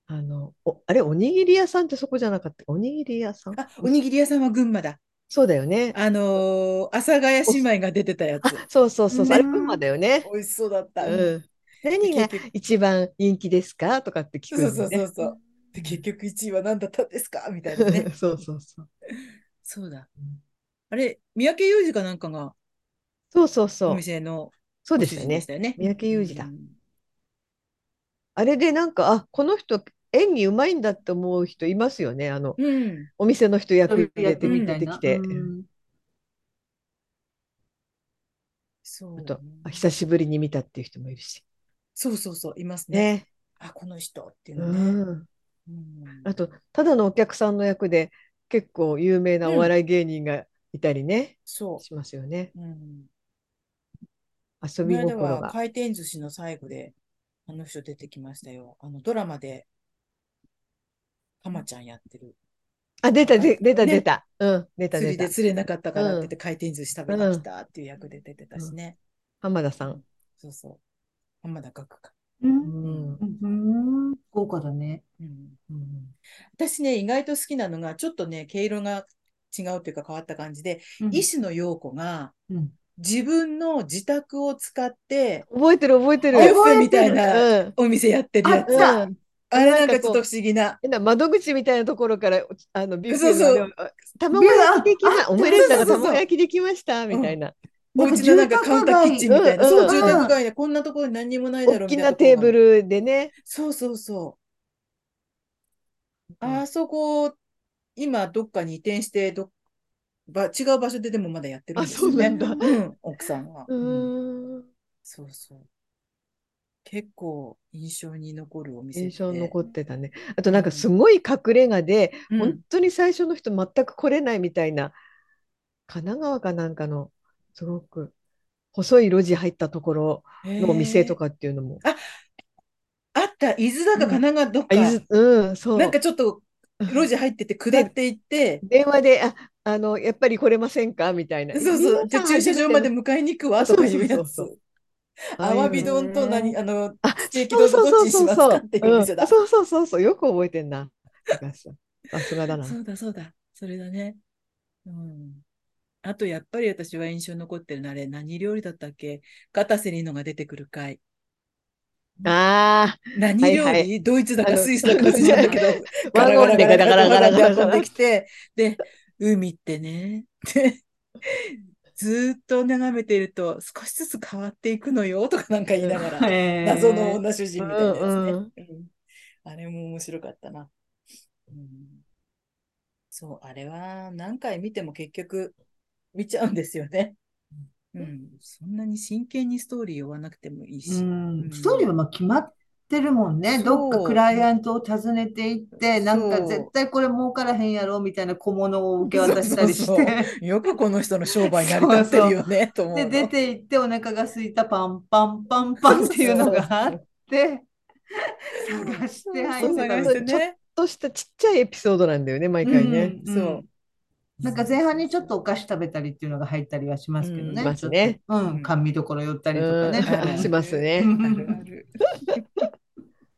Speaker 2: あの、お、あれ、おにぎり屋さんってそこじゃなかった。おにぎり屋さん
Speaker 1: あ、おにぎり屋さんは群馬だ。
Speaker 2: そうだよね。
Speaker 1: あのー、阿佐ヶ谷姉妹が出てたやつ。
Speaker 2: そうそうそうそう。あれ、
Speaker 3: ね
Speaker 2: 群馬だよね。
Speaker 1: 美味しそうだった。
Speaker 2: うん。何が
Speaker 1: 結局
Speaker 2: 一番人気ですかとかって聞
Speaker 1: そう
Speaker 2: くよ
Speaker 1: そうそう
Speaker 2: ね。
Speaker 1: そう。で、結局1位は何だったん ですかみたいなね。
Speaker 2: そうそうそう。
Speaker 1: そうだ。あれ、三宅裕二かなんかが
Speaker 2: そうそうそ
Speaker 1: お
Speaker 2: う。
Speaker 1: 店の
Speaker 2: そ
Speaker 1: ご
Speaker 2: うで
Speaker 1: 主
Speaker 2: すよ
Speaker 1: 人で
Speaker 2: ね
Speaker 1: し。たよね。
Speaker 2: 三宅裕二だ
Speaker 1: う。ん
Speaker 2: あれでなんか、あ、この人演技うまいんだって思う人いますよね。あの、
Speaker 1: うん。
Speaker 2: お店の人役入
Speaker 3: や
Speaker 2: れ
Speaker 3: って
Speaker 2: て
Speaker 3: み
Speaker 2: 出
Speaker 3: たい
Speaker 2: て
Speaker 3: な
Speaker 2: き。て、
Speaker 3: うん
Speaker 1: そう
Speaker 2: あ
Speaker 1: ね、
Speaker 2: と、あ久しぶりに見たっていう人もいるし。
Speaker 1: そうそうそう、いますね。
Speaker 2: ね。
Speaker 1: あ、この人っていう
Speaker 2: う
Speaker 1: のね。
Speaker 2: ん。
Speaker 1: うん
Speaker 2: あと、ただのお客さんの役で結構有名なお笑い芸人がいたりね、
Speaker 1: そ
Speaker 2: しますよね。
Speaker 1: う。うん。
Speaker 2: 遊
Speaker 1: こ
Speaker 2: び
Speaker 1: の間
Speaker 2: 心
Speaker 1: は
Speaker 2: が。
Speaker 1: 回転寿司の最後で、あの人出てきましたよ。あのドラマで、たまちゃんやってる。
Speaker 2: あ、出た、で出た、
Speaker 1: ね
Speaker 2: 出た。うん、出た、
Speaker 1: 釣
Speaker 2: 出
Speaker 1: り
Speaker 2: た
Speaker 1: で。釣れなかったからって言って
Speaker 2: う
Speaker 1: 回転寿司食べに来たっていう役で出てたしね。
Speaker 2: 浜田さん。
Speaker 1: そうそう。浜田岳か。
Speaker 3: うん
Speaker 2: うん。
Speaker 3: うん、豪華だね。
Speaker 1: うん。
Speaker 2: うん
Speaker 1: 私ね、意外と好きなのが、ちょっとね、毛色が違うというか変わった感じで、
Speaker 3: うん
Speaker 1: 医師の陽子が
Speaker 3: うん
Speaker 1: 自分の自宅を使って、
Speaker 2: 覚えてる、覚えてる。
Speaker 1: お店みたいな
Speaker 2: うん。
Speaker 1: お店やってるやつ。
Speaker 3: あっ
Speaker 2: うん。
Speaker 1: あれなんかちょっと不思議な。
Speaker 2: 変な窓口みたいなところから、あの、ビュッ
Speaker 1: そう
Speaker 2: フェ
Speaker 1: そう
Speaker 2: のあれをあ卵焼きできま、オムレツだから
Speaker 1: そうそうそう
Speaker 2: 卵焼きできました、みたいな。
Speaker 1: お家のなんかカウンターキッチンみたいな。
Speaker 2: うん
Speaker 1: そうう、
Speaker 2: ん
Speaker 1: 住宅街でこんなところに何にもないだろ
Speaker 2: 大
Speaker 1: うみ
Speaker 2: き
Speaker 1: たいな
Speaker 2: な
Speaker 1: ところ
Speaker 2: テ
Speaker 1: が。
Speaker 2: ーブルでね。
Speaker 1: そうそうそうう。
Speaker 2: ん
Speaker 1: あそこ、今どっかに移転してどっ、ば違う場所ででもまだやってるんですよね。
Speaker 2: あそうなんだ
Speaker 1: うん、奥さんは。
Speaker 2: うーん。
Speaker 1: そうそう。結構印象に残るお店
Speaker 2: 印
Speaker 1: で。
Speaker 2: 象に残ってたね。あとなんかすごい隠れ家で、
Speaker 1: うん
Speaker 2: 本当に最初の人全く来れないみたいな、神奈川かなんかの、すごく細い路地入ったところのお店と
Speaker 1: か。
Speaker 2: かっていうのも。
Speaker 1: あった、伊豆だか神奈川どっ
Speaker 2: あ、
Speaker 1: か。
Speaker 2: 伊豆うん、そう。
Speaker 1: なんかちょっと路地入ってて下っていって、
Speaker 2: 電話で、あ、あの、やっぱり来れませんかみたいな。
Speaker 1: そうそう、じゃあ駐車場まで
Speaker 2: あ
Speaker 1: 迎えに行くわとかいうや
Speaker 2: そう
Speaker 1: つ
Speaker 2: そうそう。
Speaker 1: アワビ丼と何、
Speaker 3: ね
Speaker 1: あの、
Speaker 2: あ、
Speaker 1: ステーキ
Speaker 2: そう
Speaker 1: 丼と
Speaker 2: そう
Speaker 1: どっち
Speaker 2: そう
Speaker 1: にし
Speaker 2: そう
Speaker 1: ます
Speaker 2: そ
Speaker 1: か
Speaker 2: う
Speaker 1: っていうお店だ。
Speaker 2: んそうそうそうそう。よく覚えてんな。高橋さんさすがだな。
Speaker 1: そうだそうだ、それだね。うん。あとやっぱり私は印象に残ってるのあれ、何料理だったっけ片瀬里乃が出てくる回。
Speaker 2: あ
Speaker 1: 何
Speaker 2: はい
Speaker 1: 料理、
Speaker 2: はい
Speaker 1: ドイツだ
Speaker 2: あ
Speaker 1: か
Speaker 2: の
Speaker 1: スイスだか忘れちゃったけど、
Speaker 2: あ、
Speaker 1: ガ
Speaker 2: ワ
Speaker 1: ラ
Speaker 2: ゴ
Speaker 1: ガラ
Speaker 2: ンで
Speaker 1: ガ
Speaker 2: ガ
Speaker 1: ラガ
Speaker 2: ラガ
Speaker 1: ラ
Speaker 2: ラ
Speaker 1: ガ
Speaker 2: ガ
Speaker 1: ラ
Speaker 2: ラ
Speaker 1: ガラ運ん
Speaker 2: ガラガ
Speaker 1: で
Speaker 2: ラ
Speaker 1: き。て、で、海ってね、ってずーっと眺めてると少しずつ変わっていくのよとかなんか言いながら、
Speaker 3: へー
Speaker 1: 謎の女主人みたいなやつね。
Speaker 2: うんうん
Speaker 1: うんあれも面白かったな。うんそう、あれは何回見ても結局見ちゃうんですよね。うん、そんなに真剣にストーリー追わなくてもいいし。
Speaker 3: うんストーリーはまあ決まってるもんね。
Speaker 1: そう
Speaker 3: どっかクライアントを訪ねていって、なんか
Speaker 1: そう
Speaker 3: 絶対これ儲からへんやろみたいな小物を受け渡したりして、
Speaker 1: そうそうよくこの人の商売成り立ってるよね、と思う
Speaker 3: で、
Speaker 1: の。
Speaker 3: 出て行ってお腹が空いたパンパンパンパンっていうのがあって、探して入
Speaker 1: そう
Speaker 3: ってた
Speaker 1: 探
Speaker 3: り
Speaker 1: し
Speaker 3: してて。
Speaker 1: ね。
Speaker 2: としたちっちゃいエピソードなんだよね、毎回ね。
Speaker 3: うん
Speaker 1: そう。
Speaker 3: なんか前半にちょっとお菓子食べたりっていうのが入ったりはしますけど
Speaker 1: うん
Speaker 3: ね。
Speaker 2: いますね
Speaker 3: ちょっとうん、甘味どころ寄ったりとかね。
Speaker 1: あるあ
Speaker 2: う
Speaker 1: る
Speaker 2: んしますね。
Speaker 1: あるある。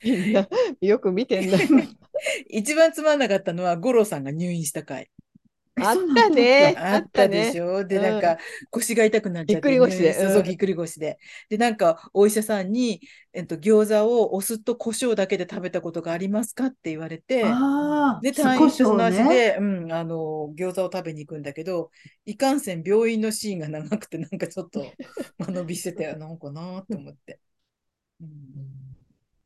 Speaker 2: みんなよく見 てんな。
Speaker 1: 一番つまんなかったのは、五郎さんが入院した回。
Speaker 2: あったね。
Speaker 1: あ
Speaker 2: あ
Speaker 1: っ
Speaker 2: ったた
Speaker 1: でし
Speaker 2: ね。
Speaker 1: ょ、で、
Speaker 2: うん
Speaker 1: なんか腰が痛くなっちゃって、
Speaker 2: ぎっくり腰
Speaker 1: 入院
Speaker 2: で
Speaker 1: そうそう
Speaker 2: うん
Speaker 1: ぎっくり腰で。で、なんかお医者さんに、えっと、餃子をお酢と胡椒だけで食べたことがありますかって言われて、
Speaker 3: ああ、
Speaker 1: で、退
Speaker 3: 少
Speaker 1: 院
Speaker 3: し
Speaker 1: したその
Speaker 3: を
Speaker 1: 足
Speaker 3: ね。
Speaker 1: で、うん、あの、餃子を食べに行くんだけど、いかんせん病院のシーンが長くて、なんかちょっと間延びしてて、なんかなと思って。うん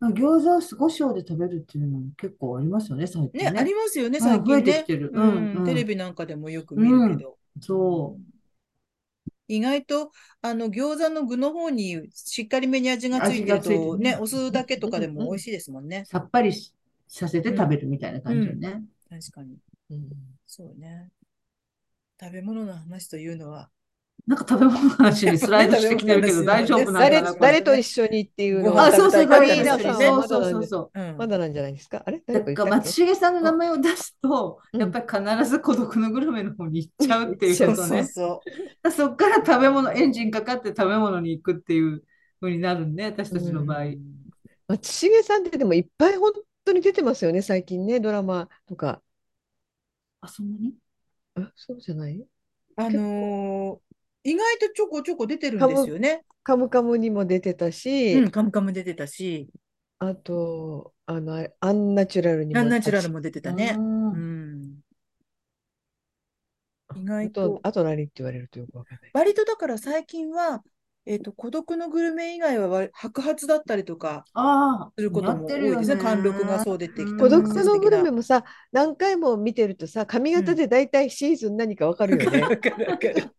Speaker 3: 餃子を少しをで食べるっていうのも結構ありますよね、最
Speaker 1: ね、
Speaker 3: 近
Speaker 1: あ
Speaker 3: ね
Speaker 1: り。ますよね、
Speaker 3: うん
Speaker 1: 最近ね。
Speaker 3: 増えてきてる
Speaker 1: う
Speaker 3: うんんうん
Speaker 1: テレビなんかでもよく見るけど。
Speaker 3: そう。
Speaker 1: 意外と、あの、餃子の具の方にしっかりめに味がついてる
Speaker 3: 味がつい
Speaker 1: と、
Speaker 3: てる
Speaker 1: ね、お酢だけとかで
Speaker 2: うん
Speaker 1: も
Speaker 2: うん
Speaker 1: 美味しいですもんね。
Speaker 3: さっぱりしさせて食べるみたいな感じよね。
Speaker 1: 確かに。
Speaker 2: うん
Speaker 1: そうね。食べ物の話というのは、
Speaker 3: なんか食べ物の話 にスライドしてきてるけど大丈夫なん
Speaker 2: 誰
Speaker 3: だな、これ。
Speaker 2: 誰と一緒にっていうの
Speaker 1: 緒
Speaker 3: あ、
Speaker 1: に
Speaker 3: そうそう、
Speaker 1: ご
Speaker 3: カ
Speaker 1: 飯
Speaker 3: リ
Speaker 1: 食べた
Speaker 3: ーナ
Speaker 1: り
Speaker 3: さん
Speaker 1: ね
Speaker 3: そうそうそうそう。
Speaker 1: うん
Speaker 2: まだなんじゃないですかあれ
Speaker 3: だ
Speaker 2: 誰か言
Speaker 3: か
Speaker 2: った
Speaker 3: ら
Speaker 2: っけ
Speaker 3: 松重さんの名前を出すと、
Speaker 2: うん
Speaker 3: やっぱり必ず孤独のグルメの方に行っちゃうっていう
Speaker 1: そ
Speaker 3: こ
Speaker 1: う
Speaker 3: と
Speaker 1: そう
Speaker 3: ね。
Speaker 1: そ
Speaker 3: だからそっから食べ物、エンジンかかって食べ物に行くっていう風になるんで、私
Speaker 1: う。
Speaker 3: たちの場合。
Speaker 2: 松重さんってでもいっぱい本当に出てますよね最近ねドラマとか
Speaker 3: あ、そんなに
Speaker 2: あそうじゃない
Speaker 1: あのー意外とちょこちょこ出てるんですよね。
Speaker 2: カムカムにも出てたし、
Speaker 1: うん、カムカム出てたし、
Speaker 2: あとあのあれアンナチュラルにも
Speaker 1: ナンナチュラル
Speaker 2: も
Speaker 1: も出てたね
Speaker 3: う。ん
Speaker 1: うん。意外と。
Speaker 2: あと何って言われるとよくわかんない
Speaker 1: 割とだから最近は、えっと、孤独のグルメ以外は割白髪だったりとか
Speaker 3: ああ、
Speaker 1: すること
Speaker 3: や
Speaker 1: も
Speaker 3: っ
Speaker 1: 多
Speaker 3: て
Speaker 1: い
Speaker 3: る よ
Speaker 1: ですね。貫禄が
Speaker 3: う。
Speaker 1: そう出てき
Speaker 3: ん
Speaker 1: た
Speaker 2: 孤
Speaker 1: り
Speaker 2: 独
Speaker 1: とか
Speaker 2: のグルメ
Speaker 1: 素
Speaker 2: もさ何回も見てるとさ髪型で大体シーズン何かわかるよ
Speaker 1: 敵 な
Speaker 2: ね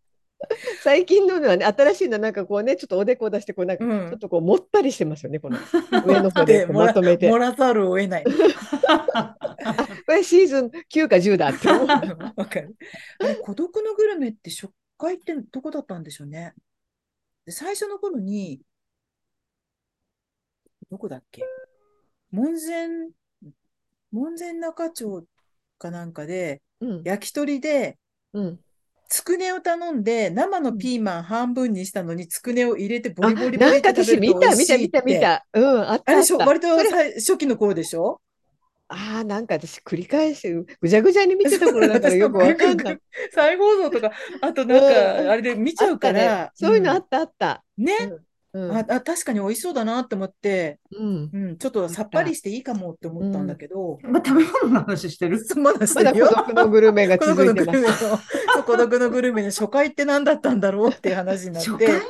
Speaker 2: 最近のではね新しいのはなんかこうねちょっとおでこ出してこうなんかち
Speaker 1: うん
Speaker 2: ょっとこうもったりしてますよ ねこの上の方
Speaker 1: で
Speaker 2: でこうまとめて
Speaker 1: もらざるを得ない。
Speaker 2: これシーズン9か10だっ て思う
Speaker 1: わかる。あれ、孤独のグルメって初回ってどこだったんでしょうね。で最初の頃に、どこだっけ門前、門前仲町かなんかで、
Speaker 2: うん
Speaker 1: 焼き鳥で、
Speaker 2: うん
Speaker 1: つくねを頼んで、生のピーマン半分にしたのに、つくねを入れてボリボリボ
Speaker 2: あ
Speaker 1: リ
Speaker 2: なん
Speaker 1: って
Speaker 2: か私
Speaker 1: 食べると美
Speaker 2: 見た
Speaker 1: 味
Speaker 2: 見
Speaker 1: しい
Speaker 2: た
Speaker 1: って
Speaker 2: 見た見た。うん、あっ
Speaker 1: あ
Speaker 2: た
Speaker 1: れ
Speaker 2: あ
Speaker 1: で
Speaker 2: っ
Speaker 1: しょ、
Speaker 2: た。
Speaker 1: 割と
Speaker 2: それ
Speaker 1: 最初期の頃でしょ
Speaker 2: ああ、なんか私繰り返しぐじゃぐじゃに見てた頃だからよく わかんない。。
Speaker 1: 再放送とか、あとなん
Speaker 2: うん
Speaker 1: か、あれで見ちゃ
Speaker 2: あ
Speaker 1: う
Speaker 2: っ
Speaker 1: か
Speaker 2: た
Speaker 1: ら、
Speaker 2: ね。そういうのあ
Speaker 1: ん
Speaker 2: ったあった。
Speaker 1: ね、
Speaker 2: うん。
Speaker 1: ああ、確かに美味しそうだなって思って、
Speaker 2: うん
Speaker 1: うん、ちょっとさっぱりしていいかもって思ったんだけど、
Speaker 3: まあ、食べ物の話してる。
Speaker 1: まだし
Speaker 2: ま
Speaker 1: て
Speaker 2: だ
Speaker 1: る
Speaker 2: 孤
Speaker 1: よ。
Speaker 2: 独のグルメが
Speaker 1: 孤独
Speaker 2: 続
Speaker 1: の
Speaker 2: いて
Speaker 1: グ
Speaker 2: ま
Speaker 1: ル
Speaker 2: す。
Speaker 1: メの、そう孤独のグルメの初回って何だったんだろうっていう話になっ
Speaker 3: 初
Speaker 1: て、
Speaker 3: 回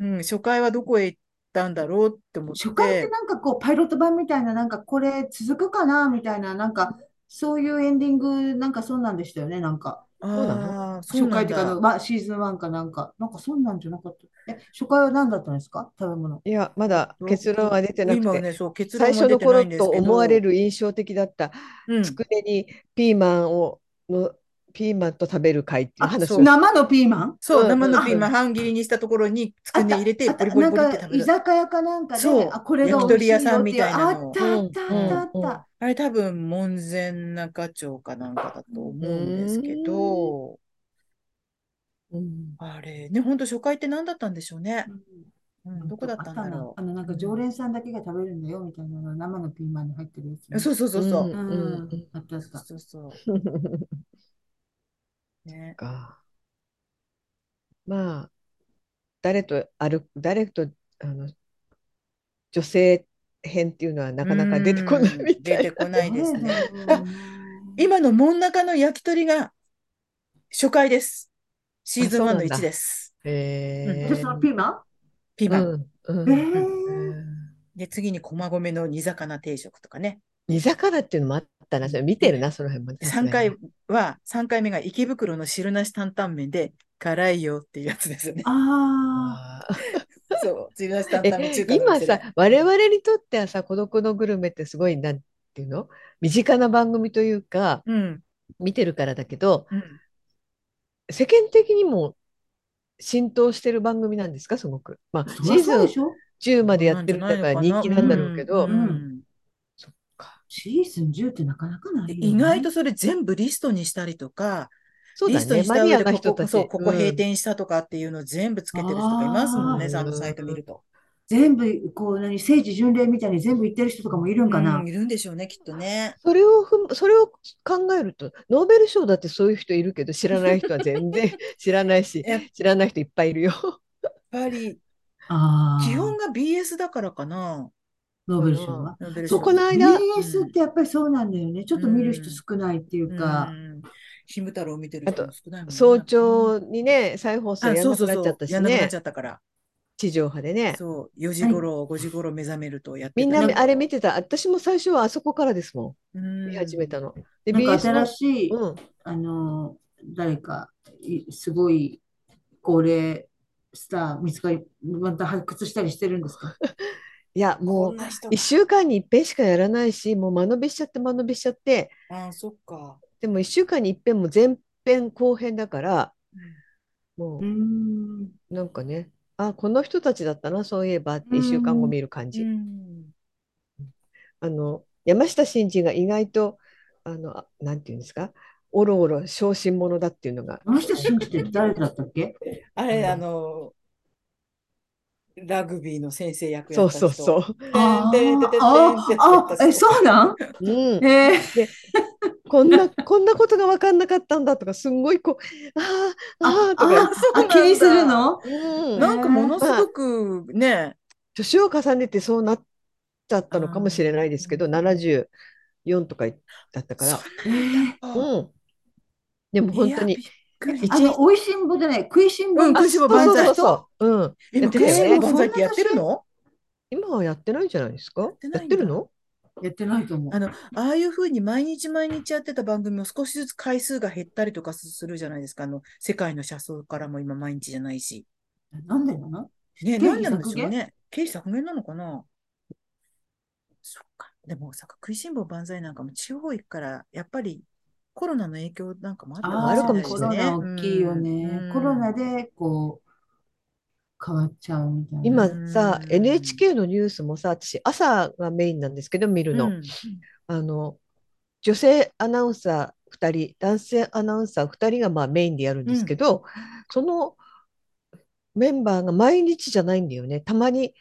Speaker 1: うん、初回はどこへ行ったんだろうって思っ
Speaker 3: 初回って
Speaker 1: て、
Speaker 3: なんかこうパイロット版みたいな、なんかこれ続くかなみたいな、なんかそういうエンディング、なんかそんなんでしたよね、なんか。
Speaker 2: うな
Speaker 1: ああ、そ
Speaker 3: 初
Speaker 1: うな
Speaker 3: 回っ
Speaker 1: ん
Speaker 3: ていうか
Speaker 1: だ。
Speaker 3: まあ、シーズン1かなんか、なんかそんなんじゃなかった。え、初回は何だったんですか食べ物。
Speaker 2: いや、まだ結論は出てなく
Speaker 1: 今
Speaker 2: て。
Speaker 1: ね、そう、結論
Speaker 2: 最
Speaker 1: は
Speaker 2: 初
Speaker 1: 出
Speaker 2: の
Speaker 1: てな
Speaker 2: 頃
Speaker 1: いんです
Speaker 2: と
Speaker 1: けど、
Speaker 2: 思われる印象的だった
Speaker 1: うん、
Speaker 2: つくねにピーマンをのピーマンと食べる会っていう
Speaker 3: あ、
Speaker 2: 話
Speaker 1: そ
Speaker 2: を
Speaker 1: う
Speaker 3: 生のピーマン
Speaker 1: そう、
Speaker 2: うん
Speaker 1: 生のピーマン
Speaker 2: う
Speaker 1: 半切りにしたところにつ
Speaker 3: あ
Speaker 1: く
Speaker 3: っ
Speaker 1: ね
Speaker 3: た、
Speaker 1: 入れて、
Speaker 3: あっ
Speaker 1: ボ
Speaker 3: た、
Speaker 1: リボリ
Speaker 3: なん
Speaker 1: ボリっ
Speaker 3: か
Speaker 1: て食べ
Speaker 3: 居
Speaker 1: る。
Speaker 3: 酒屋かなんかで、
Speaker 1: そう
Speaker 3: あ、これが美味しいよ
Speaker 1: 焼き鳥屋さん
Speaker 3: っ
Speaker 1: み
Speaker 3: ていう、
Speaker 1: たいな
Speaker 3: あ
Speaker 1: の
Speaker 3: ったあったあったあ
Speaker 2: うんうんう
Speaker 3: っ
Speaker 2: ん
Speaker 3: た。
Speaker 1: あれ多分門前仲町かなんかだと思うんですけど、
Speaker 2: うん
Speaker 1: あれね、本当初回って何だったんでしょうね
Speaker 3: う。ん
Speaker 1: うん、どこだったんだろ
Speaker 3: あったなあの、なんか常連さんだけが食べるんだよみたいなの、生のピーマンに入ってるやつ
Speaker 1: う。
Speaker 3: ね。
Speaker 1: そうそうそうそうう。
Speaker 3: うん
Speaker 2: うん
Speaker 3: うんあったあっ
Speaker 1: そう
Speaker 3: た。
Speaker 1: そうそう。ね。
Speaker 2: か。まあ、誰と歩く、誰と、あの、女性編っていうのはなかなか出てこな
Speaker 1: う
Speaker 2: い
Speaker 1: ん
Speaker 2: みたい
Speaker 1: 出てこないですね。
Speaker 3: 誰だろう
Speaker 1: あ
Speaker 3: な、
Speaker 1: 今の真ん中の焼き鳥が初回です。シーズン
Speaker 2: あ
Speaker 1: 1
Speaker 2: そう
Speaker 1: の
Speaker 2: なんだ
Speaker 1: 1です。
Speaker 2: な。へ
Speaker 3: で、そのピーマ
Speaker 1: ピーマン。
Speaker 2: うん
Speaker 3: ン
Speaker 2: う
Speaker 3: え
Speaker 2: ん
Speaker 3: ー
Speaker 1: で、次に駒込の煮魚定食とかね。
Speaker 2: 煮魚っていうのもあったな、それ見てるな、その辺もね。さすが
Speaker 1: 3
Speaker 2: に
Speaker 1: 回は、3回目が池袋の汁なし担々麺で、辛いよっていうやつですよね。
Speaker 3: あ
Speaker 2: あ
Speaker 1: そう、汁なし担
Speaker 2: ー
Speaker 1: 々麺中
Speaker 2: え
Speaker 1: 華のお
Speaker 2: 今
Speaker 1: 店で。
Speaker 2: さ、我々にとってはさ、孤独のグルメってすごい、なんていうの身近な番組というか、
Speaker 1: うん、
Speaker 2: 見てるからだけど、
Speaker 1: うん。
Speaker 2: 世間的にも浸透してる番組なんですか、すごく。まあ、
Speaker 3: あ、
Speaker 2: シ
Speaker 3: そりゃそう
Speaker 2: ー
Speaker 3: で
Speaker 2: ズ
Speaker 3: しょ
Speaker 2: ン10までやってるんだから人気なんだろうけど、
Speaker 1: んん
Speaker 2: そっか。
Speaker 3: シーズン10ってなかなかない
Speaker 1: で
Speaker 3: よ
Speaker 1: 意
Speaker 3: ね
Speaker 1: 外とそれ全部リストにしたりとか、
Speaker 2: そう
Speaker 1: リ
Speaker 2: だ
Speaker 1: スト
Speaker 2: ね、
Speaker 1: にし
Speaker 2: マ
Speaker 1: た
Speaker 2: ニ
Speaker 1: 上
Speaker 2: ア
Speaker 1: で
Speaker 2: な
Speaker 1: こ
Speaker 2: 人
Speaker 1: こ、
Speaker 2: たち。
Speaker 1: そう、ここ閉
Speaker 2: うん
Speaker 1: 店したとかっていうの全部つけてる人とかいますもんね、
Speaker 3: あー
Speaker 1: さあのサイト見ると。
Speaker 3: 全部こう何聖地巡礼みたいに全部行ってる人とかもいるんかな
Speaker 1: うん、いるんでしょうね、きっとね。
Speaker 2: それをふむ、それを考えると、ノーベル賞だってそういう人いるけど、知らない人は全然 知らないし、
Speaker 1: やっ
Speaker 2: 知らない人いっぱいいるよ。
Speaker 1: ぱり、
Speaker 3: あー
Speaker 1: 基本が BS だからかな。
Speaker 3: ノーベル賞は
Speaker 1: ノーベル
Speaker 3: そ
Speaker 1: 賞
Speaker 3: う
Speaker 2: この間
Speaker 3: BS ってやっぱりそうなんだよねちょっと見る人少ないっていう
Speaker 1: う
Speaker 3: か
Speaker 1: んひむ太郎見てる人も少ないもんね。
Speaker 2: 早朝にね、再放送
Speaker 1: あ、
Speaker 2: やん
Speaker 1: そう
Speaker 2: な
Speaker 1: そう
Speaker 2: くなっち
Speaker 1: そ
Speaker 2: ゃっ
Speaker 1: う
Speaker 2: た。し
Speaker 1: やんなくなっ
Speaker 2: ね
Speaker 1: ちゃ、ったから。
Speaker 2: 地上波でね。
Speaker 1: そう、4時頃、5時頃目覚めるとやって
Speaker 2: みん
Speaker 1: た
Speaker 2: な
Speaker 1: けど
Speaker 2: あれ見てた。私も最初はあそこからですも
Speaker 1: うん
Speaker 2: ん。見始めたの。で、
Speaker 3: なんか
Speaker 2: BS の
Speaker 3: 新しい
Speaker 2: うん、
Speaker 3: あの誰かいすごい高齢スター見つかりまた発掘したりしてるんですか
Speaker 2: いや、も
Speaker 1: こん
Speaker 2: う
Speaker 1: な人
Speaker 2: 1週間に一遍しかやらないし、もう間延びしちゃって間延びしちゃって、
Speaker 1: あ、そっか。
Speaker 2: でも1週間に一遍も前編後編だから、も
Speaker 3: うーん。
Speaker 2: うなんかね、あ、この人たちだったな、そういえばって1週間後見る感じ。
Speaker 1: うん
Speaker 2: あの山下真司が意外とあのあなんていうんですかおろおろ小心者だっていうのが
Speaker 3: あの人信じて誰だったっけ
Speaker 1: あれ、
Speaker 2: うん
Speaker 1: あの、ラグビーの先生役や
Speaker 2: そ
Speaker 1: っ
Speaker 2: う
Speaker 1: た
Speaker 2: そう
Speaker 1: 人。
Speaker 2: そう、
Speaker 3: あ
Speaker 1: てんてんてんてんてんてん
Speaker 3: ーあ、あ、え、そうなん
Speaker 2: うん、
Speaker 3: えー、
Speaker 2: こんなこんなことが分かんなかったんだとかすんごいこうあーあ
Speaker 3: あ
Speaker 2: ーとか
Speaker 1: そう
Speaker 3: あ、
Speaker 1: なんだ
Speaker 3: 気にするの
Speaker 2: うん、
Speaker 1: なんかものすごくね、
Speaker 2: 年を重ねてそうなっちゃったのかもしれないですけど
Speaker 1: うん
Speaker 2: 74とかだったから、
Speaker 3: えー、
Speaker 2: うん、でも本当
Speaker 1: いやび
Speaker 2: に
Speaker 1: っくり
Speaker 2: 一
Speaker 3: あの、おいしんぼじゃない、食いしん坊
Speaker 1: うん
Speaker 3: の
Speaker 1: 食いしん坊
Speaker 2: そう
Speaker 1: 万
Speaker 2: そう
Speaker 1: 歳
Speaker 2: そう、うん、
Speaker 1: 今、
Speaker 2: やって
Speaker 1: 食
Speaker 2: た
Speaker 1: い
Speaker 2: よね
Speaker 1: しん坊万歳ってやってるの
Speaker 2: 今はやってないんじゃないですかや
Speaker 1: ってないんだ
Speaker 2: ってるの
Speaker 3: やってないと思う。
Speaker 1: あの、ああいうふうに毎日毎日やってた番組も少しずつ回数が減ったりとかするじゃないですか。あの、世界の車窓からも今毎日じゃないし。
Speaker 3: なんでなの
Speaker 1: ね、
Speaker 3: 経
Speaker 1: 何
Speaker 3: 費
Speaker 1: なんでしょう
Speaker 3: 削
Speaker 1: ね。経費削減なのかなそっか。でもさ、食いしん坊万歳なんかも地方行くから、やっぱりコロナの影響なんかもあった
Speaker 2: あー
Speaker 1: かもし
Speaker 3: コ
Speaker 1: れ
Speaker 3: ロ
Speaker 1: ないですね。
Speaker 3: ナ大きいよね。
Speaker 1: うん
Speaker 3: コロナで、こう、変わっちゃうみたいな。
Speaker 2: 今さ
Speaker 1: う、ん
Speaker 2: NHK のニュースもさ、私、朝がメインなんですけど、見るの。
Speaker 1: うん
Speaker 2: あの女性アナウンサー2人、男性アナウンサー2人がまあメインでやるんですけど、そのメンバーが毎日じゃないんだよね。たまに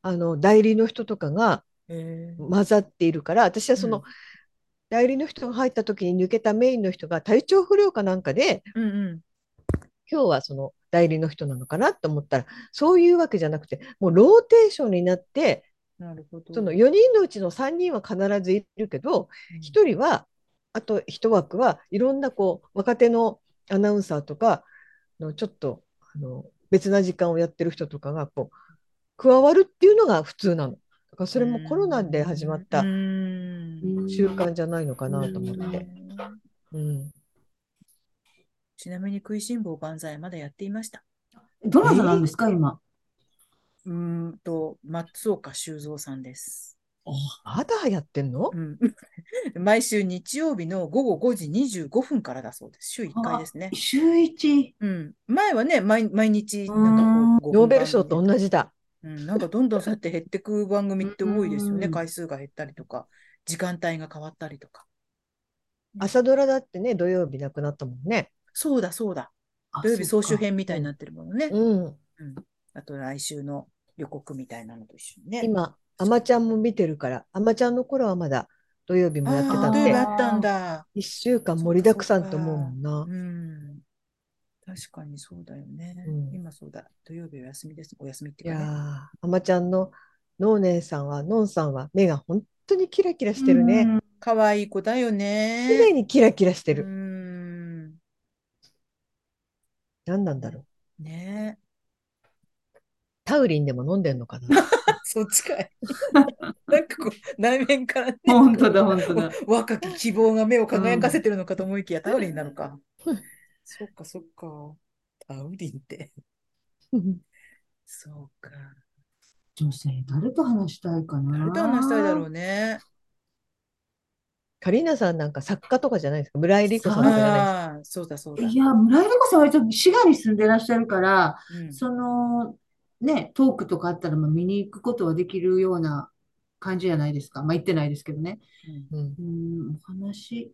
Speaker 2: あの代理の人とかが
Speaker 1: へー
Speaker 2: 混ざっているから、私はそ
Speaker 1: うん
Speaker 2: の代理の人が入った時に抜けたメインの人が体調不良かなんかで、
Speaker 1: うんうん
Speaker 2: 今日はその代理の人なのかなと思ったら、そういうわけじゃなくて、もうローテーションになって、
Speaker 1: なるほど。
Speaker 2: その4人のうちの3人は必ずいるけど、
Speaker 1: うん
Speaker 2: 1人は、あと1枠はいろんなこう若手のアナウンサーとかのちょっとあの別な時間をやってる人とかがこう加わるっていうのが普通なの。だからそれもコロナで始まった
Speaker 1: うん
Speaker 2: 習慣じゃないのかなと思って。うん、
Speaker 1: ちなみに食いしん坊万歳まだやっていました。
Speaker 3: どなたなんですか、今。
Speaker 1: うーんと、松岡修造さんです。
Speaker 2: まだやってんの
Speaker 1: うん 毎週日曜日の午後5時25分からだそうです。週1回ですね。
Speaker 3: 週一。
Speaker 1: うん、前はね、毎毎日なんかこう、
Speaker 2: ノーベル賞と
Speaker 1: じ、
Speaker 2: 同じだ。
Speaker 1: うん。なんかどんどんそうやって減ってく番組って多いですよね。
Speaker 3: うん
Speaker 1: 回数が減ったりとか、時間帯が変わったりとか。
Speaker 2: 朝ドラだってね、土曜日なくなったもんね。
Speaker 1: そうだそうだ。
Speaker 3: あ
Speaker 1: 土曜日
Speaker 3: そ
Speaker 1: 総集
Speaker 3: っか
Speaker 1: 編みたいになってるものね。
Speaker 2: うん、
Speaker 1: うん、あと来週の予告みたいなのと一緒にね。
Speaker 2: 今、あまちゃんも見てるから、あまちゃんの頃はまだ土曜日もやってた
Speaker 1: あ
Speaker 2: ん
Speaker 1: ー土曜日
Speaker 2: で
Speaker 1: あ、ったんだ。
Speaker 2: 1週間盛りだくさんと思うもんな
Speaker 1: う。ん。確かにそうだよね。
Speaker 2: うん
Speaker 1: 今そうだ。土曜日お休みです。お休みって
Speaker 2: い
Speaker 1: いう
Speaker 2: や
Speaker 1: か、
Speaker 2: ー
Speaker 1: ね。
Speaker 2: あまちゃんののーねんさんは、のんさんは目が本当にキラキラしてるね。。
Speaker 1: 可愛い子だよね。
Speaker 2: 常にキラキラして
Speaker 1: う
Speaker 2: る。
Speaker 1: ん。
Speaker 2: 何なんだろう。
Speaker 1: ね
Speaker 2: タウリンでも飲んでんのかな。
Speaker 1: え。そっちかい。 なんかこう、内面からね。
Speaker 3: 本当だ、本当だ。
Speaker 1: 若き希望が目を輝かせてるのかと思いきや、タウリンなのか。そっかそっか。タウリンって。そうか。
Speaker 3: 女性、誰と話したいかな。
Speaker 1: 誰と話したいだろうね。
Speaker 2: カリーナさんなんか作家とかじゃないですか。村井理子さんとかじゃないですか。
Speaker 1: ああ、そうだそうだ。
Speaker 3: いや、村井理子さんは割と滋賀に住んでらっしゃるから、
Speaker 1: うん
Speaker 3: その、ね、トークとかあったら、まあ、見に行くことはできるような感じじゃないですか。まあ、行ってないですけどね。
Speaker 1: うん
Speaker 2: うん
Speaker 3: うーん、お話、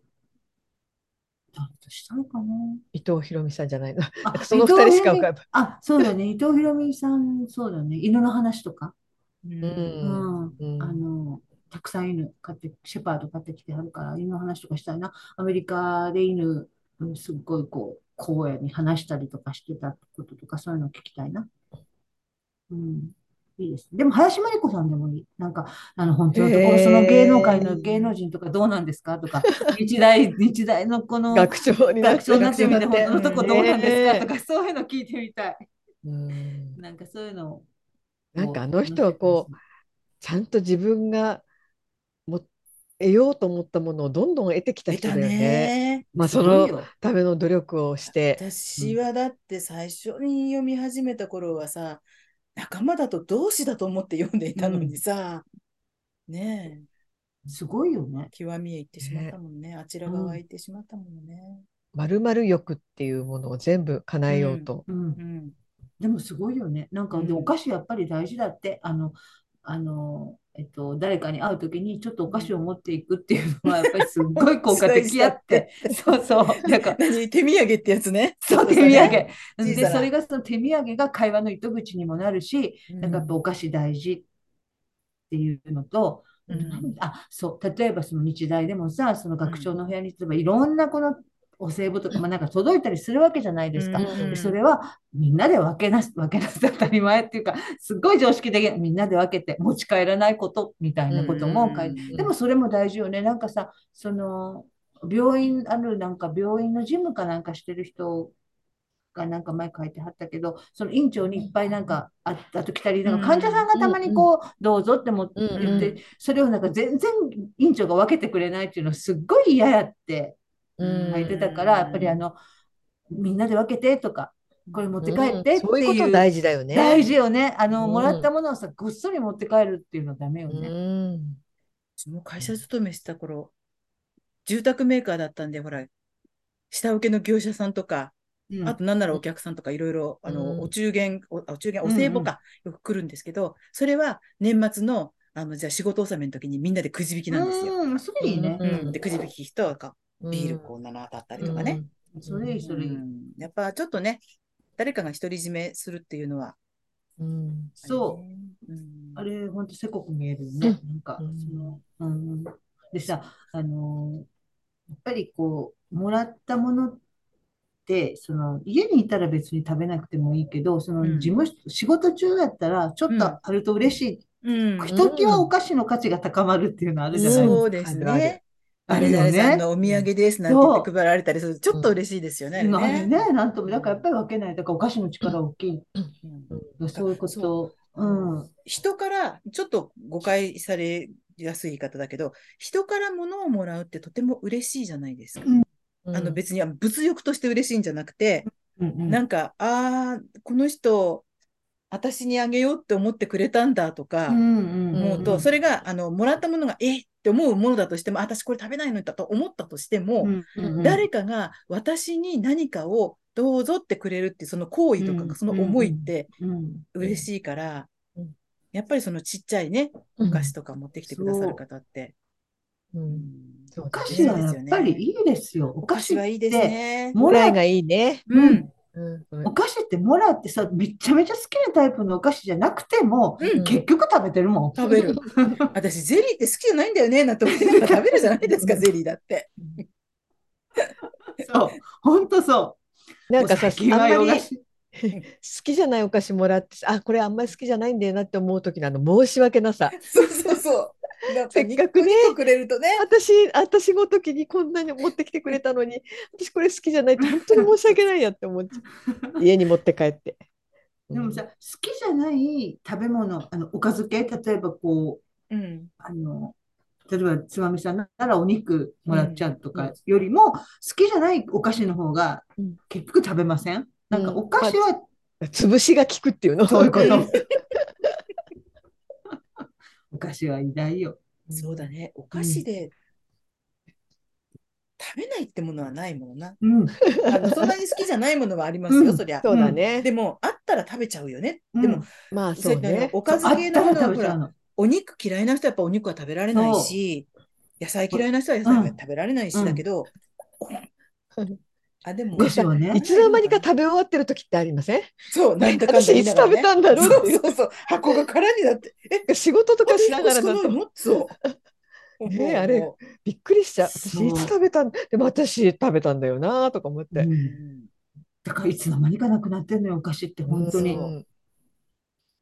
Speaker 3: 誰としたいかな。
Speaker 2: 伊藤博美さんじゃないの。
Speaker 3: あ、
Speaker 2: その
Speaker 3: 伊藤
Speaker 2: 二人しか浮か
Speaker 3: 博美あ、そうだね。伊藤博美さん、そうだね。犬の話とか。
Speaker 1: うん
Speaker 2: うんうん
Speaker 3: あの、たくさん犬飼って、シェパード飼ってきてはるから、犬の話とかしたいな。アメリカで野うんすっごいこう、荒野に話したりとかしてたこととか、そういうの聞きたいな。うん。いいです。でも、林真理子さんでもいい。なんか、あの、本当のところ、
Speaker 2: へー
Speaker 3: その芸能界の芸能人とかどうなんですかとか、 日大、日大のこの
Speaker 2: 学長になっ
Speaker 3: 学
Speaker 2: て
Speaker 3: 長になってみて、本当のとこどうなんですかと
Speaker 2: ね
Speaker 3: か、そういうの聞いてみたい。
Speaker 2: うん
Speaker 3: なんかそういうのを。
Speaker 2: なんかあの人はこうちゃんと自分がも得ようと思ったものをどんどん得てきた
Speaker 1: 出
Speaker 2: 人
Speaker 1: た
Speaker 2: だよね。
Speaker 1: ね。
Speaker 2: まあ
Speaker 3: すご
Speaker 2: そ
Speaker 3: い
Speaker 2: の
Speaker 3: よ
Speaker 2: ための努力をして。
Speaker 1: 私はだって最初に読み始めた頃はさ、仲間だと同志だと思って読んでいたのにさ、ねえ、
Speaker 3: すごいよね。
Speaker 1: 極みへ行ってしまったもんね。あちら側へ行ってしまったもんね。
Speaker 2: 〇〇欲っていうものを全部叶えようと。
Speaker 3: うん
Speaker 1: う。ん。
Speaker 3: でもすごいよね。なんか、で、
Speaker 1: うん
Speaker 3: お菓子やっぱり大事だって、あの、あの、えっと、誰かに会うときにちょっとお菓子を持っていくっていうのは、やっぱりすっごい効 果的やって。そう そう。なんか、
Speaker 1: 何手土産ってやつね。
Speaker 3: そう、手土産。で、
Speaker 1: 小さな
Speaker 3: それがその手土産が会話の糸口にもなるし、
Speaker 1: 産
Speaker 3: なんかやっぱお菓子大事っていうのと、
Speaker 1: うん
Speaker 3: 何あ、そう、例えばその日大でもさ、その学長の部屋に例えばいろんなこのお歳暮とか、まあ、なんか届いたりするわけじゃないですか。
Speaker 1: うん
Speaker 3: でそれはみんなで分けなす、分けなす当たり前っていうか、すっごい常識的な、みんなで分けて持ち帰らないことみたいなことも書いて、
Speaker 1: うん
Speaker 3: でもそれも大事よね。なんかさ、その、病院、あるなんか病院の事務かなんかしてる人がなんか前書いてはったけど、その院長にいっぱいなんかあったと来たり、なんか患者さんがたまにこう、どうぞっても
Speaker 2: うん
Speaker 3: 言って、それをなんか全然院長が分けてくれないっていうのはすっごい嫌やって
Speaker 1: うん
Speaker 3: 書いてたか
Speaker 1: う
Speaker 3: ら、
Speaker 1: ん
Speaker 3: やっぱりあの、みんなで分けてとか、これ持って帰ってって
Speaker 2: そういうこ
Speaker 3: い
Speaker 2: と
Speaker 3: う。
Speaker 2: 大事だよね。
Speaker 3: 大事よね。あの、
Speaker 2: うん
Speaker 3: もらったものをさ、ごっそり持って帰るっていうのはダメよね。
Speaker 2: うん。
Speaker 1: 私も会社勤めした頃、住宅メーカーだったんで、ほら、下請けの業者さんとか、
Speaker 3: うん
Speaker 1: あとなんならお客さんとかいろいろ、あ
Speaker 2: うん
Speaker 1: の、お中元、おあお中元、
Speaker 3: う
Speaker 1: お
Speaker 3: んうん
Speaker 1: 歳暮か、よく来るんですけど、それは年末の、あの、じゃあ仕事納めの時にみんなでくじ引きなんですよ。
Speaker 3: うん、それいいね
Speaker 2: う
Speaker 1: うんん。で、くじ引きと、かビール
Speaker 2: う
Speaker 1: こ
Speaker 2: ん
Speaker 1: う7当たったりとかね。。
Speaker 3: それいい、
Speaker 1: う
Speaker 3: それいい。
Speaker 1: んやっぱちょっとね、誰かが独り占めするっていうのは、。
Speaker 2: うん。
Speaker 3: そうう。あれ、ほんとせこく見えるよね。なんか、
Speaker 2: うん
Speaker 3: その、うん。でさ、あのーやっぱりこう、もらったものって、その、家にいたら別に食べなくてもいいけど、その、
Speaker 1: うん
Speaker 3: 事務、仕事中だったら、ちょっとあると嬉しい。
Speaker 1: うん。
Speaker 3: ひときわお菓子の価値が高まるっていうのあるじゃない
Speaker 1: そうです
Speaker 2: あるあ
Speaker 1: ね。
Speaker 3: あ
Speaker 1: 誰
Speaker 3: るよ
Speaker 1: 々さん
Speaker 3: ね。
Speaker 1: のお土産ですなんて言って配られたりすると、ちょっと嬉しいですよね。あれ
Speaker 3: あれ
Speaker 1: ね
Speaker 3: ね、なんとも、だからやっぱり分けない。だからお菓子の力大きい。
Speaker 1: うん
Speaker 3: そういうこと。う。
Speaker 1: うん人から、ちょっと誤解されやすい言い方だけど、人から物をもらうってとても嬉しいじゃないですか。あの別にあの物欲として嬉しいんじゃなくて、
Speaker 3: うんうん
Speaker 1: なんか、ああ、この人、私にあげようって思ってくれたんだとか、
Speaker 3: うん
Speaker 1: 思う
Speaker 2: うん
Speaker 1: と、
Speaker 2: うん
Speaker 1: それが、あの、もらったものが、えっって思うものだとしても、あ私これ食べないのだと思ったとしても、
Speaker 3: うんうん
Speaker 1: 誰かが私に何かをどうぞってくれるっていう、その行為とか
Speaker 3: うん
Speaker 1: が、その思いって
Speaker 3: うん
Speaker 1: 嬉しいから
Speaker 2: うん、
Speaker 1: やっぱりそのちっちゃいね、お菓子とか持ってきてくださる方って。
Speaker 2: うん。そう
Speaker 3: お
Speaker 2: だ
Speaker 3: 菓
Speaker 2: ね
Speaker 3: 子はやっぱりいいですよ。お
Speaker 1: お
Speaker 3: 菓
Speaker 1: 菓子
Speaker 3: 子
Speaker 1: はいいです
Speaker 3: って、
Speaker 1: ね。
Speaker 3: も
Speaker 2: ぐ
Speaker 3: ら
Speaker 2: ら
Speaker 3: う
Speaker 2: いがいいね。
Speaker 1: うん。
Speaker 2: うん。ごめん
Speaker 3: お菓子ってもらってさ、めちゃめちゃ好きなタイプのお菓子じゃなくても、
Speaker 1: うん
Speaker 3: 結局食べてるも ん。
Speaker 1: 食べる。私、ゼリーって好きじゃないんだよね、なんて思ってたら食べるじゃないですか、ゼリーだって。
Speaker 3: そう。ほんとそ
Speaker 2: な
Speaker 3: う。
Speaker 2: んかさ、
Speaker 3: お酒
Speaker 2: あ
Speaker 3: は
Speaker 2: ん
Speaker 3: お
Speaker 2: ま
Speaker 3: 菓
Speaker 2: り
Speaker 3: 子。
Speaker 2: 好きじゃないお菓子もらってあこれあんまり好きじゃないんだよなって思う時のあの申し訳なさ
Speaker 1: そうそうそう。なん
Speaker 2: せっかくね
Speaker 1: ニコニコくれるとね。
Speaker 2: 私私ごときにこんなに持ってきてくれたのに私これ好きじ ゃないって本当に申し訳ないやって思っちゃう家に持って帰って。
Speaker 3: でもさ、好きじゃない食べ物、あの、おかず系、例えばこう、
Speaker 1: うん。
Speaker 3: あの、例えばつまみさんならお肉もらっちゃうとかよりも、好きじゃないお菓子の方が
Speaker 2: うん
Speaker 3: 結局食べませんなんか
Speaker 2: うん
Speaker 3: お菓子は
Speaker 2: 潰しが効くっていうの
Speaker 3: そうい うこ
Speaker 1: う
Speaker 3: と
Speaker 1: ん。
Speaker 3: お菓子は偉大よ。
Speaker 1: そうだね。お菓子で食べないってものはないものな。
Speaker 3: う
Speaker 1: あ
Speaker 3: ん。
Speaker 1: のそんなに好きじゃないものはありますよ、
Speaker 3: うん
Speaker 1: そりゃ。
Speaker 2: そうだね。
Speaker 1: でも、あったら食べちゃうよね。
Speaker 3: うん
Speaker 1: でも、
Speaker 2: まあそう
Speaker 1: そうだよ
Speaker 2: ね。
Speaker 1: おかず
Speaker 3: あっ
Speaker 1: 系
Speaker 3: た
Speaker 1: のも
Speaker 3: ら
Speaker 1: のは
Speaker 3: 食べ
Speaker 1: ほ
Speaker 3: ちゃ
Speaker 1: ら、
Speaker 3: うの。
Speaker 1: お肉嫌いな人はやっぱお肉は食べられないし、野菜嫌いな人は野菜が食べられないし、
Speaker 3: うん
Speaker 1: だけど、
Speaker 2: うん
Speaker 1: あ、でも
Speaker 3: お、菓子はね
Speaker 2: い。つの間にか食べ終わってる時ってありません
Speaker 1: そう、なんだかんだ
Speaker 2: 私
Speaker 1: 言
Speaker 2: い
Speaker 1: い
Speaker 2: つ
Speaker 1: ながらね、
Speaker 2: 食べたんだろうっていう
Speaker 1: そうそうそう、箱が空になって、え、
Speaker 2: 仕事とかしながらだ
Speaker 1: これ
Speaker 2: と
Speaker 1: 欲しくないのそう。
Speaker 2: ね
Speaker 1: 思う
Speaker 2: あれ
Speaker 1: 思
Speaker 2: びっくりしちゃう。
Speaker 3: そう
Speaker 2: 私いつ食べたんでも私食べたんだよなとか思っ
Speaker 3: う
Speaker 2: て。
Speaker 1: うん
Speaker 3: だからいつの間にかなくなってんのよ、お菓子って本当に。
Speaker 2: うん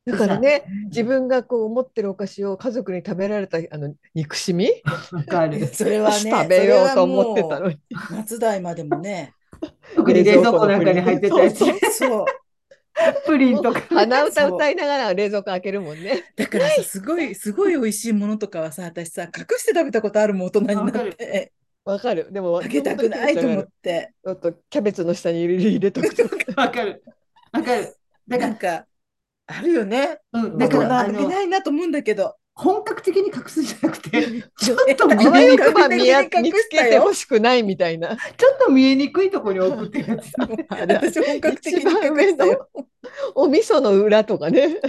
Speaker 2: だからね、自分がこう思ってるお菓子を家族に食べられたあの憎しみ、
Speaker 3: わか
Speaker 1: ん
Speaker 3: る。
Speaker 1: それはね、
Speaker 2: 食べようと思ってた
Speaker 1: それはも
Speaker 2: のに。
Speaker 1: う夏代までもね、
Speaker 3: 特に冷蔵庫なんかに入ってたやつ
Speaker 2: そう。
Speaker 1: そう。
Speaker 3: プリンとか。
Speaker 2: 鼻歌歌いながら冷蔵庫開けるもんね。
Speaker 1: だからさ、すごい、すごい美味しいものとかはさ、私さ、隠して食べたことあるもん、大人に
Speaker 3: わ
Speaker 1: な
Speaker 3: か
Speaker 1: っ
Speaker 3: る
Speaker 1: て、
Speaker 2: わかる。でも
Speaker 1: あげたくないと思って。
Speaker 2: ちょっとキャベツの下に入れとくとか。
Speaker 3: わかる。わかる。だ
Speaker 1: な
Speaker 3: か
Speaker 1: んか、あるよね。
Speaker 3: ら、うん。
Speaker 1: だ
Speaker 3: だ
Speaker 1: か、
Speaker 3: からら、
Speaker 1: あ
Speaker 3: あ
Speaker 1: げ
Speaker 3: の、
Speaker 1: ないなと思うんだけど、
Speaker 3: 本格的に隠すんじゃなくて、ちょっと
Speaker 1: え
Speaker 3: 見
Speaker 2: あわ
Speaker 3: え
Speaker 2: よ
Speaker 3: にく
Speaker 2: く
Speaker 3: い、
Speaker 2: ば見や見つけてほしくないみたいな。
Speaker 3: ちょっと見えにくいところに置くってや つ。
Speaker 1: あれ私本格的に隠したよ。
Speaker 2: お味噌の裏とかね。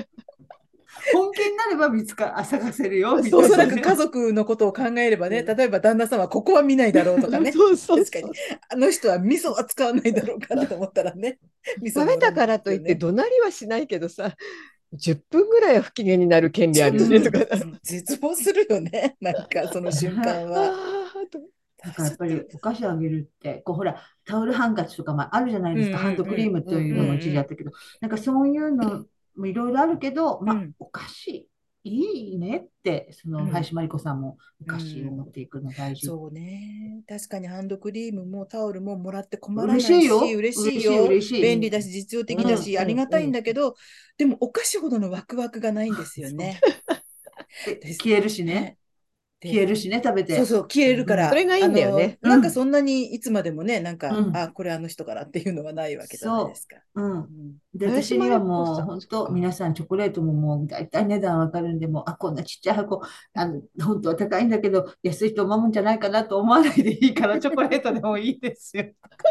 Speaker 3: 本気になれば見つか、あ、探せるよ、みた
Speaker 1: お
Speaker 3: い
Speaker 1: そ
Speaker 3: な
Speaker 1: らく
Speaker 3: ね。
Speaker 1: 家族のことを考えればね、
Speaker 3: うん
Speaker 1: 例えば旦那さんはここは見ないだろうとか ね、
Speaker 2: そうそう
Speaker 1: 確
Speaker 2: そ
Speaker 1: か
Speaker 2: う
Speaker 1: に。あの人は味噌は使わないだろうからと思ったらね、味噌
Speaker 2: 食べたからといって怒鳴りはしないけどさ、10分ぐらいは不機嫌になる権利あるよねとか。
Speaker 1: うん絶望するよね、なんかその瞬間 は。
Speaker 2: あーと
Speaker 3: だからやっぱりお菓子あげるって、こうほら、タオルハンカチとかもあるじゃないですか、
Speaker 1: うんうん
Speaker 3: ハ
Speaker 1: うん
Speaker 3: ンドクリームというのも一時あったけど、なんかそういうのもいろいろあるけど、ま
Speaker 1: う
Speaker 3: あ
Speaker 1: ん、
Speaker 3: お菓子いいねって、その
Speaker 1: うん
Speaker 3: 林真理子さんもお菓子を持っていくの大事。
Speaker 1: そうね。確かにハンドクリームもタオルももらって困らない
Speaker 3: 嬉
Speaker 1: し、
Speaker 3: しいよ、
Speaker 1: 嬉しい
Speaker 3: 嬉しい、
Speaker 1: よ。
Speaker 3: 嬉しい。
Speaker 1: 便利だし、実用的だし、
Speaker 3: うん
Speaker 1: ありがたいんだけど、でもお菓子ほどのワクワクがないんですよね。
Speaker 3: で消えるしね、
Speaker 1: で
Speaker 3: 消えるしね、食べて。
Speaker 1: そうそう、消えるから。
Speaker 3: うん
Speaker 2: それがいいんだよね
Speaker 1: あのな
Speaker 3: う
Speaker 1: ん
Speaker 3: ん
Speaker 1: かそんなにいつまでもね、なんか、
Speaker 3: うん
Speaker 1: あ、これあの人からっていうのはないわけじゃないですか。
Speaker 3: うん
Speaker 1: う。ん
Speaker 3: で、
Speaker 2: 林
Speaker 3: 私には
Speaker 2: 真理子
Speaker 3: もう
Speaker 2: さん
Speaker 3: 本
Speaker 2: そっ
Speaker 3: 当
Speaker 2: か
Speaker 3: 皆さんチョコレートももう大体値段わかるんで、もう、あ、こんなちっちゃい箱、あの、本当は高いんだけど、安いと思うんじゃないかなと思わないでいいから、チョコレートでもいいですよ。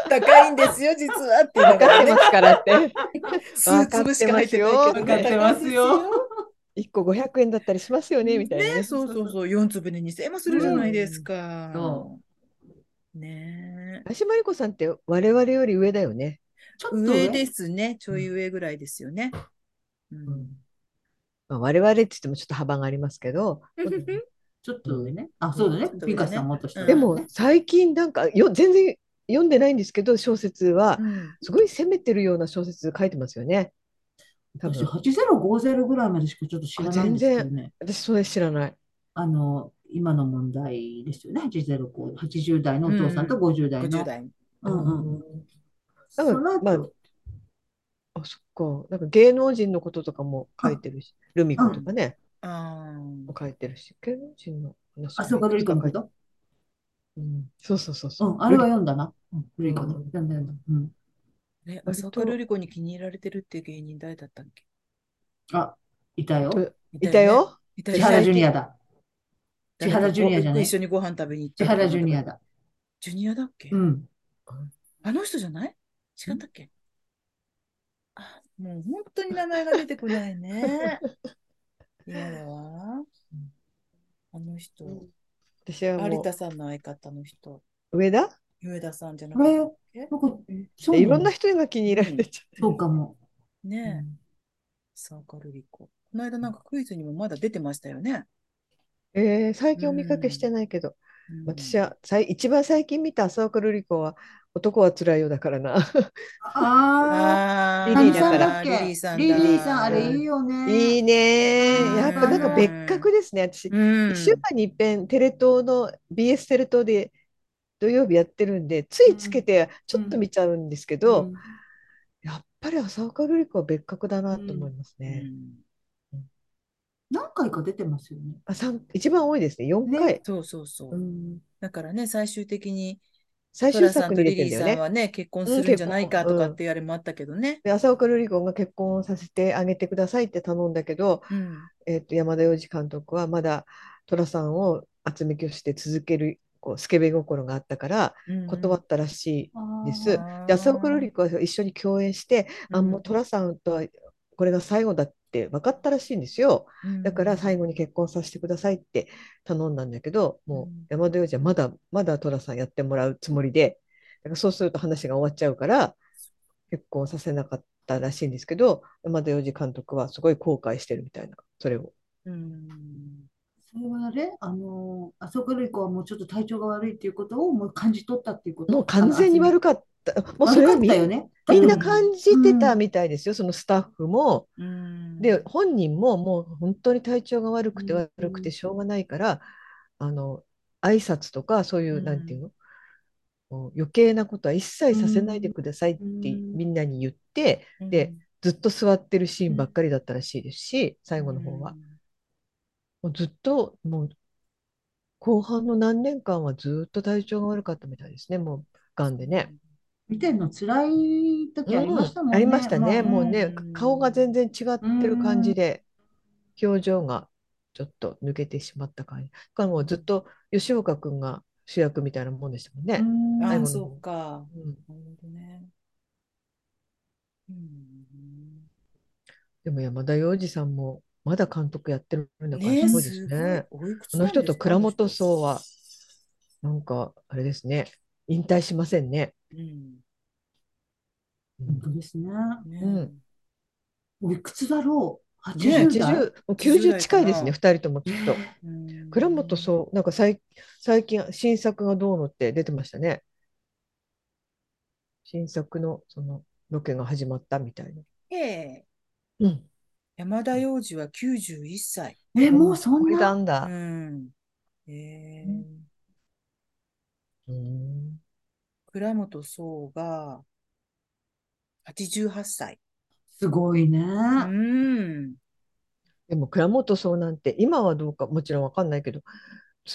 Speaker 1: 高いんですよ、実はって言いなが
Speaker 2: 分から って
Speaker 1: ね
Speaker 2: ま。すから
Speaker 1: 数
Speaker 2: って。
Speaker 1: 粒しか入ってないけど、
Speaker 3: わかってますよ
Speaker 1: 高いんで
Speaker 2: 1個500円だったりしますよねみたいなね。
Speaker 1: すよ。ね、そうそうそう、4粒で2000円もするじゃないですか。
Speaker 3: そ
Speaker 1: ねえ
Speaker 2: 林真理子さんって我々より上だよね。
Speaker 3: ちょっと
Speaker 1: 上
Speaker 3: ね、
Speaker 1: ですね、ちょい上ぐらいですよ ね。うん
Speaker 3: うん
Speaker 2: まあ、我々って言ってもちょっと幅がありますけど、
Speaker 3: そうだねちょっと上ね。あ、そうだね
Speaker 1: ちょっ。と上ね
Speaker 3: ピンカスさんもっと下だ
Speaker 2: で
Speaker 3: ね
Speaker 2: も最近なんかよ全然読んでないんですけど小説は
Speaker 1: うん
Speaker 2: すごい攻めてるような小説書いてますよね。多
Speaker 3: 私
Speaker 2: 分
Speaker 3: 8050ぐらいまでしかちょっと知らないんですけどね。
Speaker 2: 私それ知らない。
Speaker 3: あの、今の問題ですよね。80、80代のお父さんと50代の。
Speaker 1: 50代。
Speaker 3: うんうん。
Speaker 2: 多
Speaker 3: そ
Speaker 2: 分
Speaker 3: の後
Speaker 2: まああそっかなんか芸能人のこととかも書いてるし、ルミ子とかね、
Speaker 1: あ
Speaker 2: も書いてるし芸能人の話
Speaker 3: あ、そうか、ルリコのこと
Speaker 2: うんそうそうそうそうう。
Speaker 3: ん、あれは
Speaker 2: ルリ
Speaker 3: 読んだな。うん、ルリコの。読んだ読んだ。うん。
Speaker 1: あ。ね、
Speaker 2: と
Speaker 1: 浅香瑠璃子に気に入られてるっていう芸人誰だったっけ
Speaker 3: あ、いたよ。
Speaker 2: コいた
Speaker 1: ね。
Speaker 2: よ。
Speaker 1: いたよね
Speaker 3: 千原ジュニアだ。
Speaker 1: 誰
Speaker 3: 千
Speaker 1: か
Speaker 3: 原ジュニアじゃない
Speaker 1: 一緒にご飯食べに行って
Speaker 3: 千原ジュニア
Speaker 1: だ。
Speaker 3: だ。
Speaker 1: ジュニアだっけ
Speaker 3: うん。
Speaker 1: あの人じゃない違ったっけあ、もう本当に名前が出てこないね。 嫌だわ。あの人、
Speaker 2: 私は
Speaker 1: 有
Speaker 2: も
Speaker 1: 田さんの相方の人、
Speaker 2: う上田
Speaker 1: 上田さんじゃな
Speaker 3: これ、
Speaker 1: く
Speaker 3: なんか、そう
Speaker 2: いろんな
Speaker 3: なの
Speaker 2: 人が気に入られてちゃ
Speaker 3: そうかも。
Speaker 1: て、ねえ、サーカルリコ。この間なんかクイズにもまだ出てましたよね。
Speaker 2: う。えー最近お見かけしてないけど、
Speaker 1: うん
Speaker 2: 私はさい一番最近見た浅岡瑠璃子は男は辛いよだからな。
Speaker 3: あ
Speaker 1: あー
Speaker 2: ー
Speaker 3: あ、何さんだっ
Speaker 1: リ
Speaker 3: け
Speaker 1: リーさんだ。
Speaker 3: リリーさん、あ
Speaker 2: リリー
Speaker 3: れいいよね。
Speaker 2: いいね
Speaker 3: うん
Speaker 2: ー。やっぱなんか別格ですね。私、
Speaker 1: うん
Speaker 2: 1週間に一遍テレ東の BS テレ東で土曜日やってるんで、ついつけてちょっと見ちゃうんですけど、
Speaker 3: うん
Speaker 2: やっぱり浅岡瑠璃子は別格だなと思いますね。
Speaker 1: うん
Speaker 3: 何回か出てますよね。
Speaker 2: あ、三一番多いですね。4回。
Speaker 3: ね
Speaker 1: そうそうそうう。
Speaker 3: ん。
Speaker 1: だからね、最終的に、
Speaker 2: 最
Speaker 1: ト
Speaker 2: 終
Speaker 1: ラさ
Speaker 2: 作
Speaker 1: ん
Speaker 2: に
Speaker 1: と
Speaker 2: 入
Speaker 1: リリ
Speaker 2: れてん
Speaker 1: ー
Speaker 2: だ
Speaker 1: さ
Speaker 2: よ
Speaker 1: ん
Speaker 2: ね。
Speaker 1: はね、結婚するんじゃないかとかってあれもあったけどね。
Speaker 2: で浅岡瑠璃子が結婚させてあげてくださいって頼んだけど、
Speaker 1: うん。
Speaker 2: えっと山田洋次監督はまだ寅さんを厚め拒否して続けるこうスケベ心があったから
Speaker 1: うん
Speaker 2: 断ったらしいです。
Speaker 3: あー
Speaker 2: で浅岡瑠璃子は一緒に共演して、あもう寅さんとはこれが最後だって分かったらしいんですよ。だから最後に結婚させてくださいって頼んだんだけど、
Speaker 1: う
Speaker 2: も
Speaker 1: ん
Speaker 2: う山田洋次はまだまだ寅さんやってもらうつもりで、だからそうすると話が終わっちゃうから結婚させなかったらしいんですけど、山田洋次監督はすごい後悔してるみたいな、それを。
Speaker 1: うん。うん
Speaker 3: それはあれあの、あそこより子はもうちょっと体調が悪いっていうことをもう感じ取ったっていうこと。
Speaker 2: もう完全に悪
Speaker 3: く、
Speaker 2: かった。もうそれは
Speaker 3: 悪
Speaker 2: み
Speaker 3: かったよね。
Speaker 2: みんな
Speaker 3: うん
Speaker 2: 感じてたみたいですよ、そのスタッフも。
Speaker 1: うん
Speaker 2: で、本人ももう本当に体調が悪くて
Speaker 3: うん
Speaker 2: 悪くてしょうがないから、あの、挨拶とかそういう、
Speaker 1: うん
Speaker 2: なんていうのもう余計なことは一切させないでくださいって
Speaker 3: うん
Speaker 2: みんなに言って、で、ずっと座ってるシーンばっかりだったらしいですし、最後の方は。もうずっと、もう、後半の何年間はずっと体調が悪かったみたいですね、もう、癌でね。
Speaker 3: 見てんの辛い時ありましたもん
Speaker 2: ありましたね。
Speaker 3: まあ
Speaker 2: もうね、
Speaker 1: うん
Speaker 2: 顔が全然違ってる感じで、表情が。ちょっと抜けてしまった感じ。だからもうずっと吉岡君が主役みたいなもんでしたもんね。
Speaker 3: うん
Speaker 1: あ
Speaker 2: で
Speaker 1: あ、
Speaker 2: も
Speaker 1: そうか。
Speaker 2: うん
Speaker 1: なるほどね。うん
Speaker 2: でも山田洋次さんもまだ監督やってるんだから
Speaker 1: ねえ、
Speaker 2: すごいですね。
Speaker 1: ごい。おいくつ
Speaker 2: あの人
Speaker 1: なんです
Speaker 2: と
Speaker 1: か
Speaker 2: 倉本壮は、なんかあれですね、引退しませんね。
Speaker 1: うん。
Speaker 3: 本当ですね。
Speaker 1: ね
Speaker 2: うん
Speaker 3: おいくつだろう
Speaker 2: ね、
Speaker 3: ?80
Speaker 2: 80
Speaker 3: 代、
Speaker 2: もう90近いですね、
Speaker 1: 80
Speaker 2: 2人ともきっと。
Speaker 1: うん
Speaker 2: 倉本壮、なんか最最近、新作がどうのって出てましたね。新作のそのロケが始まったみたいな。
Speaker 1: ええ
Speaker 2: うん、
Speaker 1: 山田洋次は91歳。
Speaker 3: え、もうそん
Speaker 2: これな
Speaker 3: な。
Speaker 2: んだ
Speaker 1: う。ん。ええ
Speaker 3: うん
Speaker 2: うん
Speaker 1: 倉本壮が88歳。
Speaker 3: すごいね。
Speaker 1: うん。
Speaker 2: でも倉本総なんて今はどうかもちろんわかんないけど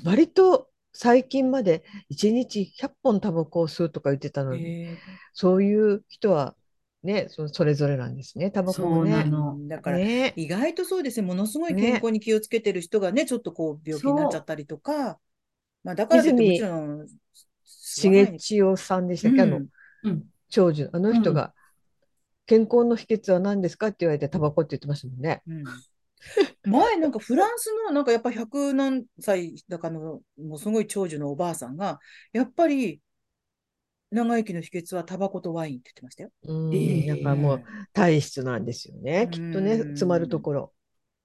Speaker 2: 割と最近まで1日100本タバコを吸うとか言ってたのに、
Speaker 1: ええ
Speaker 2: そういう人はねそそれぞれなんですねタバコも
Speaker 3: そうな
Speaker 2: ね。
Speaker 3: の
Speaker 1: だから、
Speaker 2: ね
Speaker 1: 意外とそうですね、ものすごい
Speaker 2: ね
Speaker 1: 健康に気をつけてる人がね、ちょっとこう病気になっちゃったりとか、まあだからといってもちろん、吸わない
Speaker 2: 重千代さんでしたっけ、あ
Speaker 1: う
Speaker 2: の
Speaker 1: ん
Speaker 3: うん。
Speaker 2: 長寿あの
Speaker 3: う
Speaker 2: 人
Speaker 3: ん
Speaker 2: が「健康の秘訣は何ですか?」って言われてタバコって言ってましたもんね。
Speaker 1: うん前なんかフランスのなんかやっぱ100何歳だかのもうすごい長寿のおばあさんがやっぱり長生きの秘訣はタバコとワインって言ってましたよ。
Speaker 2: うん
Speaker 3: えー
Speaker 2: だからもう体質なんですよねきっとね
Speaker 1: うん
Speaker 2: 詰まるところ。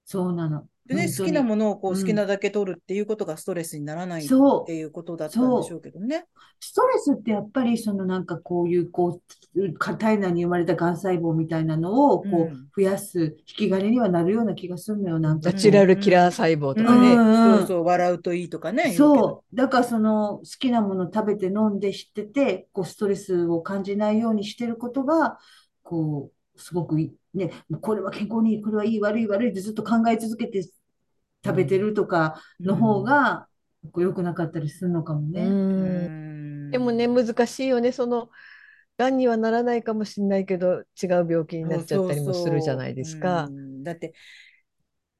Speaker 3: そうなの。
Speaker 1: でね
Speaker 3: 本当
Speaker 1: 好
Speaker 3: に
Speaker 1: きなものをこう
Speaker 3: うん
Speaker 1: 好きなだけ取るっていうことがストレスにならないっ
Speaker 3: そう
Speaker 1: て。いうことだったんでしょうけどね。
Speaker 3: ストレスってやっぱりそのなんかこういうこうか体内に生まれたがん細胞みたいなのをこ
Speaker 1: うん
Speaker 3: う増やす引き金にはなるような気がするのよなんか
Speaker 2: ナ
Speaker 3: こう
Speaker 2: チュラルキラー細胞
Speaker 1: と
Speaker 2: とか
Speaker 1: かね
Speaker 2: ね。
Speaker 3: うんうん
Speaker 1: そうそう笑うといいとかね。
Speaker 3: そうだからその好きなもの食べて飲んで知っててこうストレスを感じないようにしてることがこうすごくいいねこれは健康にいいこれはいい悪い悪いってずっと考え続けて食べてるとか
Speaker 1: うけど
Speaker 3: の方がこう良くなかったりするのかもね。
Speaker 2: うんでもね、難しいよね。その、がんにはならないかもしれないけど、違う病気になっちゃったりもするじゃないです
Speaker 1: そう
Speaker 2: か
Speaker 1: そ。ううんだって、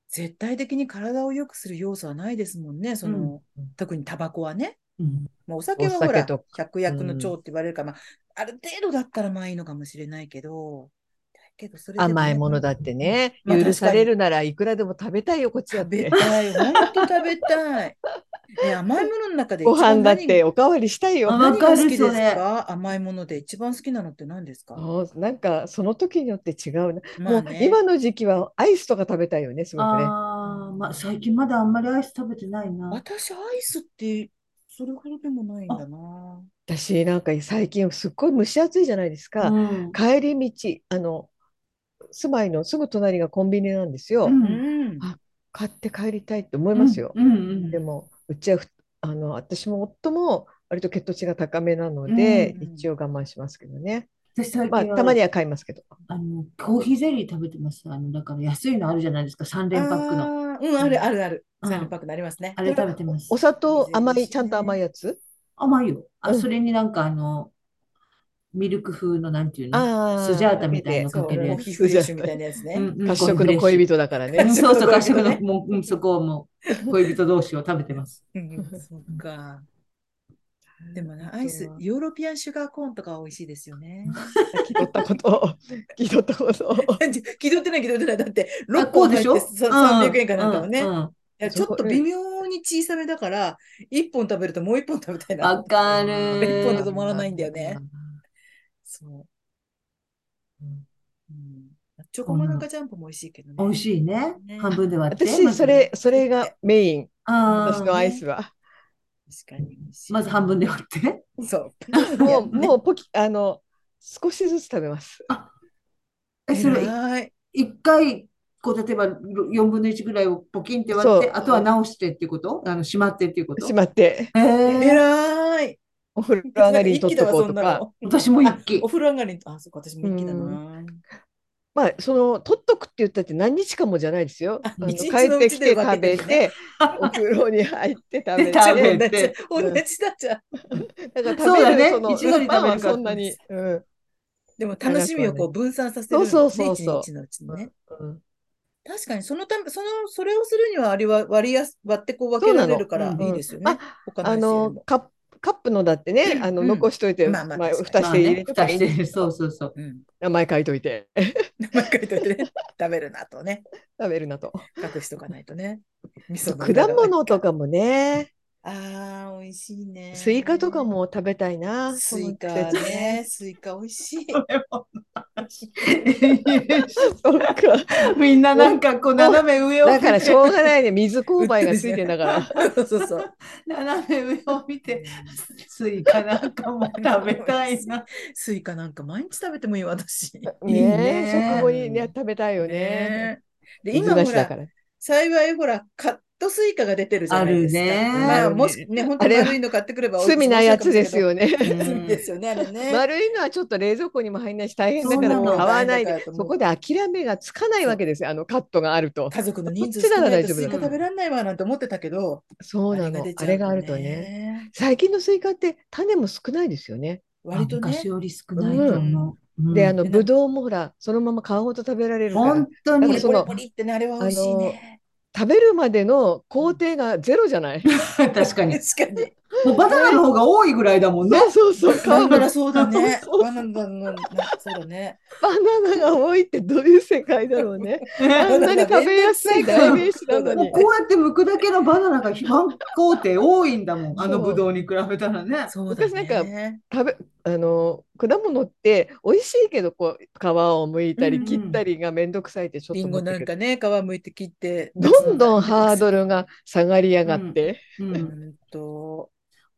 Speaker 1: 絶対的に体を良くする要素はないですもんね、その、
Speaker 2: うんうん
Speaker 1: 特にタバコはね。
Speaker 3: うん
Speaker 1: もうお酒は
Speaker 2: お
Speaker 1: ほ
Speaker 2: 酒
Speaker 1: ら、
Speaker 2: と
Speaker 1: 百薬の長
Speaker 2: う
Speaker 1: って言われるから、まあ、ある程度だったらまあいいのかもしれないけど、だけどそれでね
Speaker 2: 甘いものだってね、
Speaker 1: まあ
Speaker 2: 許されるならいくらでも食べたいよ、こっちだっ
Speaker 1: 食べ
Speaker 2: て。
Speaker 1: たい、本当食べた い。ね、甘いものの中で
Speaker 2: ご
Speaker 1: 一番
Speaker 2: 飯だっ
Speaker 1: 何
Speaker 2: ておかわりしたいよ。
Speaker 3: あ
Speaker 1: 何が好きです
Speaker 3: わかるそ
Speaker 1: か甘いもので一番好きなのって何ですか
Speaker 2: そうなんかその時によって違うな。
Speaker 1: まあ
Speaker 2: もう
Speaker 1: ね、
Speaker 2: 今の時期はアイスとか食べたいよね、すごくね。
Speaker 3: ああ、まあ、最近まだあんまりアイス食べてないな。
Speaker 1: 私アイスってそれほどでもないんだな。
Speaker 2: 私なんか最近すっごい蒸し暑いじゃないですか。
Speaker 3: うん。
Speaker 2: 帰り道、あの、住まいのすぐ隣がコンビニなんですよ。
Speaker 3: うん
Speaker 1: うん
Speaker 2: 買って帰りたいって思いますよ。
Speaker 3: うんうん
Speaker 2: でもうちはふあの私も夫も割と血糖値が高めなの
Speaker 3: う
Speaker 2: で、
Speaker 1: んうん
Speaker 2: 一応我慢しますけどね。
Speaker 3: 私最
Speaker 2: まあ
Speaker 3: 近は
Speaker 2: たまには買いますけど。
Speaker 3: あの、コーヒーゼリー食べてます。あの、だから安いのあるじゃないですか。3連パックの。
Speaker 1: あーうん、あるあるある。
Speaker 3: うん
Speaker 1: 三連パックなりますね。
Speaker 3: あれ食べてます
Speaker 2: お。砂糖
Speaker 1: い
Speaker 2: 甘
Speaker 1: いですね
Speaker 2: いちゃんと甘いやつ。
Speaker 3: 甘いよ。あ、
Speaker 2: うん
Speaker 3: それになんかあの、ミルク風のなんていうの
Speaker 2: ああ
Speaker 3: スジャータみたいな
Speaker 1: そう、
Speaker 3: かける
Speaker 1: コー
Speaker 3: や
Speaker 1: ヒー
Speaker 3: つ。
Speaker 1: フレッシュみたいなやつね。
Speaker 3: うんうん
Speaker 2: 褐色の恋人だから
Speaker 3: う
Speaker 2: ね。
Speaker 3: んそうそう、
Speaker 1: 褐
Speaker 3: 褐
Speaker 1: 色
Speaker 3: 色
Speaker 1: の
Speaker 3: の、もう、うんそこはもう、恋人同士を食べてます。
Speaker 1: うんそっ か。でもな、
Speaker 2: 本当は
Speaker 1: アイス、ヨーロピアンシュガーコーンとか美味しいですよね。
Speaker 2: 聞いとった こと。聞いとったこと。
Speaker 1: 気取ってない気取ってない。だって、
Speaker 3: あ、
Speaker 1: 6
Speaker 3: こ
Speaker 1: 個
Speaker 3: うで
Speaker 1: 入っ
Speaker 3: してょ
Speaker 1: さ300円かなんかもね。
Speaker 3: う
Speaker 1: い
Speaker 3: んうんうん
Speaker 1: やちょっと微妙に小さめだから、1本食べるともう1本食べたいな。
Speaker 3: わか
Speaker 1: 一本
Speaker 3: る
Speaker 1: で止まらないんだよね。そう。
Speaker 2: うん
Speaker 1: うんチョコモナカジャンプも美味しいけどね。
Speaker 3: 美味しいね
Speaker 1: ね。
Speaker 3: 半分で割って。
Speaker 2: 私それそれがメイン。
Speaker 3: ああ
Speaker 2: 私のアイスは。
Speaker 1: 確かに美味しい。
Speaker 3: まず半分で割って。
Speaker 1: そう。
Speaker 2: も う
Speaker 1: ね
Speaker 2: もうポキあの少しずつ食べます。
Speaker 3: え、それ、
Speaker 1: はい。
Speaker 3: 一回、こう、例えば、4分の1ぐらいをポキンって割って、
Speaker 2: そう
Speaker 3: あとは直してっていうことあの、しまってっていうこと
Speaker 2: しまって
Speaker 3: え
Speaker 1: え
Speaker 3: ー、
Speaker 1: らい。
Speaker 2: お風呂上がりに取っとこうと
Speaker 1: 一
Speaker 2: か。
Speaker 1: 気だわ。
Speaker 3: 私も一気
Speaker 1: お。風呂上がりに、あ、そうか、私も一気だ
Speaker 2: う
Speaker 1: な。
Speaker 2: まあ、その取っとくって言ったって何日かもじゃないですよ。
Speaker 1: あ
Speaker 2: あの
Speaker 1: 一日
Speaker 2: 帰
Speaker 1: の
Speaker 2: っ
Speaker 1: う
Speaker 2: て
Speaker 1: ち
Speaker 2: き
Speaker 1: で
Speaker 2: て
Speaker 1: 分
Speaker 2: 食
Speaker 1: け
Speaker 2: べ
Speaker 1: てね
Speaker 2: て、お風呂に入って食べて、
Speaker 3: で食べ
Speaker 1: 同
Speaker 3: る
Speaker 2: だ
Speaker 1: じ
Speaker 3: で、
Speaker 1: 同じだじゃん。
Speaker 2: から
Speaker 3: そ
Speaker 2: 食
Speaker 3: うだ
Speaker 2: べ
Speaker 3: ね
Speaker 2: るその
Speaker 3: 一度に食べるから
Speaker 2: まあそんなに、うん
Speaker 1: でも楽しみをこう分散させる。
Speaker 2: そうそうそ
Speaker 1: ね
Speaker 2: うそう
Speaker 1: 一日のうちにね。
Speaker 2: うん
Speaker 1: 確かに、そのため、その、それをするには、あれは割りやす、割ってこう分けられるから
Speaker 3: そうなの
Speaker 1: い
Speaker 2: うん
Speaker 1: いですよね。他の
Speaker 2: あ
Speaker 1: やつよ
Speaker 2: の
Speaker 1: りも
Speaker 2: カップカップのだってね、
Speaker 1: うん
Speaker 2: あの
Speaker 1: うん
Speaker 2: 残しといて、
Speaker 1: まあまあ確か
Speaker 2: 蓋
Speaker 1: に
Speaker 2: して入れと
Speaker 3: まあ
Speaker 2: か
Speaker 3: ね
Speaker 2: いい
Speaker 3: 蓋
Speaker 2: んで
Speaker 3: してる。
Speaker 2: すけ
Speaker 3: そ
Speaker 2: ど
Speaker 3: うそうそう。
Speaker 1: うん。
Speaker 2: 名前書いといて
Speaker 1: 毎回といてね、 食べるなとね、
Speaker 2: 食べるなと。
Speaker 1: 隠しとかないとね。味噌の裏
Speaker 2: 果
Speaker 1: 側
Speaker 2: 物とかもね、
Speaker 1: ああ、美味しいね。
Speaker 2: スイカとか。も食べたいな、
Speaker 1: スイカ
Speaker 2: この季節
Speaker 1: ね、。スイカ美味しい。
Speaker 2: そっか
Speaker 3: みんななんかこう斜め上を見
Speaker 2: だ
Speaker 3: て
Speaker 2: からしょうがないね、水勾配がついてんだから。
Speaker 1: そうそうそう。
Speaker 3: 斜め上を見てスイカなんかも食べたいな。
Speaker 1: スイカなんか毎日食べてもい いわ 私。
Speaker 3: いい
Speaker 2: ねえ、
Speaker 3: ね
Speaker 2: 食後にね、食べたいよね。
Speaker 1: ねで、今
Speaker 2: 水
Speaker 1: ほ、
Speaker 2: 菓子だからら。
Speaker 1: 幸いほら、カットスイカが出てるじゃないですか。
Speaker 3: あるね
Speaker 1: まあ、もしね、本当
Speaker 2: あ
Speaker 1: に
Speaker 2: れ
Speaker 1: 悪いの買ってくれば、
Speaker 2: 罪なやつです。よね。
Speaker 3: うん
Speaker 1: 罪ですよね、あれ ね。
Speaker 2: 丸いのはちょっと冷蔵庫にも入んないし大変だから
Speaker 1: そうな
Speaker 2: も
Speaker 1: の
Speaker 2: う買わない
Speaker 1: 大変だ
Speaker 2: で
Speaker 1: からもう
Speaker 2: そこで諦めがつかないわけですよあのカットがあると
Speaker 1: 家族の人数
Speaker 2: こっち
Speaker 1: 少
Speaker 2: なら
Speaker 1: ない
Speaker 2: 大
Speaker 1: と
Speaker 2: 丈夫
Speaker 1: スイカ
Speaker 3: なの
Speaker 1: 食べられないわなんて思ってたけど、
Speaker 2: そうなの
Speaker 1: 出ち
Speaker 2: あ
Speaker 1: ゃ
Speaker 2: れがあるとね
Speaker 1: ね。
Speaker 2: 最近のスイカって種も少ないですよね
Speaker 1: 割とね
Speaker 3: 昔、より少ないと思う。うん
Speaker 2: であの
Speaker 1: で
Speaker 2: ぶどうもほらそのまま皮ごと食べられるから
Speaker 3: 本当
Speaker 2: な
Speaker 1: ポ
Speaker 2: んか
Speaker 1: リ
Speaker 3: に
Speaker 2: そ
Speaker 1: ポリ
Speaker 2: の
Speaker 1: ポリってね、あれは美味しいね。
Speaker 2: 食べるまでの工程がゼロじゃない
Speaker 3: 確かに。
Speaker 1: 確かに。
Speaker 3: もうバナナの方が多いぐらいだもんね。
Speaker 2: そうそう皮
Speaker 1: だ
Speaker 2: が
Speaker 1: か
Speaker 2: バ。
Speaker 1: らそうだね
Speaker 2: そう
Speaker 1: バナナの、なそうだね。
Speaker 2: ナナが多いってどういう世界だろうねあんなに食べやすい代名詞なの
Speaker 3: もう
Speaker 2: に
Speaker 3: こうやって剥くだけのバナナが半工程多いんだもん。あのブドウに比べたらね。
Speaker 1: そうだね。
Speaker 2: 昔なんか食べあの果物って美味しいけどこう皮を剥いた
Speaker 3: うん
Speaker 2: り
Speaker 3: うん
Speaker 2: 切ったりが面倒くさいってちょっ
Speaker 1: リ
Speaker 2: と
Speaker 1: ン
Speaker 2: 思
Speaker 1: ゴ
Speaker 2: っ
Speaker 1: な
Speaker 2: た
Speaker 1: ん
Speaker 2: け
Speaker 1: か
Speaker 2: ど
Speaker 1: ね、皮むいて切って。
Speaker 2: どんどんハードルが下がりやがって、
Speaker 3: う。
Speaker 1: うんんと、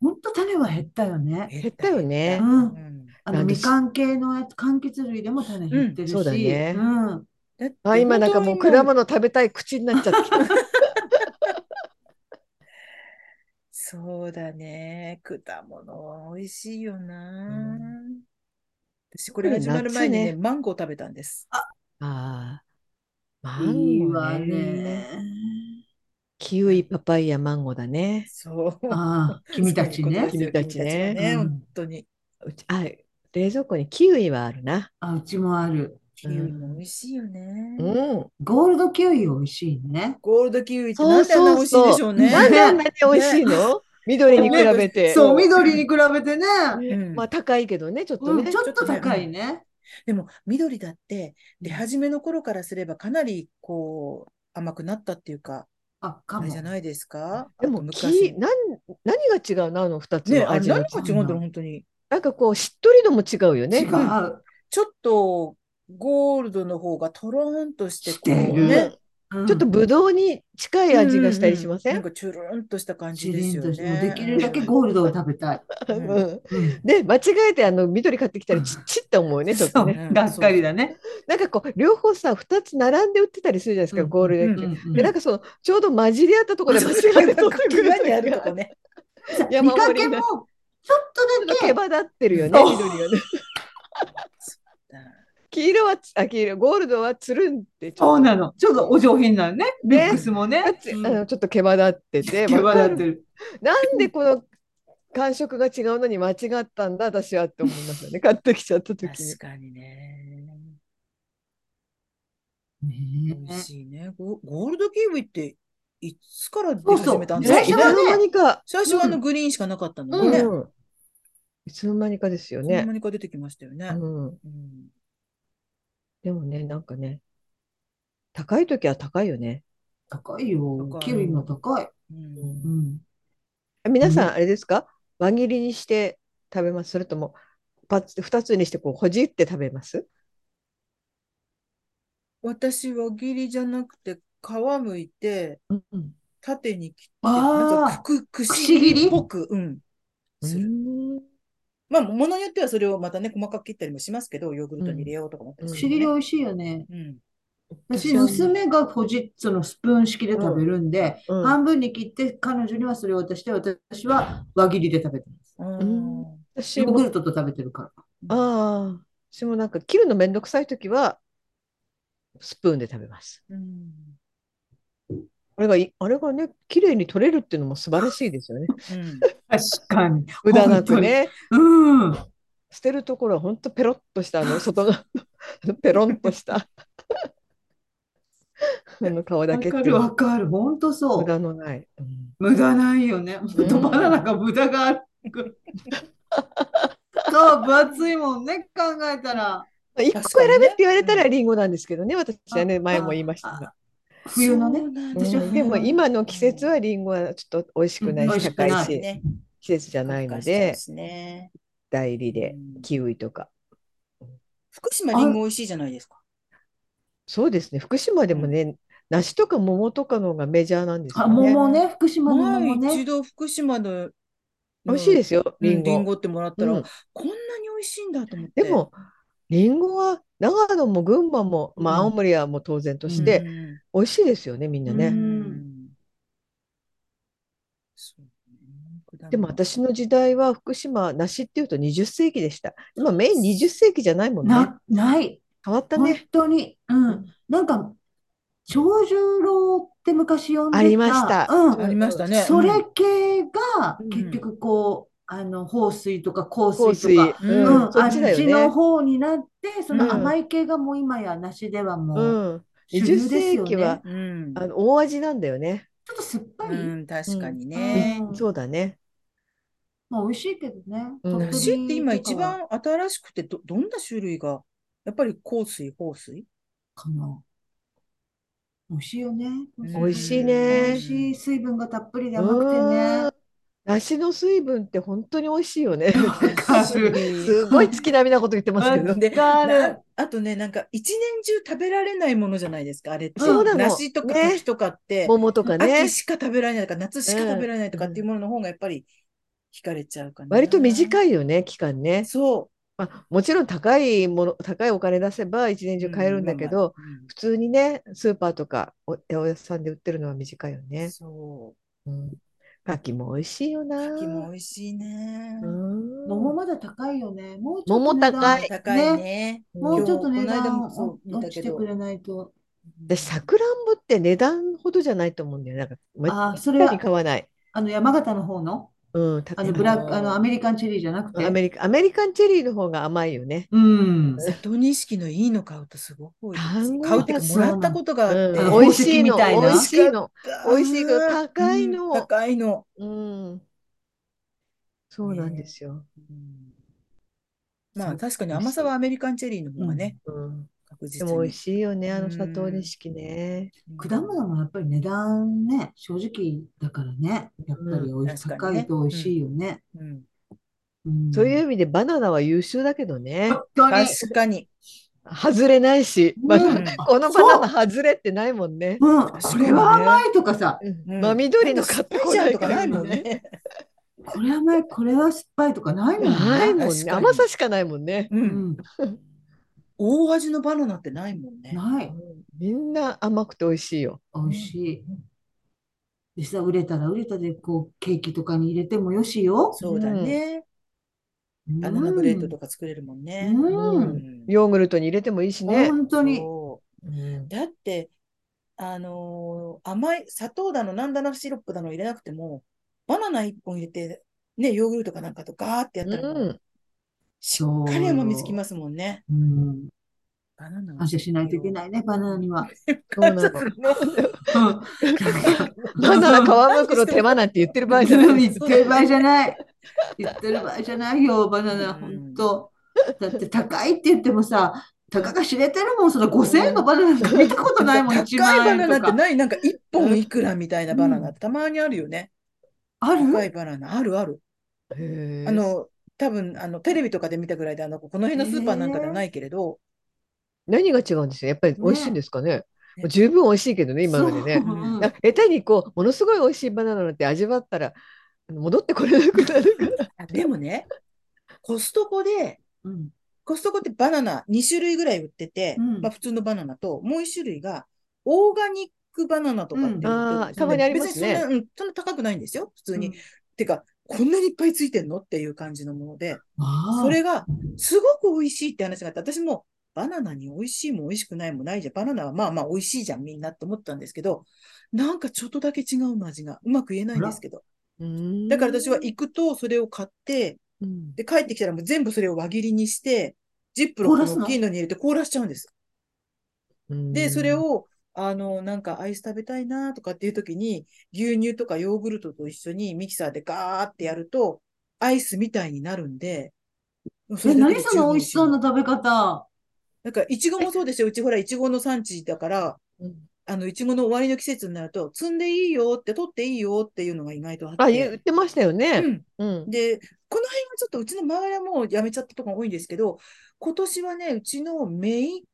Speaker 3: 本当種は減ったよね。
Speaker 2: 減ったよね
Speaker 1: う
Speaker 3: うん
Speaker 1: ん。
Speaker 3: あの
Speaker 2: なんで
Speaker 3: み
Speaker 2: し
Speaker 3: かん系のやつ、柑橘類でも種減ってるし。
Speaker 2: うんそうだね
Speaker 3: うん
Speaker 1: だって
Speaker 2: あ今なんかもう
Speaker 1: 本当に
Speaker 2: 果物食べたい口になっちゃってきた
Speaker 1: そうだね。果物は美味しいよな。私、これ始まる前に
Speaker 2: 夏
Speaker 1: ね、
Speaker 2: ね
Speaker 1: マンゴー食べたんです。
Speaker 2: あーマ
Speaker 3: いい
Speaker 2: ンゴ
Speaker 3: わ
Speaker 2: ーね
Speaker 3: ね。
Speaker 2: キウイパパイヤマンゴーだね
Speaker 1: そう。
Speaker 3: ああ、君たちね。
Speaker 1: そういうことですよ
Speaker 2: 君たちね
Speaker 1: 君たちは
Speaker 3: うん
Speaker 1: 本当に。
Speaker 2: うちあ冷蔵庫にキウイはあるな
Speaker 3: あ、うちもある。
Speaker 1: キウイも美味しいよね。
Speaker 2: うん
Speaker 3: ゴールドキウイ美味しいね。
Speaker 1: ゴールドキウイって
Speaker 2: そ
Speaker 1: な
Speaker 2: うん
Speaker 1: であんな美
Speaker 2: そう
Speaker 1: 味しいんでしょ
Speaker 2: そうう
Speaker 1: ね。
Speaker 2: なんであんなに美味しいの緑に比べて、
Speaker 3: そう、緑に比べてね。
Speaker 2: ね
Speaker 1: うん
Speaker 2: まあ高いけどねちょっと
Speaker 3: う
Speaker 2: ね、
Speaker 3: ん、ちょっと高いね。
Speaker 1: でも緑だって出始めの頃からすればかなりこう甘くなったっていうか、
Speaker 3: あ、か
Speaker 1: あれ
Speaker 3: も
Speaker 1: じゃ。ないですか
Speaker 2: で
Speaker 1: あ
Speaker 2: も
Speaker 1: と
Speaker 2: き
Speaker 1: 昔
Speaker 2: なん何が違うのあの2つ
Speaker 1: ね
Speaker 2: の
Speaker 1: あれ
Speaker 2: 味が、
Speaker 1: 何が違うんだろう本当に。
Speaker 2: なんかこうしっとりのも違うよね
Speaker 3: 違う。
Speaker 1: ちょっとゴールドの方がとろーんとしてこう
Speaker 3: してる
Speaker 1: ね。
Speaker 3: うん
Speaker 2: ちょっとぶどうに近い味がしたりしませ
Speaker 1: うんううなんかチュルンとした感じ
Speaker 3: ジ
Speaker 1: で
Speaker 3: リ
Speaker 1: す
Speaker 3: ン
Speaker 1: よ
Speaker 3: と
Speaker 1: ね。
Speaker 3: してもできるだけゴールドを食べたい。
Speaker 1: うん
Speaker 2: うんで間違えてあの緑買ってきたらちっちって思うねちょっとね
Speaker 1: ね
Speaker 3: そうがっかりだね。
Speaker 2: なんかこう両方さ2つ並んで売ってたりするじゃないですか、
Speaker 3: うん
Speaker 2: ゴールデン
Speaker 1: うん
Speaker 3: うんうん
Speaker 2: でなんかそのちょうど混じり合ったところで間違えて取ってくる
Speaker 1: 際にあ
Speaker 2: 時
Speaker 1: ると
Speaker 2: が
Speaker 1: こね。
Speaker 2: 山
Speaker 3: 見か
Speaker 2: 盛り
Speaker 3: け
Speaker 2: に
Speaker 3: も
Speaker 2: なる
Speaker 3: ちょっとだけ
Speaker 2: 毛羽立ってるよね
Speaker 3: そう
Speaker 2: 緑がね黄色はあ黄色ゴールドはつるんってち
Speaker 3: そ
Speaker 2: ょっ
Speaker 3: う
Speaker 2: と
Speaker 3: なの。ちょっとお上品なのね。ミックスもね。
Speaker 2: あのちょっと毛羽立ってて
Speaker 3: 毛羽
Speaker 2: わか
Speaker 3: 立
Speaker 2: る
Speaker 3: ってる。
Speaker 2: なんでこの感触が違うのに間違ったんだ私はって思いますよね買ってきちゃった時に
Speaker 1: 確。かにね。美
Speaker 3: ね
Speaker 1: 味しいね。ゴゴールドキウイっていつから出
Speaker 3: そうそ
Speaker 1: 始
Speaker 3: う
Speaker 1: めたんです
Speaker 3: ね
Speaker 1: か
Speaker 2: ね、い
Speaker 3: 最
Speaker 2: つ
Speaker 3: 初
Speaker 2: の
Speaker 3: はね
Speaker 2: 間にか、
Speaker 1: 最初はあのグリーンしかなかったの
Speaker 2: う
Speaker 1: にね。
Speaker 2: ん、いつの間にかですよ
Speaker 1: いつの
Speaker 2: ね
Speaker 1: 間。にか出てきましたよね。
Speaker 2: うん、
Speaker 1: うん
Speaker 2: でもね、なんかね、高い時は高いよね。
Speaker 3: 高いよ
Speaker 1: 高。い
Speaker 3: キウイも高い。
Speaker 1: うん
Speaker 3: うん。
Speaker 2: 皆さ
Speaker 3: うん
Speaker 2: ん、あれですか、輪切りにして食べますそれとも、パッ2つにしてこうほじって食べます
Speaker 1: 私は切りじゃなくて皮むいて
Speaker 2: うんうん
Speaker 1: 縦に切って
Speaker 3: あー
Speaker 1: なんかくくくし切りっぽく、うん、する。まあものによってはそれをまたね細かく切ったりもしますけどヨーグルトに入れようとか思ったり
Speaker 2: うん
Speaker 1: す
Speaker 3: 不
Speaker 1: るね
Speaker 3: 思議で美味しいよね。
Speaker 1: うん
Speaker 3: 私、娘がポジッツのスプーン式で食べるんで、
Speaker 2: うんうん
Speaker 3: 半分に切って彼女にはそれを渡して、私は輪切りで食べてます。
Speaker 1: うん
Speaker 2: 私
Speaker 3: ヨーグ
Speaker 2: も、
Speaker 3: ルトと食べてるから。
Speaker 2: ああ、私もなんか切るのめんどくさい時は、スプーンで食べます。
Speaker 1: うん
Speaker 2: あれがい、あれがね、綺麗に取れるっていうのも素晴らしいですよ ね。
Speaker 1: うん
Speaker 3: 確かに。
Speaker 2: 無駄なくね。
Speaker 3: うん。
Speaker 2: 捨てるところは本当ペロッとした、あの、外側のあのペロンとした。あの顔だけって
Speaker 3: わ
Speaker 2: い
Speaker 3: かる
Speaker 2: う
Speaker 3: わかる。ほんとそ
Speaker 2: 無
Speaker 3: う。
Speaker 2: 駄のない。うん
Speaker 3: 無駄ないよね。
Speaker 2: うん
Speaker 3: 本当バナナが無駄が ある。そう、分厚いもんね、考えたら。
Speaker 2: 一個
Speaker 1: 確かにね
Speaker 2: 選べって言われたらリンゴなんですけどね、私はね、
Speaker 3: あ
Speaker 2: 前も言いましたが。
Speaker 3: 冬のね
Speaker 1: そうなん
Speaker 3: 私は
Speaker 2: うん
Speaker 3: 冬
Speaker 2: でも
Speaker 3: のね
Speaker 2: 今の季節はリンゴはちょっと美味しくな
Speaker 3: うん
Speaker 2: い
Speaker 3: 美
Speaker 2: し、
Speaker 3: 味しく
Speaker 2: 高
Speaker 3: ない
Speaker 2: い
Speaker 1: そう
Speaker 2: し、
Speaker 1: ね
Speaker 2: 季節じゃないので、
Speaker 1: ね。
Speaker 2: 代理で
Speaker 1: うん
Speaker 2: キウイとか。
Speaker 1: 福島りんご美味しいじゃないですか。
Speaker 2: そうですね、福島でもね、梨とか桃とかの方がメジャーなんです
Speaker 3: あ、
Speaker 2: よね。
Speaker 3: 桃ね、福島の桃
Speaker 1: 前一
Speaker 3: ね。
Speaker 1: 度福島の。
Speaker 2: 美味しいですすよ、
Speaker 1: う
Speaker 2: リ
Speaker 1: ん
Speaker 2: ン
Speaker 1: りん
Speaker 2: ゴ。
Speaker 1: ごってもらったら、
Speaker 2: うん
Speaker 1: こんなに美味しいんだと思って。
Speaker 2: でも、リンゴは長野も群馬も、まあ、
Speaker 3: うん
Speaker 2: 青森はもう当然とし
Speaker 1: う
Speaker 2: て、
Speaker 1: ん
Speaker 2: 美味しいですよね、みんな
Speaker 1: う
Speaker 2: ね。
Speaker 1: んそうね
Speaker 2: でも私の時代は福島、梨っていうと20世紀でした。今メイン20世紀じゃないもんね。
Speaker 3: な、ない。
Speaker 2: 変わった
Speaker 3: 本
Speaker 2: ね。
Speaker 3: 当に。うん。なんか、長十郎って昔呼んで
Speaker 2: ありました
Speaker 3: うん。
Speaker 1: ありましたね。
Speaker 3: それ系が
Speaker 2: うん
Speaker 3: 結局こう、あの、豊水とか香
Speaker 2: 香
Speaker 3: 水
Speaker 2: 水、
Speaker 3: と
Speaker 2: う
Speaker 3: か、
Speaker 1: うん
Speaker 3: うん、
Speaker 2: ん、そっちだよ
Speaker 3: あっちの
Speaker 2: ね。
Speaker 3: 方になって、その
Speaker 2: うん
Speaker 3: 甘い系がもう今や梨ではもうう
Speaker 2: うん、
Speaker 3: 主流
Speaker 2: 20
Speaker 3: ですよ
Speaker 2: 世紀は
Speaker 3: ね。
Speaker 1: うん。
Speaker 2: あの大味なんだよね。
Speaker 3: ちょっと酸っぱ
Speaker 1: う
Speaker 3: い。
Speaker 1: ん、確かに
Speaker 3: う
Speaker 1: ね。
Speaker 3: ん
Speaker 2: そうだね。
Speaker 3: まあ美味しいけどね。
Speaker 2: うん
Speaker 3: 鳥
Speaker 1: 梨って今
Speaker 3: 取と
Speaker 1: 一
Speaker 3: かは
Speaker 1: 番新しくてど、どんな種類がやっぱり香水、香水
Speaker 3: かな。美味しいよね。
Speaker 1: うん
Speaker 2: 美味しい
Speaker 3: 美
Speaker 2: ね
Speaker 3: 味しい水分がたっぷりで甘くて
Speaker 2: う
Speaker 3: ね
Speaker 2: ん。。梨の水分って本当に美味しいよね。
Speaker 3: わかる。
Speaker 2: すごい月並みなこと言ってますけど。
Speaker 1: で
Speaker 3: わか
Speaker 1: な
Speaker 3: る。
Speaker 1: あとね、なんか一年中食べられないものじゃないですか、あれって。
Speaker 2: そうなの
Speaker 1: 梨とか
Speaker 2: ね
Speaker 1: 柿とかって、
Speaker 2: 桃とかね
Speaker 1: 秋。しか食べられないとか、夏しか食べられないとかっていうものの方がやっぱり惹かれちゃうかな。
Speaker 2: 割と短
Speaker 1: い。
Speaker 2: いよね、期間ね。
Speaker 1: そ
Speaker 2: まあ、もちろん高いもの、高いお金出せば一年
Speaker 1: う。
Speaker 2: 中買えるんだけ
Speaker 1: まあ
Speaker 2: ど、
Speaker 1: まあうん
Speaker 2: 普通にね、スーパーとかお八百屋さんで売ってるのは短いよね。
Speaker 1: そう。
Speaker 2: うん。牡蠣も美味しいよな。
Speaker 1: 柿も美味しいね。
Speaker 2: うん
Speaker 3: 桃まだ高いよね。もうちょっと
Speaker 2: 桃
Speaker 3: 値段
Speaker 2: 高い
Speaker 1: 高いね。
Speaker 3: もうちょっと
Speaker 1: 今
Speaker 3: 値
Speaker 1: 日この間
Speaker 3: 段
Speaker 1: もそう見た
Speaker 3: 落ち
Speaker 1: け
Speaker 3: て
Speaker 1: ど
Speaker 3: くれないと。
Speaker 2: で、さくらんぼって値段ほどじゃないと思うんだよ。なんか、めっ
Speaker 3: あー、それ
Speaker 2: たに
Speaker 3: は
Speaker 2: 買わない。
Speaker 3: あの山形の方の、
Speaker 2: うん、高
Speaker 3: あ
Speaker 2: い
Speaker 3: のブラック、あのアメリカンチェリーじゃなく
Speaker 2: ア
Speaker 3: て。
Speaker 2: メリカ、アメリカンチェリーの方が甘いよね。
Speaker 3: うん。
Speaker 1: 里錦のいいの買うとすごく多いです
Speaker 2: 単語
Speaker 1: 買うっていうか、もらったことがあって。
Speaker 2: うん、
Speaker 3: 美
Speaker 2: 美
Speaker 3: 味
Speaker 2: 味
Speaker 3: し
Speaker 2: し
Speaker 3: い
Speaker 2: いの、
Speaker 3: 美
Speaker 2: 美
Speaker 3: 味
Speaker 2: 味
Speaker 1: し
Speaker 2: し
Speaker 1: い
Speaker 2: い
Speaker 1: の
Speaker 2: の。
Speaker 1: うん
Speaker 2: 美味しいけど高いの
Speaker 1: うん高いの。
Speaker 2: うん。そうなんですよ。
Speaker 1: うんま
Speaker 2: そ
Speaker 1: あ
Speaker 2: う
Speaker 1: 確かに甘さはアメリカンチェリーの方がね、
Speaker 2: うん。
Speaker 1: 確
Speaker 2: で
Speaker 1: 実
Speaker 2: も美味
Speaker 1: に。
Speaker 2: しいよね、あ
Speaker 1: う
Speaker 2: の
Speaker 1: ん
Speaker 2: 佐藤錦ね。
Speaker 3: 果物もやっぱり値段ね、正直だからね、やっぱりおい
Speaker 1: 確かに
Speaker 3: 高いと美味しいよね。
Speaker 1: うん
Speaker 3: うん
Speaker 2: そういう意味でバナナは優秀だけどね。
Speaker 3: 本当に。
Speaker 1: 確かに。
Speaker 2: 外れないし、
Speaker 3: うん
Speaker 2: まあ
Speaker 1: うん
Speaker 2: このバナナ外れってないもんね。
Speaker 3: うん、それは甘いとかさ、
Speaker 2: うん
Speaker 1: うん
Speaker 2: 真緑の買ってこな
Speaker 1: スパイ
Speaker 2: い
Speaker 1: シャーとかないもんね。
Speaker 3: これ甘い、これは酸っぱいとかないもん
Speaker 2: ない
Speaker 3: ね。
Speaker 2: もん
Speaker 1: 確
Speaker 2: ね。
Speaker 1: かに
Speaker 2: 甘さしかないもんね。
Speaker 1: う。
Speaker 3: うんん、
Speaker 1: 大味のバナナってないもんね。
Speaker 3: ない。
Speaker 2: みんな甘くて美味しいよ。
Speaker 3: 美味しい。でさ、売れたら売れたで、こう、ケーキとかに入れてもよしよ。
Speaker 1: そうだね。バナナブレッドとか作れるもん
Speaker 3: う
Speaker 1: ね。
Speaker 3: ん。
Speaker 2: う
Speaker 3: うん
Speaker 1: ん
Speaker 2: ヨーグルトに入れてもいいしね。
Speaker 3: 本当に。
Speaker 1: そう
Speaker 2: うん
Speaker 1: だって、あのー甘い、砂糖だの、なんだのシロップだの入れなくても、バナナ一本入れて、ね、ヨーグルトかなんかとガーってやったら、
Speaker 2: うん
Speaker 1: しっかり甘みつきますもんね。
Speaker 3: うん。
Speaker 1: バナナ
Speaker 3: 感謝しないといけないね、バナナ には。
Speaker 2: そうなの。
Speaker 3: うん
Speaker 2: バナナ皮袋手間なんて言ってる場合じゃない。
Speaker 3: 言ってる場合じ ゃない。言ってる場合じゃないよ、バナナ、本当。だって高いって言ってもさ、たかが知れてるもん、その5000円のバナナなんか見たことないもん、
Speaker 1: 高
Speaker 3: 1万
Speaker 1: いバナ
Speaker 3: 円
Speaker 1: ナ
Speaker 3: と
Speaker 1: って
Speaker 3: か。
Speaker 1: ないなんか一本いくらみたいなバナナってたまにあるよね。
Speaker 3: ある
Speaker 1: 高いバナナ、あるある。
Speaker 2: へー
Speaker 1: あの、多分、あの、テレビとかで見たぐらいで、あの、この辺のスーパーなんかではないけれど、
Speaker 2: 何が違うんですよ。やっぱり美味しいんですかね。もう十分美味しいけどね、今までね。
Speaker 3: そううん
Speaker 2: いや下手にこう、ものすごい美味しいバナナなんて味わったら、あの戻ってこれなくなる から。
Speaker 1: あでもね、コストコで、
Speaker 3: うん
Speaker 1: コストコってバナナ2種類ぐらい売ってて、
Speaker 3: うん
Speaker 1: まあ普通のバナナと、もう1種類がオーガニックバナナとかって売ってる
Speaker 3: うん
Speaker 2: あー
Speaker 1: そ
Speaker 2: た
Speaker 1: れ
Speaker 2: まにあり
Speaker 1: 別
Speaker 2: ま
Speaker 1: に
Speaker 2: す
Speaker 1: そん
Speaker 2: ね
Speaker 1: な、うん、そんな高くないんですよ、普通に。
Speaker 3: うん
Speaker 1: てか、こんなにいっぱいついてんのっていう感じのもので、
Speaker 3: ああ
Speaker 1: それがすごく美味しいって話があって、私もバナナに美味しいも美味しくないもないじゃん。バナナはまあまあ美味しいじゃん、みんなって思ったんですけど、なんかちょっとだけ違うの味が、うまく言えないんですけど。だから私は行くとそれを買って、
Speaker 2: うん
Speaker 1: で、帰ってきたらもう全部それを輪切りにして、ジップロックの大きいのに入れて凍らしちゃうんです。で、それをあの、なんかアイス食べたいなとかっていう時に、牛乳とかヨーグルトと一緒にミキサーでガーってやると、アイスみたいになるんで、そ
Speaker 3: え、
Speaker 1: れだけ
Speaker 3: 何
Speaker 1: で
Speaker 3: その美味しそう
Speaker 1: 十分
Speaker 3: な食べ方。
Speaker 1: なんか、いちごもそうですよ。うちほら、いちごの産地だから、あの、いちごの終わりの季節になると、摘んでいいよって、取っていいよっていうのが意外とあ
Speaker 2: あ、
Speaker 1: っ
Speaker 2: 言
Speaker 1: て
Speaker 2: っ。てましたよ
Speaker 1: う
Speaker 2: ね。
Speaker 1: ん。
Speaker 2: うん。
Speaker 1: で、この辺はちょっとうちの周りはもうやめちゃったとこが多いんですけど、今年はね、うちの姪っ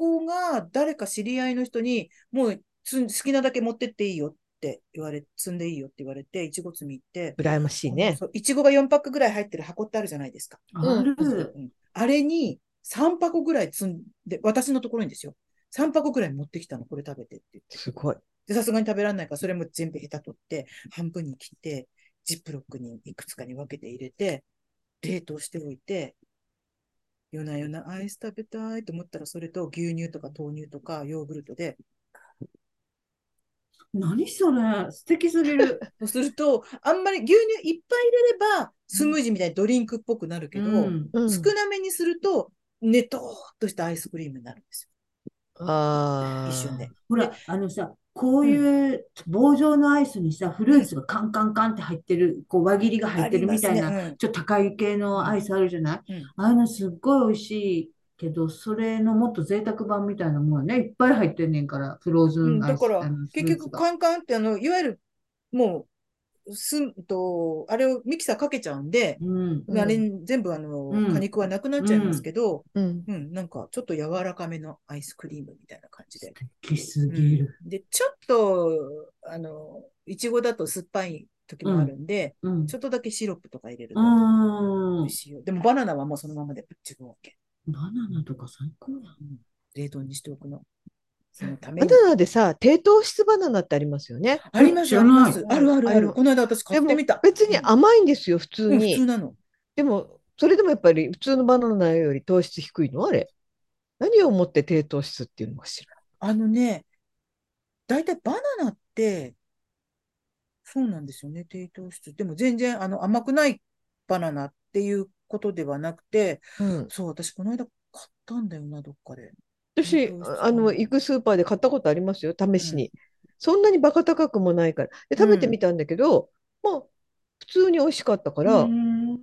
Speaker 1: 子が誰か知り合いの人に、もうつん好きなだけ持ってっていいよって言われ、積んでいいよって言われて、いちご摘み行って、
Speaker 2: 羨ましい
Speaker 1: あの
Speaker 2: ね。
Speaker 1: そういちごが4パックぐらい入ってる箱ってあるじゃないですか。
Speaker 3: ある。
Speaker 1: うんあれに3箱ぐらい積んで、私のところにですよ。3箱ぐらい持ってきたの、これ食べてって言って。
Speaker 2: すごい。
Speaker 1: で、さすがに食べられないから、それも全部ヘタ取って、半分に切って、ジップロックにいくつかに分けて入れて、冷凍しておいて、夜な夜なアイス食べたいと思ったら、それと牛乳とか豆乳とかヨーグルトで、
Speaker 3: 何それ、素敵すぎる。
Speaker 1: そうすると、あんまり牛乳いっぱい入れれば、スムージーみたいにドリンクっぽくな るけど、
Speaker 3: うん
Speaker 2: うん
Speaker 1: 少なめにすると、ねとーっとしたアイスクリームになるんです
Speaker 2: あ
Speaker 1: よ。
Speaker 2: あ。
Speaker 1: 一瞬で。。
Speaker 3: ほら、あのさ、こういう棒状のアイスにさ、フルーツがカンカンカンって入ってる、こう輪切りが入ってるみたい
Speaker 1: あり
Speaker 3: な、
Speaker 1: ますね
Speaker 3: ちょっと高い系のアイスあるじゃない
Speaker 1: うんうん
Speaker 3: あのすっごい美味しいけど、それのもっと贅沢版みたいなもんね。いっぱい入ってんねんから、フローズ
Speaker 1: う
Speaker 3: ン
Speaker 1: ん、
Speaker 3: アイ
Speaker 1: だ
Speaker 3: ス
Speaker 1: から
Speaker 3: あの、
Speaker 1: 結
Speaker 3: フルーツ
Speaker 1: 局、
Speaker 3: が
Speaker 1: カンカンって、あの、いわゆる、もう、すんと、あれをミキサーかけちゃうんで、
Speaker 3: うん。
Speaker 2: うん
Speaker 1: あれ全部、あの、
Speaker 3: うん
Speaker 1: 果肉はなくなっちゃいますけど、
Speaker 2: うん。
Speaker 1: うん、なんか、ちょっと柔らかめのアイスクリームみたいな感じで。
Speaker 3: 素敵す
Speaker 1: う
Speaker 3: ぎる。
Speaker 1: ん、で、ちょっと、あの、いちごだと酸っぱい時もあるんで、
Speaker 3: うん。
Speaker 1: ちょっとだけシロップとか入れる
Speaker 3: う
Speaker 1: と美
Speaker 3: ーん
Speaker 1: 味。しいよ。でも、バナナはもうそのままでぶっちぐわけ。
Speaker 3: バナナとか最高やん。
Speaker 1: 冷凍にしておくの。そのため
Speaker 2: バ
Speaker 1: に。
Speaker 2: ナナでさ、低糖質バナナってありますよね。
Speaker 1: あります
Speaker 3: 知
Speaker 1: よ、
Speaker 3: ら
Speaker 1: あり
Speaker 3: ない
Speaker 1: ます。あるあるあ
Speaker 2: あり
Speaker 1: る。
Speaker 2: ます
Speaker 1: この間私買
Speaker 2: で
Speaker 1: って
Speaker 2: も
Speaker 1: みた。
Speaker 2: 別に
Speaker 1: うん
Speaker 2: 甘いんですよ、普通
Speaker 1: うん、普通
Speaker 2: に。
Speaker 1: なの。
Speaker 2: でも、それでもやっぱり普通のバナナより糖質低いのあれ。何をもって低糖質っていうのかしら。
Speaker 1: あのね、大体バナナって、そうなんですよね、低糖質。でも全然あの甘くないバナナっていうことではなくて、
Speaker 2: うん。
Speaker 1: そう、私この間買ったんだよな、どっかで。低
Speaker 2: 私、
Speaker 1: 糖質
Speaker 2: ああの、行くスーパーで買ったことありますよ、試しに。そんなにバカ高くもないから。で、食べてみたんだけど、まあ、普通に美味しかったから、
Speaker 3: うん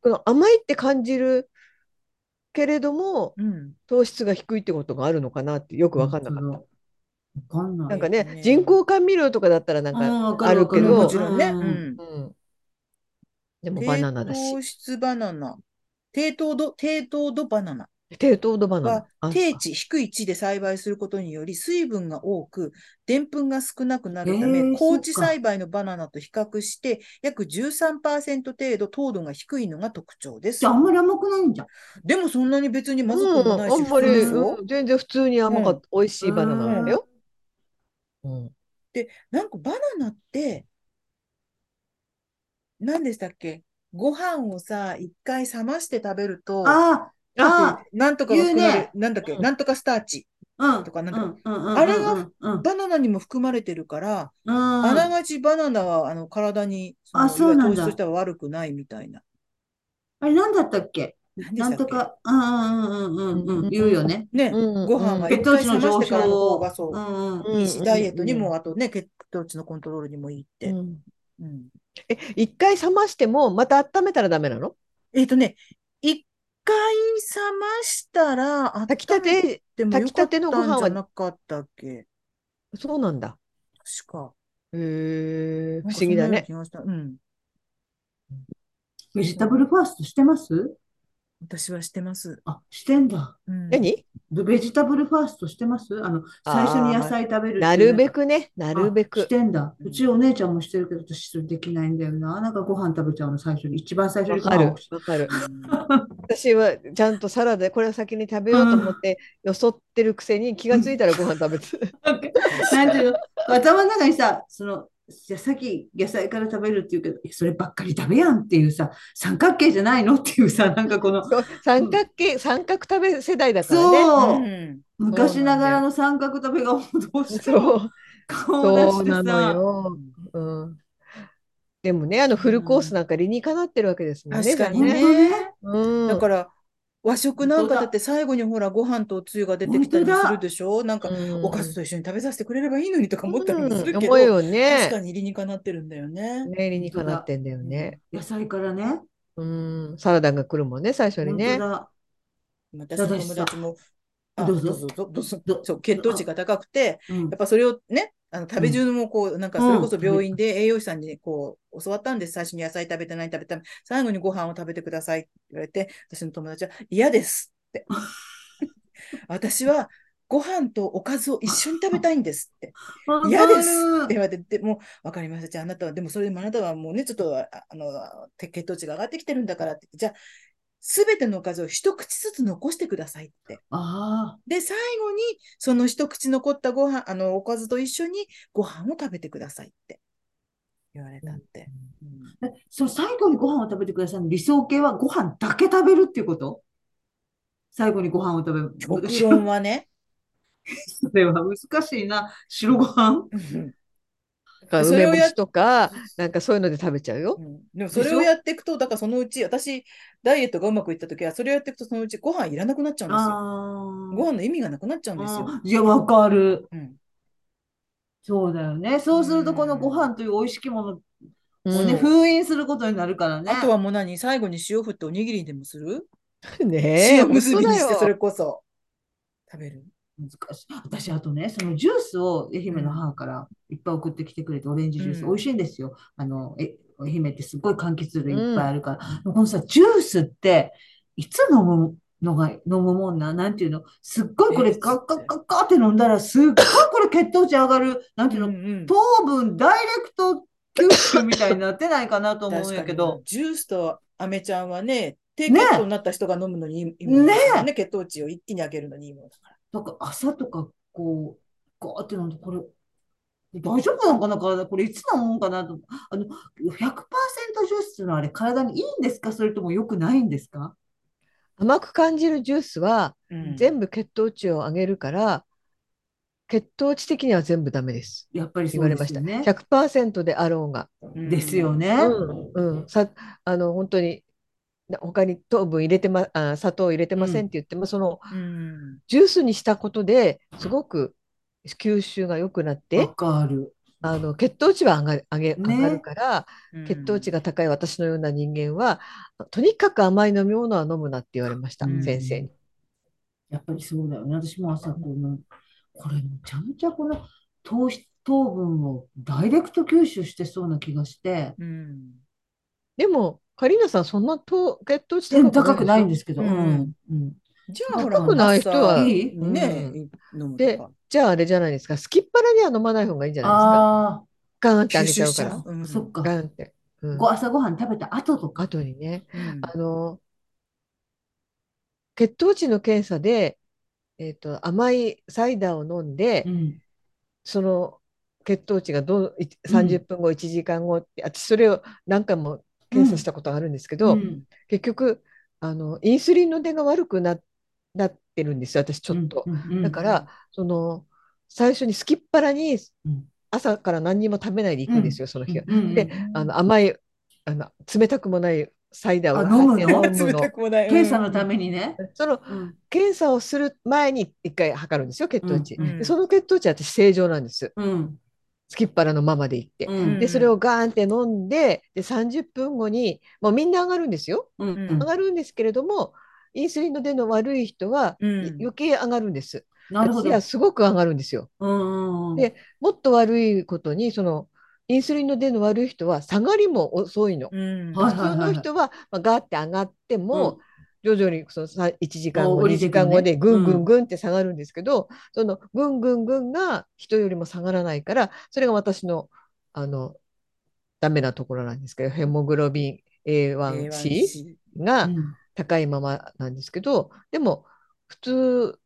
Speaker 2: この甘いって感じるけれども、
Speaker 1: うん。
Speaker 2: 糖質が低いってことがあるのかなってよく分かんなかった。
Speaker 3: った。わかんない。
Speaker 2: なんか
Speaker 1: えっとね
Speaker 2: ね、人工甘味料とかだったらなん
Speaker 3: う
Speaker 2: か、
Speaker 3: んわかる
Speaker 2: あるけど
Speaker 1: も
Speaker 3: わか
Speaker 1: ち
Speaker 3: る
Speaker 1: ろんね。
Speaker 3: うん
Speaker 1: うん
Speaker 2: うん。でもバナナだ
Speaker 1: 低
Speaker 2: し
Speaker 1: 糖、質バナナ。低糖度、低糖度バナナ。
Speaker 2: 低糖度バナ
Speaker 1: は
Speaker 2: ナ。あ
Speaker 1: 低地、低い地で栽培することにより水分が多く、でんぷんが少なくなるた
Speaker 3: え
Speaker 1: め、
Speaker 3: ー
Speaker 1: 高地
Speaker 3: そうか
Speaker 1: 栽培のバナナと比較して、約13%程度糖度が低いのが特徴です
Speaker 3: じゃあ、。あんまり甘くないんじゃん。
Speaker 1: でもそんなに別にまずくもない
Speaker 2: うん、
Speaker 1: し、
Speaker 2: あんまり、
Speaker 1: 普通よ
Speaker 2: うん全然普通に甘かった、美味しいバナナだったよ。うん
Speaker 1: で、なんかバナナって、何でしたっけご飯をさ、一回冷まして食べると、
Speaker 3: ああ、あ
Speaker 1: なんとかが含ま
Speaker 3: 言う
Speaker 1: れ
Speaker 3: ね、
Speaker 1: なんだっけ、
Speaker 2: うん
Speaker 1: なんとかスターチ。
Speaker 3: あ、うん、
Speaker 1: とかなんか
Speaker 3: うん、うん、うん、
Speaker 1: あれが
Speaker 3: うん、うん、
Speaker 1: バナナにも含まれてるから、
Speaker 3: うん、
Speaker 1: あながちバナナはあの体に
Speaker 3: あ
Speaker 1: の
Speaker 3: そう
Speaker 1: い
Speaker 3: なんだ
Speaker 1: わゆる糖質としては悪くないみたいな。
Speaker 3: あれ、なんだったっけ
Speaker 1: 何で
Speaker 3: な
Speaker 1: したっ
Speaker 3: ん
Speaker 1: け
Speaker 3: とか、うん、うん、うん、うん、うん、言うよね。
Speaker 1: ね、
Speaker 2: うん
Speaker 1: ご飯は
Speaker 2: うん
Speaker 1: 一
Speaker 3: 血糖
Speaker 1: 回冷
Speaker 3: 値
Speaker 1: ま
Speaker 3: の
Speaker 1: し
Speaker 3: 上
Speaker 1: てからの方
Speaker 3: 昇
Speaker 1: がそうう、
Speaker 3: ん、うん。
Speaker 1: いいし、ダイエットに
Speaker 2: うん
Speaker 1: も、あとね、血糖値のコントロールにもいいって。
Speaker 2: うん
Speaker 1: うん
Speaker 2: え、一回冷ましても、また温めたらダメなの
Speaker 1: えっ、とね、一回冷ましたら、温
Speaker 2: 炊きた
Speaker 1: め
Speaker 2: て、
Speaker 1: てもよ
Speaker 2: 炊き
Speaker 1: か
Speaker 2: た
Speaker 1: って
Speaker 2: のご
Speaker 1: たん
Speaker 2: 飯
Speaker 1: じゃ
Speaker 2: は、
Speaker 1: なかったっけ
Speaker 2: そうなんだ。
Speaker 1: 確か。
Speaker 2: へえ、
Speaker 1: なん
Speaker 2: 不
Speaker 1: か
Speaker 2: 思議
Speaker 1: そ。んなよ
Speaker 2: だね
Speaker 1: うな気がした。うん。
Speaker 3: ベジタブルファーストしてます
Speaker 1: 私はしてます。
Speaker 3: あ、してんだ。
Speaker 1: うん、
Speaker 2: 何
Speaker 3: ベジタブルファーストしてますあの、最初に野菜食べるっていう
Speaker 2: なるべくね、なるべ
Speaker 3: あし
Speaker 2: く。
Speaker 3: てんだ。うちお姉ちゃんもしてるけど、私それできないんだよな。なんかご飯食べちゃうの、最初に。一番最初
Speaker 2: わ
Speaker 3: にご
Speaker 2: か
Speaker 3: 飯
Speaker 2: る
Speaker 3: を。、
Speaker 2: わかる。
Speaker 1: うん
Speaker 2: 私はちゃんとサラダでこれを先に食べようと思って、よそってるくせに気がついたらご飯食べて る。
Speaker 3: なんていうの頭の中にさ、その、じゃあさっき野菜から食べるっていうけど、そればっかり食べやんっていうさ、三角形じゃないのっていうさ、なんかこの、
Speaker 2: そう三角形、三角食べ世代だからね。
Speaker 3: そうう、
Speaker 1: ん
Speaker 3: 昔ながらの三角食べがもうどうして
Speaker 2: そ
Speaker 3: も
Speaker 2: う、
Speaker 3: 顔を出
Speaker 2: そう
Speaker 3: して
Speaker 2: なの
Speaker 3: さ、
Speaker 2: よ。うん。でもね、あのフルコースなんか理にかなってるわけですもんね。
Speaker 1: 確かに
Speaker 3: 本
Speaker 1: ね
Speaker 3: 当ね。
Speaker 2: うん。
Speaker 1: だから、和食なんかだって最後にほらご飯とおつゆが出てきたりするでしょなんかおかずと一緒に食べさせてくれればいいのにとか思ったりもするけど、
Speaker 2: 思う
Speaker 1: 確
Speaker 2: よ
Speaker 1: か
Speaker 2: ね。
Speaker 1: に理にかなってるんだよね。
Speaker 2: ね理にかなってんだよね。
Speaker 3: 野菜からね。
Speaker 2: うん、サラダが来るもんね、最初にね。
Speaker 3: 本当だ。
Speaker 1: またその友達も、
Speaker 3: だ
Speaker 1: あ
Speaker 3: ど
Speaker 1: ど
Speaker 3: う
Speaker 1: うぞ
Speaker 3: ぞ
Speaker 1: どうぞ
Speaker 3: ど
Speaker 1: そう血糖値が高くて、
Speaker 3: うん
Speaker 1: やっぱそれをね、あの食べ順もこう、なんかそれこそ病院で栄養士さんにこう教わったんです。最初に野菜食べてない食べた最後にご飯を食べてくださいって言われて、私の友達は嫌ですって。私はご飯とおかずを一緒に食べたいんですって。
Speaker 3: わかる
Speaker 1: 嫌ですって言われて、でもう、わかりました。じゃあ、あなたは、でもそれでもあなたはもうね、ちょっと、ああの、て血糖値が上がってきてるんだからって、じゃあ、すべてのおかずを一口ずつ残してくださいって。
Speaker 3: あ
Speaker 1: で、最後に、その一口残ったご飯、あの、おかずと一緒にご飯を食べてくださいって言われたって。うん
Speaker 3: あ。えそう、最後にご飯を食べてくださいの理想形はご飯だけ食べるっていうこと最後にご飯を食べる。
Speaker 1: 極論はね。
Speaker 3: それは 難しいな。白ご飯
Speaker 1: うん
Speaker 2: だから
Speaker 1: それを
Speaker 2: 梅干
Speaker 1: やっ
Speaker 2: しとか、なんかそういうので食べちゃうよ。
Speaker 1: でもそれをやっていくと、だからそのうち、私、ダイエットがうまくいったときは、それをやっていくと、そのうちご飯いらなくなっちゃうんですよ。
Speaker 3: あ
Speaker 1: ご飯の意味がなくなっちゃうんですよ。
Speaker 3: あ。いや、わかる。
Speaker 1: うん
Speaker 3: そうだよね。そうすると、このご飯という美味しきものをね、
Speaker 2: ね
Speaker 3: 封印することになるからね。
Speaker 1: あとはもう何最後に塩振っておにぎりでもする、
Speaker 2: ねえ
Speaker 1: 塩結びにして
Speaker 2: 本当
Speaker 1: そ
Speaker 2: だ
Speaker 1: れ
Speaker 2: よ
Speaker 1: こそ。食べる
Speaker 3: 難しい。私、あとね、そのジュースを愛媛の母からいっぱい送ってきてくれて、オレンジジュース、
Speaker 1: うん
Speaker 3: 美味しいんですよ。あの、え、愛媛ってすごい柑橘類いっぱいあるから。でもこのさ、ジュースって、いつ飲むのが、飲むもんな、なんていうの、すっごいこれ、
Speaker 1: え
Speaker 3: カッカッカッカッって飲んだら、すっごいこれ血糖値上がる、なんていう
Speaker 1: う
Speaker 3: の、
Speaker 1: んうん
Speaker 3: 糖分ダイレクト吸収みたいになってないかなと思うんやけど
Speaker 1: 確かに、ジュースとアメちゃんはね、低血糖になった人が飲むのにいいいいものですよね血糖値を一気に上げるのにいいものだから。
Speaker 3: なんか朝とか、こう、ガーって飲んで、これ、大丈夫なのかな体、これいつ飲むんかなと。あの、100%ジュースのあれ、体にいいんですかそれとも良くないんですか
Speaker 2: 甘く感じるジュースは、
Speaker 1: うん
Speaker 2: 全部血糖値を上げるから、血糖値的には全部ダメです。
Speaker 3: やっぱり
Speaker 2: 言
Speaker 3: そう
Speaker 2: わ
Speaker 3: で
Speaker 2: れますし
Speaker 3: よ
Speaker 2: た。
Speaker 3: ね。
Speaker 2: 100%であろうが。
Speaker 1: うん
Speaker 3: ですよね。
Speaker 2: うん、さ、あの、本当に、な他に糖分入れてま、あ、砂糖入れてませんって言っても、その
Speaker 1: うん
Speaker 2: ジュースにしたことですごく吸収が良くなって
Speaker 3: わ、かる。
Speaker 2: あの血糖値は上がる上げ、
Speaker 3: ね
Speaker 2: 上がるから、
Speaker 1: うん
Speaker 2: 血糖値が高い私のような人間は、とにかく甘い飲み物は飲むなって言われました、
Speaker 1: うん
Speaker 2: 先生に。
Speaker 3: やっぱりそうだよね。私も朝こう飲むこれめちゃめちゃこの糖質、糖分をダイレクト吸収してそうな気がして、
Speaker 1: うん
Speaker 2: でも、カリーナさん、そんな糖血糖値
Speaker 3: 全然
Speaker 2: 高
Speaker 3: 高くないん
Speaker 2: で
Speaker 3: ですけど、
Speaker 1: うん
Speaker 3: うん、うん。
Speaker 1: じゃあ、ほら、
Speaker 2: 高くない人は
Speaker 1: 朝
Speaker 3: いい
Speaker 1: ね、
Speaker 2: う
Speaker 1: 飲むと
Speaker 2: で
Speaker 1: か。
Speaker 2: じゃああれじゃないですか、すきっ腹には飲まない方がいいんじゃないですか。
Speaker 3: あ
Speaker 2: ガンってあ
Speaker 1: 吸
Speaker 2: げち
Speaker 1: 収
Speaker 2: ゃう
Speaker 1: しちゃ
Speaker 2: から
Speaker 1: う。。うん
Speaker 3: あ、そっか。
Speaker 2: ガンって。うん
Speaker 3: こう朝ごはん食べた後とか。
Speaker 2: 後にね、
Speaker 1: うん
Speaker 2: あの、血糖値の検査で、えっと、甘いサイダーを飲んで、
Speaker 3: うん。そ
Speaker 2: その血糖値がどういち
Speaker 3: うん
Speaker 2: 30分後、1時間後って、私、それを何回も検査したことがあるんですけど、
Speaker 3: うん
Speaker 2: 結局あの、インスリンの出が悪くな、なってるんですよ、私、ちょっと。
Speaker 3: うんうんうん
Speaker 2: だから、その最初にすきっ腹に
Speaker 3: うん
Speaker 2: 朝から何にも食べないで行くんですよ、その日は。
Speaker 3: うんうん
Speaker 2: であの甘いあの冷たくもないサイダーを
Speaker 3: あ飲むの
Speaker 2: 買って 飲むの
Speaker 1: 冷たくもない。
Speaker 3: 検査のためにね。
Speaker 2: その
Speaker 3: うん
Speaker 2: 検査をする前に一回測るんですよ血糖値、
Speaker 3: うんうん
Speaker 2: でその血糖値は私正常なんです
Speaker 3: うん
Speaker 2: すきっ腹のままで行って、
Speaker 3: うん
Speaker 2: でそれをガーンって飲んでで30分後にもうみんな上がるんですよ
Speaker 3: うん
Speaker 2: 上がるんですけれどもインスリンの出の悪い人は、
Speaker 1: うん
Speaker 2: い余計上がるんです
Speaker 3: なるほ
Speaker 2: 私
Speaker 3: ど。
Speaker 2: はすごく上がるんですよ
Speaker 3: うんうんうん
Speaker 2: でもっと悪いことにそのインスリンの出の悪い人は下がりも遅いの
Speaker 1: うん。
Speaker 3: はい
Speaker 2: 普通の人は、まあ、ガーって上がっても、徐々にそのさ1時間
Speaker 3: お
Speaker 2: 後、
Speaker 3: 降り
Speaker 2: 2
Speaker 3: て
Speaker 2: 時
Speaker 3: くるね
Speaker 2: 間後でぐんぐんぐんって下がるんですけど、そのぐんぐんぐんが人よりも下がらないから、それが私のあのダメなところなんですけど、ヘモグロビン A1C
Speaker 3: う
Speaker 2: が
Speaker 3: ん
Speaker 2: 高いままなんですけど、でも普通、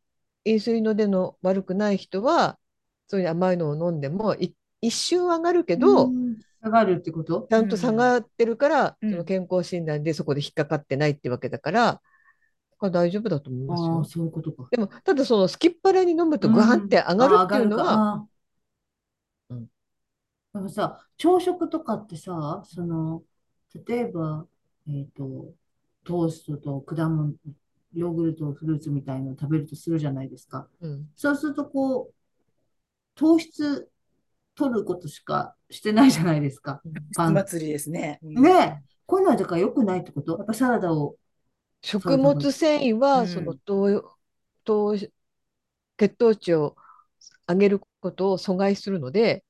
Speaker 2: インスリンの出の悪くない人は、そういう甘いのを飲んでも、い一瞬上がるけど、
Speaker 3: うん下がるってこと
Speaker 2: ちゃんと下がってるから、
Speaker 1: うん
Speaker 2: その健康診断でそこで引っかかってないってわけだから、これ大丈夫だと思います
Speaker 3: ああ、
Speaker 2: よ。
Speaker 3: そういうことか。
Speaker 2: でも、ただそのすきっ腹に飲むと
Speaker 3: うん
Speaker 2: グワンって上がる
Speaker 3: あ
Speaker 2: っていうのは、
Speaker 3: あ上がるかああ
Speaker 2: うん
Speaker 3: でもさ、朝食とかってさ、その、例えば、えっと、トーストと果物ヨーグルト、フルーツみたいのを食べるとするじゃないですか。
Speaker 2: うん
Speaker 3: そうすると、こう、糖質取ることしかしてないじゃないですか。パン。
Speaker 1: 祭りですね。うん
Speaker 3: ねえ、こういうのはだから良くないってことやっぱサラダを、
Speaker 2: 食物繊維は、
Speaker 1: うん
Speaker 2: その糖糖血糖値を上げることを阻害するので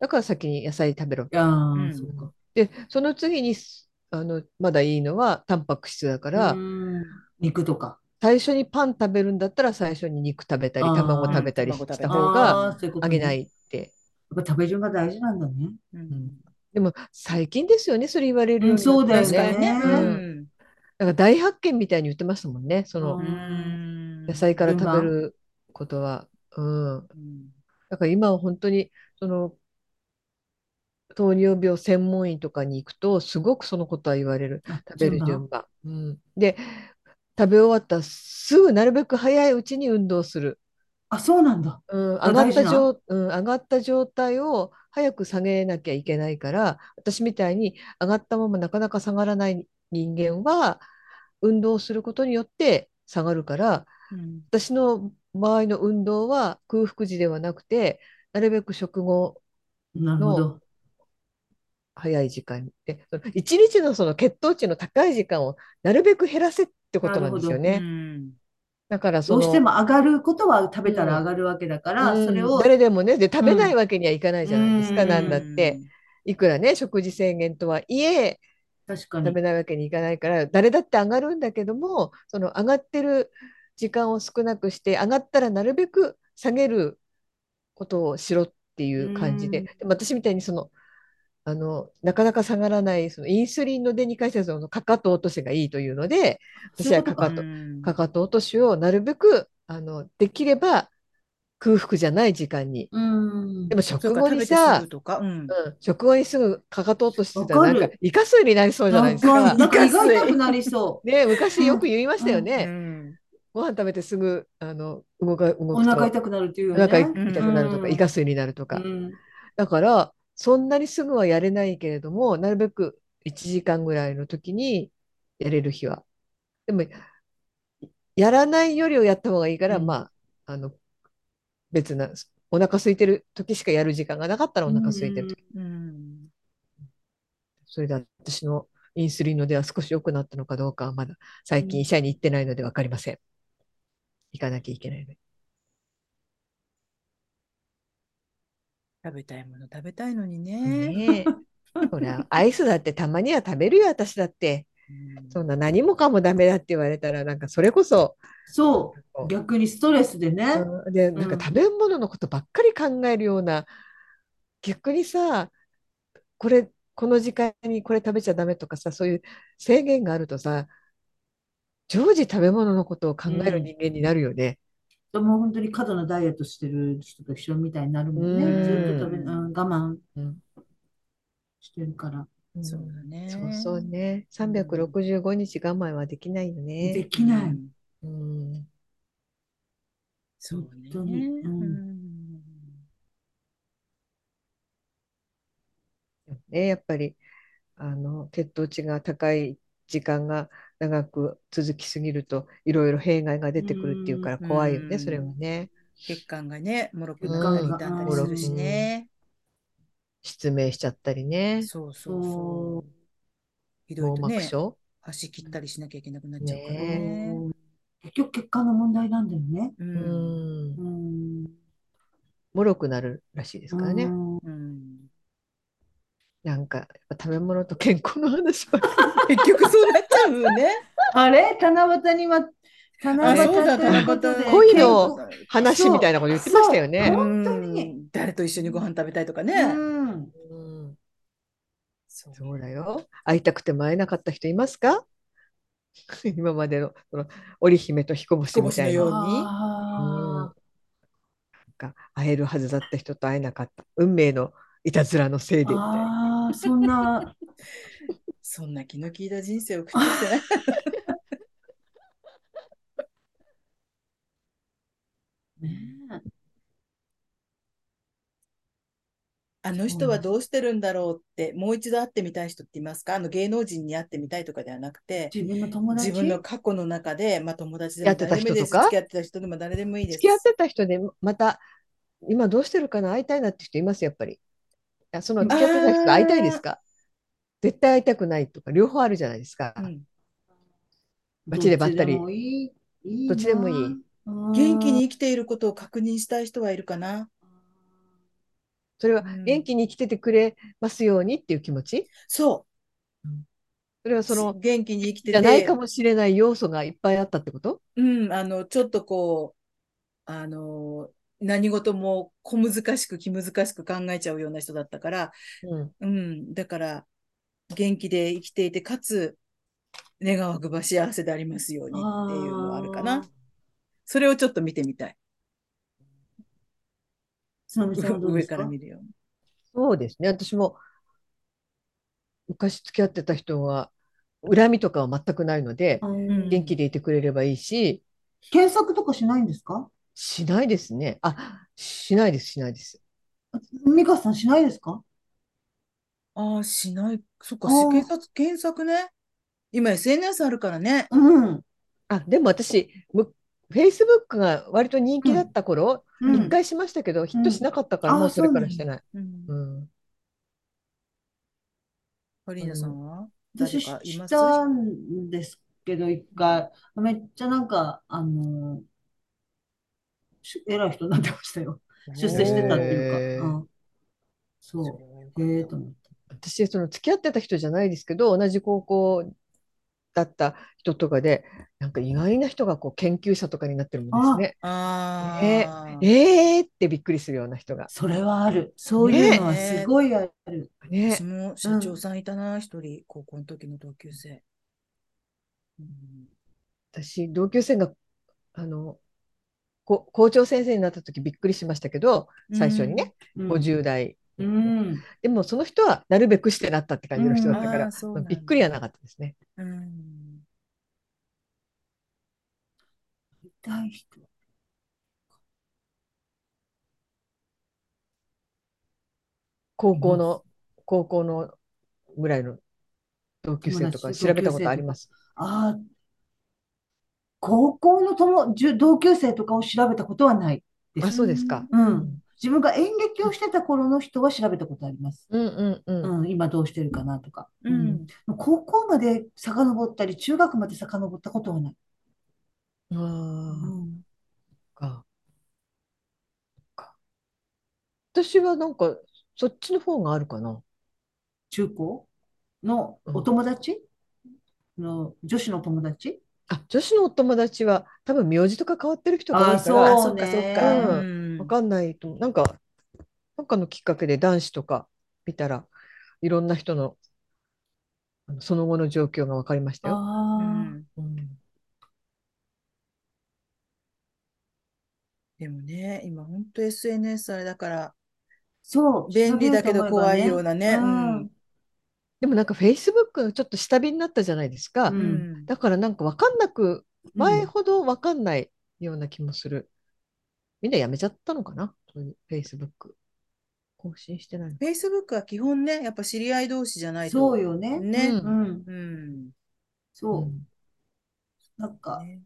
Speaker 2: だから先に野菜食べろ。
Speaker 1: う
Speaker 3: ああ、
Speaker 1: ん
Speaker 3: そうか。
Speaker 2: でその次にすあのまだいいのはタンパク質だから、
Speaker 3: うん肉とか。
Speaker 2: 最初にパン食べるんだったら最初に肉食べたり
Speaker 3: あー
Speaker 2: 卵食べたり
Speaker 1: うん
Speaker 2: した
Speaker 1: 卵食べ
Speaker 2: 方
Speaker 1: たり
Speaker 2: が
Speaker 3: ああ、そういうこと
Speaker 2: あ
Speaker 3: ね
Speaker 2: げないって。
Speaker 3: やっぱ食べ順が大事なんだね。
Speaker 1: うん
Speaker 2: でも最近ですよねそれ言われるよになった
Speaker 3: うん
Speaker 1: 確
Speaker 3: そう
Speaker 1: か
Speaker 3: だ
Speaker 1: に
Speaker 3: よ
Speaker 1: ね。
Speaker 3: ね
Speaker 1: うん
Speaker 2: なんか大発見みたいに言ってましたもんねその
Speaker 3: う
Speaker 1: うんん
Speaker 2: 野菜から食べることは。うん、
Speaker 1: うん
Speaker 2: だから今は本当にその糖尿病専門医とかに行くとすごくそのことは言われる
Speaker 3: あ
Speaker 2: 食べる順番。うん、で食べ終わったらすぐなるべく早いうちに運動する、
Speaker 3: あ、そうなんだ。
Speaker 2: うん、上が
Speaker 3: あ
Speaker 2: っ
Speaker 3: 大事
Speaker 2: た
Speaker 3: な
Speaker 2: 状、うん、上がった状態を早く下げなきゃいけないから私みたいに上がったままなかなか下がらない人間は運動することによって下がるから
Speaker 1: うん
Speaker 2: 私の場合の運動は空腹時ではなくてなるべく食後
Speaker 3: なるほど。
Speaker 2: 早い時間に。で、その一日のその血糖値の高い時間をなるべく減らせってことなんですよ
Speaker 1: う
Speaker 2: ね。
Speaker 1: ん
Speaker 2: だからそ
Speaker 3: ど
Speaker 2: の
Speaker 3: うしても上がることは食べたら上がるわけだから、
Speaker 2: うん
Speaker 3: それを、
Speaker 2: 誰でもね、で食べないわけにはいかないじゃないですか、
Speaker 3: うん
Speaker 2: なんだって。いくらね、食事制限とはいえ、
Speaker 3: 確か
Speaker 2: 食べ
Speaker 3: に。
Speaker 2: ないわけにいかないから、誰だって上がるんだけども、その上がってる時間を少なくして、上がったらなるべく下げることをしろっていう感じで、
Speaker 3: うん
Speaker 2: でも私みたいにその、あのなかなか下がらないそのインスリンの出に関してはそのかかと落としがいいというので私はか
Speaker 1: う
Speaker 2: かと
Speaker 1: ん
Speaker 2: かかと落としをなるべくあのできれば空腹じゃない時間に
Speaker 3: うん
Speaker 2: で。も
Speaker 1: そ
Speaker 2: 食
Speaker 1: うか
Speaker 2: 後
Speaker 1: 食
Speaker 2: に
Speaker 1: べてす
Speaker 2: さ
Speaker 1: ぐ、とか、うん
Speaker 2: うん、食後にすぐかかと落とししてた
Speaker 3: わ
Speaker 2: ら
Speaker 3: か
Speaker 2: なん
Speaker 3: る
Speaker 2: かイカ水になりそうじゃないです
Speaker 3: な
Speaker 2: か
Speaker 3: ん。かなんか
Speaker 1: イカ
Speaker 3: 胃
Speaker 1: 水
Speaker 3: が痛くなりそう。
Speaker 2: ね、昔よく言いましたよね、
Speaker 1: うん
Speaker 2: ご飯食べてすぐあの動か動
Speaker 3: お
Speaker 2: くと
Speaker 3: 腹痛くなるっていうよ
Speaker 2: お腹
Speaker 3: ね。
Speaker 2: 痛くなるとか、
Speaker 3: うん
Speaker 2: イカ水になるとか、
Speaker 3: うん
Speaker 2: だからそんなにすぐはやれないけれどもなるべく1時間ぐらいの時にやれる日は。でもやらないよりをやった方がいいから、
Speaker 1: うん
Speaker 2: まああの別なお腹空いてる時しかやる時間がなかったらお腹空いてる時、
Speaker 1: うん
Speaker 2: それで私のインスリンの出は少し良くなったのかどうかはまだ最
Speaker 3: う
Speaker 2: 近
Speaker 3: ん
Speaker 2: 医者に行ってないので分かりません。行かなきゃいけないね。
Speaker 1: 食べたいもの食べたいのにね。
Speaker 2: ねえ。ほらアイスだってたまには食べるよ私だって。
Speaker 1: うん
Speaker 2: そんな何もかもダメだって言われたらなんかそれこそ
Speaker 3: そ
Speaker 2: こ
Speaker 3: う。
Speaker 2: う
Speaker 3: 逆にストレスでね。
Speaker 2: うんでなんか
Speaker 3: うん
Speaker 2: 食べ物のことばっかり考えるような逆にさこれこの時間にこれ食べちゃダメとかさそういう制限があるとさ常時食べ物のことを考える人間になるよね。
Speaker 3: もう本当に過度なダイエットしてる人と一緒みたいになるもんね。
Speaker 2: うん
Speaker 3: ずっと食べ、うん、我慢
Speaker 2: うん
Speaker 3: してるから。
Speaker 2: うん
Speaker 1: そうだね。
Speaker 2: そうそうね365日我慢はできないよ
Speaker 3: で
Speaker 2: ね。
Speaker 3: きない。
Speaker 1: うん
Speaker 2: うん
Speaker 1: そうね。
Speaker 3: 本当にうん
Speaker 1: うん
Speaker 2: ね、やっぱりあの血糖値が高い時間が長く続きすぎるといろいろ弊害が出てくるっていうから
Speaker 1: うん
Speaker 2: 怖いよね、
Speaker 1: うん
Speaker 2: それはね。
Speaker 1: 血管がね、もろくなったり
Speaker 2: う
Speaker 1: 傷んだ
Speaker 2: ん
Speaker 1: りするしね。
Speaker 2: 失明しちゃったりね
Speaker 1: そうそうそ。
Speaker 3: そう
Speaker 1: ひどい
Speaker 2: 網
Speaker 1: と
Speaker 2: 膜
Speaker 1: ね、
Speaker 2: 症、
Speaker 1: 足切ったりしなきゃいけなくなっちゃうから
Speaker 2: ね
Speaker 1: ね。
Speaker 3: 結局血管の問題なんだよね。
Speaker 1: う。
Speaker 2: うんん
Speaker 3: う、ん。
Speaker 2: もろくなるらしいですからね、
Speaker 3: うん
Speaker 1: うん
Speaker 2: なんかやっぱ食べ物と健康の話ばっか
Speaker 1: 結局そうなっちゃうね。
Speaker 3: あれ七夕にま、七
Speaker 1: あ、
Speaker 3: 夕
Speaker 1: そうだ、
Speaker 3: という
Speaker 1: 七
Speaker 3: こと
Speaker 1: 夕。
Speaker 3: で、
Speaker 2: 恋の
Speaker 1: 結構
Speaker 2: り話みたいなこと言ってましたよ
Speaker 3: そう
Speaker 2: ね。
Speaker 3: 本当に
Speaker 1: うん誰と一緒にご飯食べたいとか
Speaker 3: 健康
Speaker 1: ね。
Speaker 3: うん。
Speaker 2: うん、
Speaker 1: そう
Speaker 2: そうだよ会いたくても会えなかった人いますか 今までのその織姫と彦星みたい
Speaker 1: 彦星のように。
Speaker 2: なな
Speaker 3: あ
Speaker 2: んか会えるはずだった人と会えなかった運命のいたずらのせい
Speaker 3: ー
Speaker 2: でみたいな
Speaker 3: あー、そんな、
Speaker 1: そんな気の利いた人生を送ってきてない。
Speaker 3: ねえ
Speaker 1: あの人はどうしてるんだろうって、もう一度会ってみたい人っていますかあの芸能人に会ってみたいとかではなくて、
Speaker 3: 自分の友達
Speaker 1: 自分の過去の中で、まあ友達でも
Speaker 2: やってた
Speaker 1: 誰で
Speaker 2: 人
Speaker 1: もいい
Speaker 2: と
Speaker 1: です。
Speaker 2: か
Speaker 1: 付き合ってた人でも誰でもいいです。
Speaker 2: 付き合ってた人でまた今どうしてるかな会いたいなって人いますやっぱりいやその付き合ってた人と会いたいですか絶対会いたくないとか両方あるじゃないですか、
Speaker 1: うん
Speaker 2: バチでばったり
Speaker 3: どっちでもいい。いい
Speaker 2: ど
Speaker 3: な
Speaker 2: っちでもいい。
Speaker 3: うん
Speaker 1: 元気に生きていることを確認したい人はいるかな
Speaker 2: それは
Speaker 1: うん
Speaker 2: 元気に生きててくれますようにっていう気持ち
Speaker 1: そ
Speaker 2: それは
Speaker 1: う。
Speaker 2: その
Speaker 1: 元気に生きて
Speaker 2: じゃない
Speaker 1: て
Speaker 2: か、もしれない要素がいっぱいあったってこと
Speaker 1: うん、あの、ちょっとこう、あの、何事も小難しく気難しく考えちゃうような人だったから、う
Speaker 2: うん
Speaker 1: ん、だから、元気で生きていて、かつ、願わくば幸せでありますようにっていうのはあるか
Speaker 3: あ
Speaker 1: な
Speaker 3: ー。
Speaker 1: それをちょっと見てみたい。
Speaker 3: つなみさんはどう
Speaker 1: 上
Speaker 3: です
Speaker 1: か
Speaker 3: から
Speaker 1: 見るように。
Speaker 2: そうですね私も昔付き合ってた人は恨みとかは全くないので
Speaker 1: ん
Speaker 2: 元気でいてくれればいいし
Speaker 3: 検索とかしないんですか
Speaker 2: しないですねあしないですしないです
Speaker 3: 美香さんしないですか
Speaker 1: ああ、しない。そっか、
Speaker 3: あー
Speaker 1: 検索、検索ね。今 SNS あるからね。
Speaker 3: うん。
Speaker 2: あでも私む Facebook が割と人気だった頃、
Speaker 3: うん
Speaker 2: 一回しましたけど、ヒットしなかったから、
Speaker 3: うん
Speaker 2: もうそれか
Speaker 3: あ
Speaker 2: ら
Speaker 3: そうなんだ
Speaker 2: してない。
Speaker 1: うん
Speaker 2: う。ん、
Speaker 1: カリーナさんは
Speaker 3: 私
Speaker 1: 誰かい
Speaker 3: し
Speaker 1: ます
Speaker 3: たんですけど、一回。めっちゃなんか、あのし偉い人になってましたよ。出世してたっていうか。う
Speaker 2: へー
Speaker 3: ん、そう。ええと思って。
Speaker 2: 私その付き合ってた人じゃないですけど同じ高校だった人とかでなんか意外な人がこう研究者とかになってるもんです
Speaker 1: ああ。
Speaker 2: ね。えー、ってびっくりするような人が。
Speaker 3: それはある。そういうのはすごいある。
Speaker 2: ね
Speaker 1: 私も社長さんいたな、一人、高校の時の同級生。うん
Speaker 2: 私同級生があのこ校長先生になった時びっくりしましたけど最初にね、
Speaker 3: うん
Speaker 2: 50代、
Speaker 3: うん。
Speaker 2: でもその人はなるべくしてなったって感じの人だったか
Speaker 1: うん
Speaker 2: ら、
Speaker 1: あーそう
Speaker 2: ま
Speaker 1: な
Speaker 2: あ
Speaker 1: んだ
Speaker 2: びっくりはなかったですね。
Speaker 1: うん。
Speaker 3: 痛い人。
Speaker 2: 高校の高校のぐらいの同級生とか
Speaker 3: 友達
Speaker 2: 調べたことあります。
Speaker 3: ああ。高校の友、じゅ同級生とかを調べたことはないです
Speaker 2: あそうですか。
Speaker 3: うん。自分が演劇をしてた頃の人は調べたことあります。
Speaker 2: うんうんうん。
Speaker 3: うん、今どうしてるかなとか。
Speaker 1: う。ん。
Speaker 3: 高校まで遡ったり、中学まで遡ったことはない。う
Speaker 2: ああ、
Speaker 3: ん。
Speaker 2: か。か私はなんか、そっちの方があるかな。
Speaker 3: 中高のお友達の女子の友達
Speaker 2: あ、女子のお友達は、多分名字とか変わってる人が多い
Speaker 3: あ
Speaker 2: か
Speaker 3: そう
Speaker 2: ら、
Speaker 1: あ、そっかそっか。
Speaker 2: うわかんないと、なんか、なんかのきっかけで男子とか見たら、いろんな人の、あのその後の状況が分かりましたよ。
Speaker 1: う
Speaker 3: あ
Speaker 1: ん
Speaker 2: うん
Speaker 1: でもね、今本当 SNS あれだから、
Speaker 3: そう、
Speaker 1: 便利だけど
Speaker 3: 調べようと思
Speaker 1: 怖
Speaker 3: えば
Speaker 1: いようなね。うん。
Speaker 2: でもなんか、Facebook のちょっと下火になったじゃないですか
Speaker 3: う。ん
Speaker 2: だからなんか分かんなく、
Speaker 3: うん
Speaker 2: 前ほど分かんないような気もする。みんなやめちゃったのかなそういう Facebook。更新してないの。
Speaker 1: Facebook は基本ね、やっぱ知り合い同士じゃないと。
Speaker 3: そうよね。
Speaker 1: ね。
Speaker 3: うん、
Speaker 1: うん。
Speaker 3: そうう。なんか、
Speaker 1: ね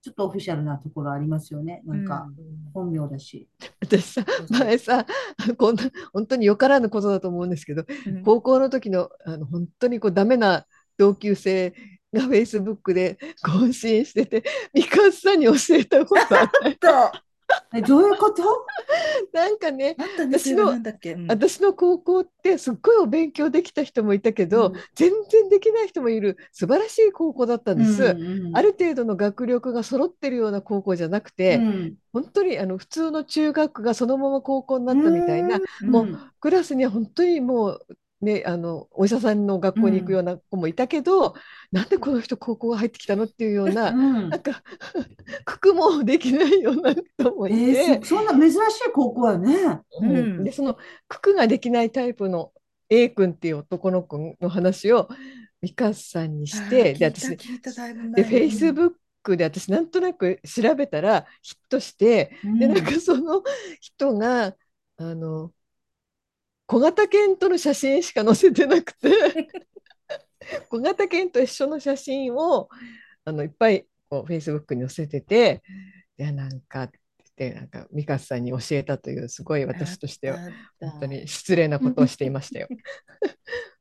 Speaker 3: ちょっとオフィシャルなところありますよね。なんか、
Speaker 2: ん
Speaker 3: 本名だし。
Speaker 2: 私さ
Speaker 1: そうそう
Speaker 2: 前さこんな本当によからぬことだと思うんですけど
Speaker 1: うん
Speaker 2: 高校の時のあの本当にこうダメな同級生が Facebook で更新してて美香さんに教えたこと あった
Speaker 3: え、どういうこと
Speaker 2: なんかね
Speaker 1: あったんです
Speaker 2: 私
Speaker 1: よ。
Speaker 2: の
Speaker 1: なんだっけ。うん
Speaker 2: 私の高校ってすっごいお勉強できた人もいたけど、全然できない人もいる素晴らしい高校だったんです、
Speaker 3: うん
Speaker 2: ある程度の学力が揃ってるような高校じゃなく
Speaker 3: う
Speaker 2: て、
Speaker 3: ん
Speaker 2: 本当にあの普通の中学がそのまま高校になったみたいな、
Speaker 3: うん
Speaker 2: もうクラスには本当にもう、ね、あのお医者さんの学校に行くような子もいたけど、なんでこの人高校入ってきたのっていうよう
Speaker 3: う
Speaker 2: な。
Speaker 3: ん
Speaker 2: なんかくくもできないような人もいて、
Speaker 3: えーそそんな珍しい高校やね。
Speaker 1: うん
Speaker 2: うんでその九九ができないタイプの A 君っていう男の子の話を美香さんにしてで
Speaker 1: あー聞
Speaker 2: 私
Speaker 1: いた聞いただいぶ
Speaker 2: で
Speaker 1: 前
Speaker 2: フェイ
Speaker 1: に
Speaker 2: スブックで私なんとなく調べたらヒットして
Speaker 3: うん
Speaker 2: でなんかその人があの小型犬との写真しか載せてな くて小型犬と一緒の写真をあのいっぱいこうフェイスブックに載せてていやなんかって言ってなんか美香さんに教えたというすごい私としては本当に失礼なことをしていましたよ。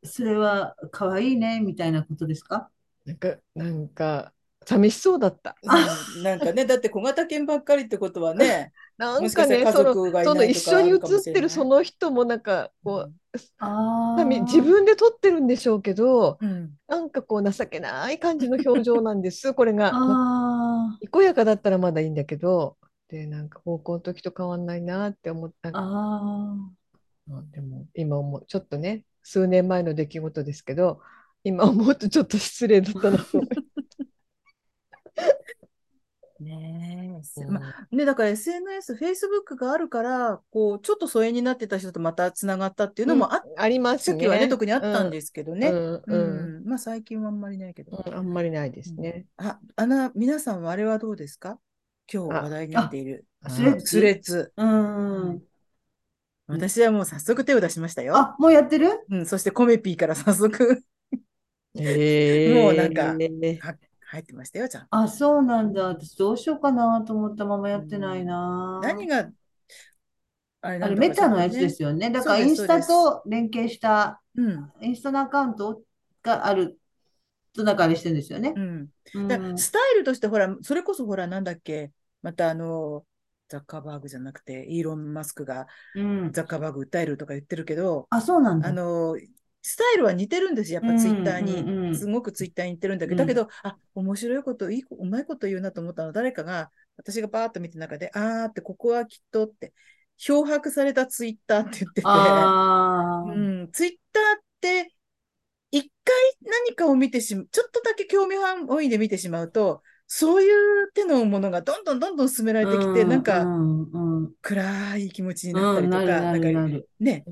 Speaker 3: それは可愛いねみたいなことですか
Speaker 2: なんかなんか寂しそうだった。
Speaker 1: うんなんかね、だって小型犬ばっかりってことはね、
Speaker 2: な
Speaker 1: も
Speaker 2: ん
Speaker 1: しか
Speaker 2: か
Speaker 1: した
Speaker 2: ね
Speaker 1: ら家
Speaker 2: その
Speaker 1: 族がい
Speaker 2: その
Speaker 1: ない
Speaker 2: 一
Speaker 1: と
Speaker 2: 緒
Speaker 1: かあ
Speaker 2: に
Speaker 1: るかも
Speaker 2: 写
Speaker 1: しれ
Speaker 2: って
Speaker 1: ない
Speaker 2: るその人もなんかこう、
Speaker 3: あ
Speaker 2: 多分自分で撮ってるんでしょうけど
Speaker 1: うん
Speaker 2: なんかこう情けない感じの表情なんです これが。
Speaker 3: あ
Speaker 2: にこやかだったらまだいいんだけどでなんか高校の時と変わんないなって思った
Speaker 3: ーあー。
Speaker 2: でも今もちょっとね数年前の出来事ですけど今思うとちょっと失礼だったなと思い
Speaker 1: ねえ、
Speaker 2: ま
Speaker 1: ま あね、だから SNS、Facebook があるから、こう、ちょっと疎遠になってた人とまたつながったっていうのもあっ、
Speaker 2: あります
Speaker 1: 初期はね、
Speaker 2: ね。
Speaker 1: 特にあったん
Speaker 2: す
Speaker 1: ですけどね。
Speaker 2: うん
Speaker 1: う、
Speaker 2: うんん
Speaker 1: まあ最近はあんまりないけど。
Speaker 2: うんあんまりないですね。
Speaker 1: あ、あの、皆さんはあれはどうですか今日
Speaker 2: あ
Speaker 1: 話題になっている。
Speaker 2: あ
Speaker 3: スレッズ
Speaker 1: スレッズ。
Speaker 3: うん。
Speaker 1: 私はもう早速手を出しましたよ。
Speaker 3: あ、もうやってる
Speaker 1: うん、そしてコメピーから早速
Speaker 2: え
Speaker 1: もうなんか
Speaker 2: え
Speaker 1: は入ってましたよ、ちゃんと。
Speaker 3: あ、そうなんだ。私どうしようかなと思ったままやってないな。
Speaker 1: 何が、あれ
Speaker 3: あ
Speaker 1: な
Speaker 3: れ、
Speaker 1: の
Speaker 3: メタのやつ
Speaker 1: す
Speaker 3: ですよね。だから
Speaker 1: そう
Speaker 3: イ
Speaker 1: で
Speaker 3: ン
Speaker 1: す
Speaker 3: スタと連携した、
Speaker 1: うん。
Speaker 3: インスタのアカウントがあるとなんかあれしてるんですよね
Speaker 1: う。ん。
Speaker 3: うん
Speaker 1: だスタイルとしてほら、それこそほら、なんだっけ、またあの、ザッカーバーグじゃなくて、イーロン・マスクが
Speaker 3: うん。
Speaker 1: ザッカーバーグ訴えるとか言ってるけど、
Speaker 3: あ、そうなんだ。
Speaker 1: あの、スタイルは似てるんですよ、やっぱツイッターに。
Speaker 3: うんうんうん
Speaker 1: すごくツイッターに似てるんだけど、
Speaker 3: うん
Speaker 1: だけど、あ、面白いこと、いいこ、うまいこと言うなと思ったのは、誰かが、私がバーッと見て中で、あーって、ここはきっとって、漂白されたツイッターって言ってて、
Speaker 3: あー
Speaker 1: うん、ツイッターって、一回何かを見てしまう、ちょっとだけ興味本位で見てしまうと、そういう手のものがどんどんどんどん進められてきて、
Speaker 3: うん
Speaker 1: なん
Speaker 3: う
Speaker 1: か
Speaker 3: んうん
Speaker 1: 暗い気持ちになった
Speaker 3: う
Speaker 1: り
Speaker 3: ん、
Speaker 1: とか、
Speaker 3: なるな
Speaker 1: なん
Speaker 3: る
Speaker 1: か
Speaker 3: なる。
Speaker 1: ね、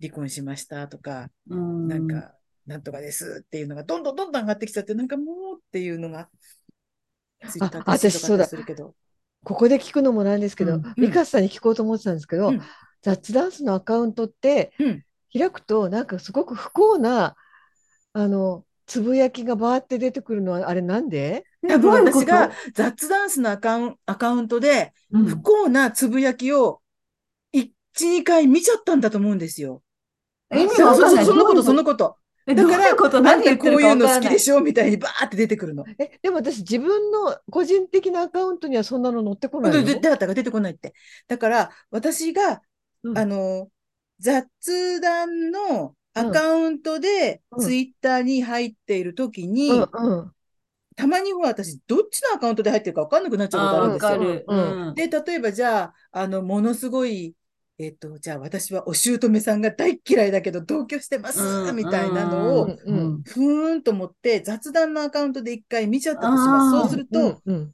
Speaker 1: 離婚しましたとか、
Speaker 3: うん
Speaker 1: なんか、なんとかですっていうのがどんどんどんどん上がってきちゃって、なんかもうっていうのが、ツイッターとして
Speaker 2: 私そうだ
Speaker 1: するけど。
Speaker 2: ここで聞くのもなんですけ
Speaker 3: う
Speaker 2: ど
Speaker 3: ん、
Speaker 2: 美香さんに聞こうと思ってたんですけど、
Speaker 1: うん
Speaker 2: 雑ダンスのアカウントって、
Speaker 1: うん
Speaker 2: 開くとなんかすごく不幸なあのつぶやきがバーって出てくるのはあれなんで？
Speaker 1: 多分
Speaker 3: どうい
Speaker 1: 私
Speaker 3: うこと
Speaker 1: が雑ダンスのアカウンアカウントで
Speaker 3: うん
Speaker 1: 不幸なつぶやきを1、2回見ちゃったんだと思うんですよ。
Speaker 3: 意味が
Speaker 1: そ
Speaker 3: わ
Speaker 1: う
Speaker 3: かん
Speaker 1: そ
Speaker 3: な
Speaker 1: う
Speaker 3: い。
Speaker 1: そのこと、そ
Speaker 3: どういう
Speaker 1: のこと。
Speaker 3: え
Speaker 1: だ
Speaker 3: どう
Speaker 1: から
Speaker 3: いうこと
Speaker 1: あん
Speaker 3: 何
Speaker 1: た
Speaker 3: 言って
Speaker 1: こ
Speaker 3: る
Speaker 1: う
Speaker 3: か
Speaker 1: いう
Speaker 3: わ
Speaker 1: の
Speaker 3: か
Speaker 1: 好
Speaker 3: ん
Speaker 1: き
Speaker 3: な
Speaker 1: で
Speaker 3: い。
Speaker 1: しょみたいにバーって出てくるの。
Speaker 2: えでも私自分の個人的なアカウントにはそんなの載ってこない
Speaker 1: で、
Speaker 2: の？
Speaker 1: で、であったが出てこないって。だから、私が、
Speaker 2: うん
Speaker 1: あの、雑談のアカウントで
Speaker 2: うん
Speaker 1: ツイッターに入っているときに、
Speaker 2: うんうん
Speaker 1: たまにほら私、どっちのアカウントで入ってるか分かんなくなっちゃうことあるん
Speaker 3: わ
Speaker 1: です
Speaker 3: か
Speaker 1: よ。
Speaker 3: る。
Speaker 2: うん
Speaker 1: で、例えばじゃあ、あの、ものすごい、えっと、じゃあ私はお姑さんが大っ嫌いだけど同居してます、みたいなのを、
Speaker 2: うん
Speaker 1: ふーんと思って雑談のアカウントで一回見ちゃったとし
Speaker 3: あ
Speaker 1: ま
Speaker 3: ー
Speaker 1: す。そうすると、
Speaker 2: うんうん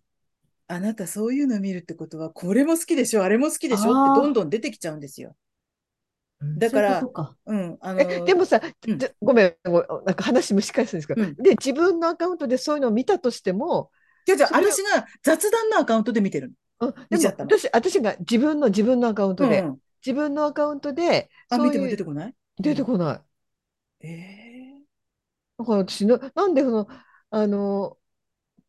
Speaker 1: あなたそういうの見るってことは、これも好きでしょ、あれも好きでしょ
Speaker 3: あ
Speaker 1: っ
Speaker 3: ー
Speaker 1: てどんどん出てきちゃうんですよ。
Speaker 2: うん
Speaker 1: だから
Speaker 3: そういうことか
Speaker 1: うん。あの
Speaker 2: えでもさ、
Speaker 1: うん
Speaker 2: じゃごめんごめんなんか話蒸し返すんですけど、
Speaker 1: うん
Speaker 2: で自分のアカウントでそういうのを見たとしても、
Speaker 1: じゃあじゃあ
Speaker 2: それを
Speaker 1: 私が雑談のアカウントで見てるの。
Speaker 2: うん、で
Speaker 1: 見ちゃ
Speaker 2: も
Speaker 1: ったの
Speaker 2: 私私が自分の自分のアカウントで、
Speaker 1: うんうん
Speaker 2: 自分のアカウントで
Speaker 1: あ、
Speaker 2: そう
Speaker 1: 見ても
Speaker 2: い
Speaker 1: 出
Speaker 2: う
Speaker 1: てこない
Speaker 2: 出てこない。
Speaker 1: ええ
Speaker 2: だから私のなんでそのあの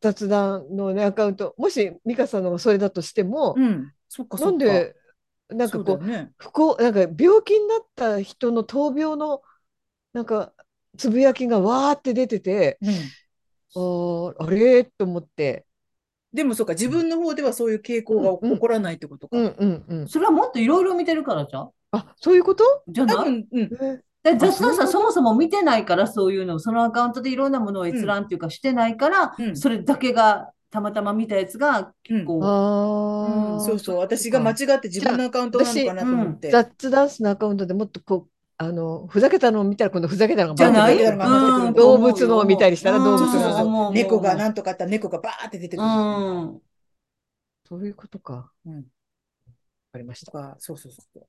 Speaker 2: 雑談のねアカウントもし美香さんのがそれだとしても、
Speaker 1: うん。そっかそっか。
Speaker 2: なんでなん
Speaker 1: そ
Speaker 2: か
Speaker 1: うだ
Speaker 2: こ
Speaker 1: よ
Speaker 2: う
Speaker 1: ね。
Speaker 2: 不幸なんか病気になった人の闘病のなんかつぶやきがわーって出てて
Speaker 1: うん。
Speaker 2: あーあれーと思って
Speaker 1: でもそうか、自分の方ではそういう傾向が
Speaker 2: うんうん
Speaker 1: 起こらないってことか。
Speaker 2: うんうんうん
Speaker 3: それはもっといろいろ見てるからじゃん
Speaker 2: あそういうこと
Speaker 3: じ
Speaker 1: 多
Speaker 3: ゃない
Speaker 1: 分、うん。
Speaker 2: え
Speaker 3: で、雑談さ
Speaker 2: あ
Speaker 3: ん、そもそも見てないから、そういうの、そのアカウントでいろんなものを閲覧っていうかしてないから、
Speaker 1: うん
Speaker 3: それだけが、たまたま見たやつが、結構、
Speaker 2: あ
Speaker 3: うん
Speaker 2: ー
Speaker 1: そうそう。私が間違って自分のアカウントなのかなと思って。
Speaker 2: ザッツダンスのアカウントでもっとこうあのふざけたのを見たら今度ふざけたのが
Speaker 3: じゃない
Speaker 2: バーって出て
Speaker 1: じ
Speaker 2: くる
Speaker 1: ゃない
Speaker 3: うん
Speaker 2: 動物のを見たりしたら
Speaker 3: 思う
Speaker 2: 動物
Speaker 1: の
Speaker 3: うん思う思う
Speaker 1: 猫がなんとかあったら猫がバーって出てくる。
Speaker 3: うん。
Speaker 2: そういうことか。
Speaker 1: うん
Speaker 2: わかりまし
Speaker 1: と
Speaker 2: た。
Speaker 1: か、そうそうそう。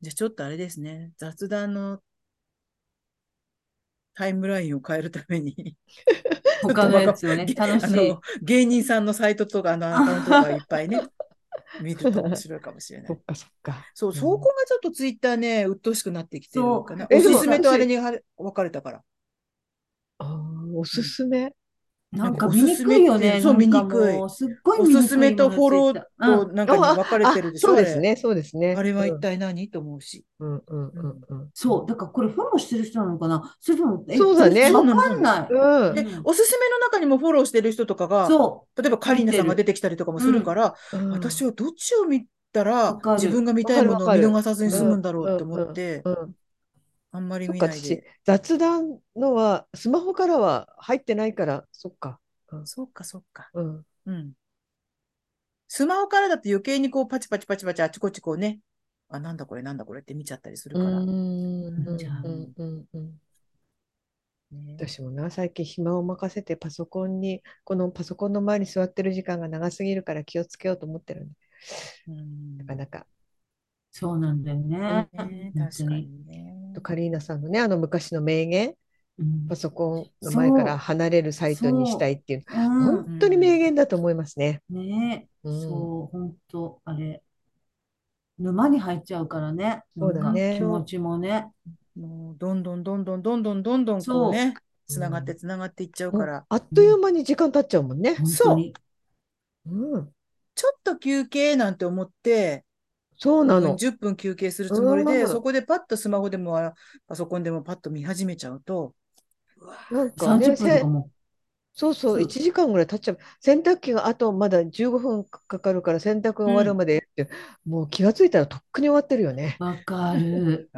Speaker 1: じゃあちょっとあれですね、雑談のタイムラインを変えるために、
Speaker 3: 他のやつをね、楽
Speaker 1: あ
Speaker 3: しい
Speaker 1: の。芸人さんのサイトとかあのアカウントとかいっぱいね、見ると面白いかもしれな
Speaker 2: そ
Speaker 1: い
Speaker 2: っ。かそっか。
Speaker 1: そう、そこがちょっとツイッターね、鬱陶しくなってきてるかな。
Speaker 3: そう
Speaker 1: お
Speaker 2: えですも
Speaker 1: すめとあれにはれ分かれたから。
Speaker 2: あーおすすめ。
Speaker 3: なんか
Speaker 1: なんか
Speaker 3: 見にくいよ
Speaker 1: おすすめって
Speaker 3: ね。
Speaker 1: そう
Speaker 3: なんか
Speaker 1: 見
Speaker 3: も
Speaker 1: にく
Speaker 3: すっごい
Speaker 1: お
Speaker 3: 見にくい
Speaker 1: すすめとフォロー
Speaker 3: 今
Speaker 1: と
Speaker 3: ついたうん
Speaker 1: なんかに分かれてるでしょ
Speaker 2: あそうですね、そうですね。
Speaker 1: あれは一
Speaker 2: 体。
Speaker 1: 体何と思うし。
Speaker 2: うんうんうんうん。
Speaker 3: そう、だからこれフォローしてる人なのかなそれとも、え
Speaker 2: そうだね
Speaker 3: わかんない。
Speaker 2: うん
Speaker 1: で
Speaker 3: うん、
Speaker 1: おすすめの中にもフォローしてる人とかが、
Speaker 3: そ
Speaker 1: 例えばカリーナさんが出てきたりとかもするから、
Speaker 2: うん
Speaker 1: 私はどっちを見たら
Speaker 3: わかる
Speaker 1: 自分が見たいものを見逃さずに済むんだろうって
Speaker 2: わかる
Speaker 1: 思って
Speaker 2: う、ん、
Speaker 1: あんまり
Speaker 2: そっ
Speaker 1: 見
Speaker 2: か
Speaker 1: ない
Speaker 2: 私
Speaker 1: で。
Speaker 2: 雑談のはスマホからは入ってないからそっか、
Speaker 1: そうか、そうか。
Speaker 2: うん、
Speaker 1: うん。スマホからだと余計にこうパチパチパチパチあちこちこうね、あ、なんだこれなんだこれって見ちゃったりするから。
Speaker 2: うん
Speaker 1: じゃあ
Speaker 2: うんうんうん
Speaker 1: ね
Speaker 2: 私もな最近暇を任せてパソコンにこのパソコンの前に座ってる時間が長すぎるから気をつけようと思ってるね
Speaker 1: うん
Speaker 2: なかなか
Speaker 3: う、そうなんだよね。
Speaker 1: ね
Speaker 3: 本当
Speaker 1: 確かにね。
Speaker 2: カリーナさんのねあの昔の名言
Speaker 3: うん
Speaker 2: パソコンの前から離れるサイトにしたいっていう
Speaker 3: うん
Speaker 2: 本当に名言だと思いますね。
Speaker 3: ねえ、
Speaker 2: うん
Speaker 3: そう、本当あれ、沼に入っちゃうからね、
Speaker 2: そうだ
Speaker 3: なんか
Speaker 2: ね
Speaker 3: 気持ちもね、
Speaker 1: もうどんどんどんどんどんどんどんどんこうね、つながってつながっていっちゃうか
Speaker 2: もう
Speaker 1: ら、
Speaker 2: あっという間に時間経っちゃうもんね。
Speaker 3: 本
Speaker 1: そう
Speaker 3: 当に。
Speaker 2: うん、
Speaker 1: ちょっと休憩なんて思って、
Speaker 2: そうなの。
Speaker 1: 10分休憩するつもり
Speaker 2: うんま
Speaker 1: で、
Speaker 2: あ
Speaker 1: そこでパッとスマホでもあパソコンでもパッと見始めちゃうと、
Speaker 2: なんか
Speaker 3: 30
Speaker 2: ね、
Speaker 3: 分と
Speaker 2: せ
Speaker 3: か も
Speaker 2: そうそう、
Speaker 3: そう
Speaker 2: 1時間ぐらい経っちゃう。洗濯機があとまだ15分かかるから洗濯が終わるまでって、もう気がついたらとっくに終わってるよね。
Speaker 3: わかる。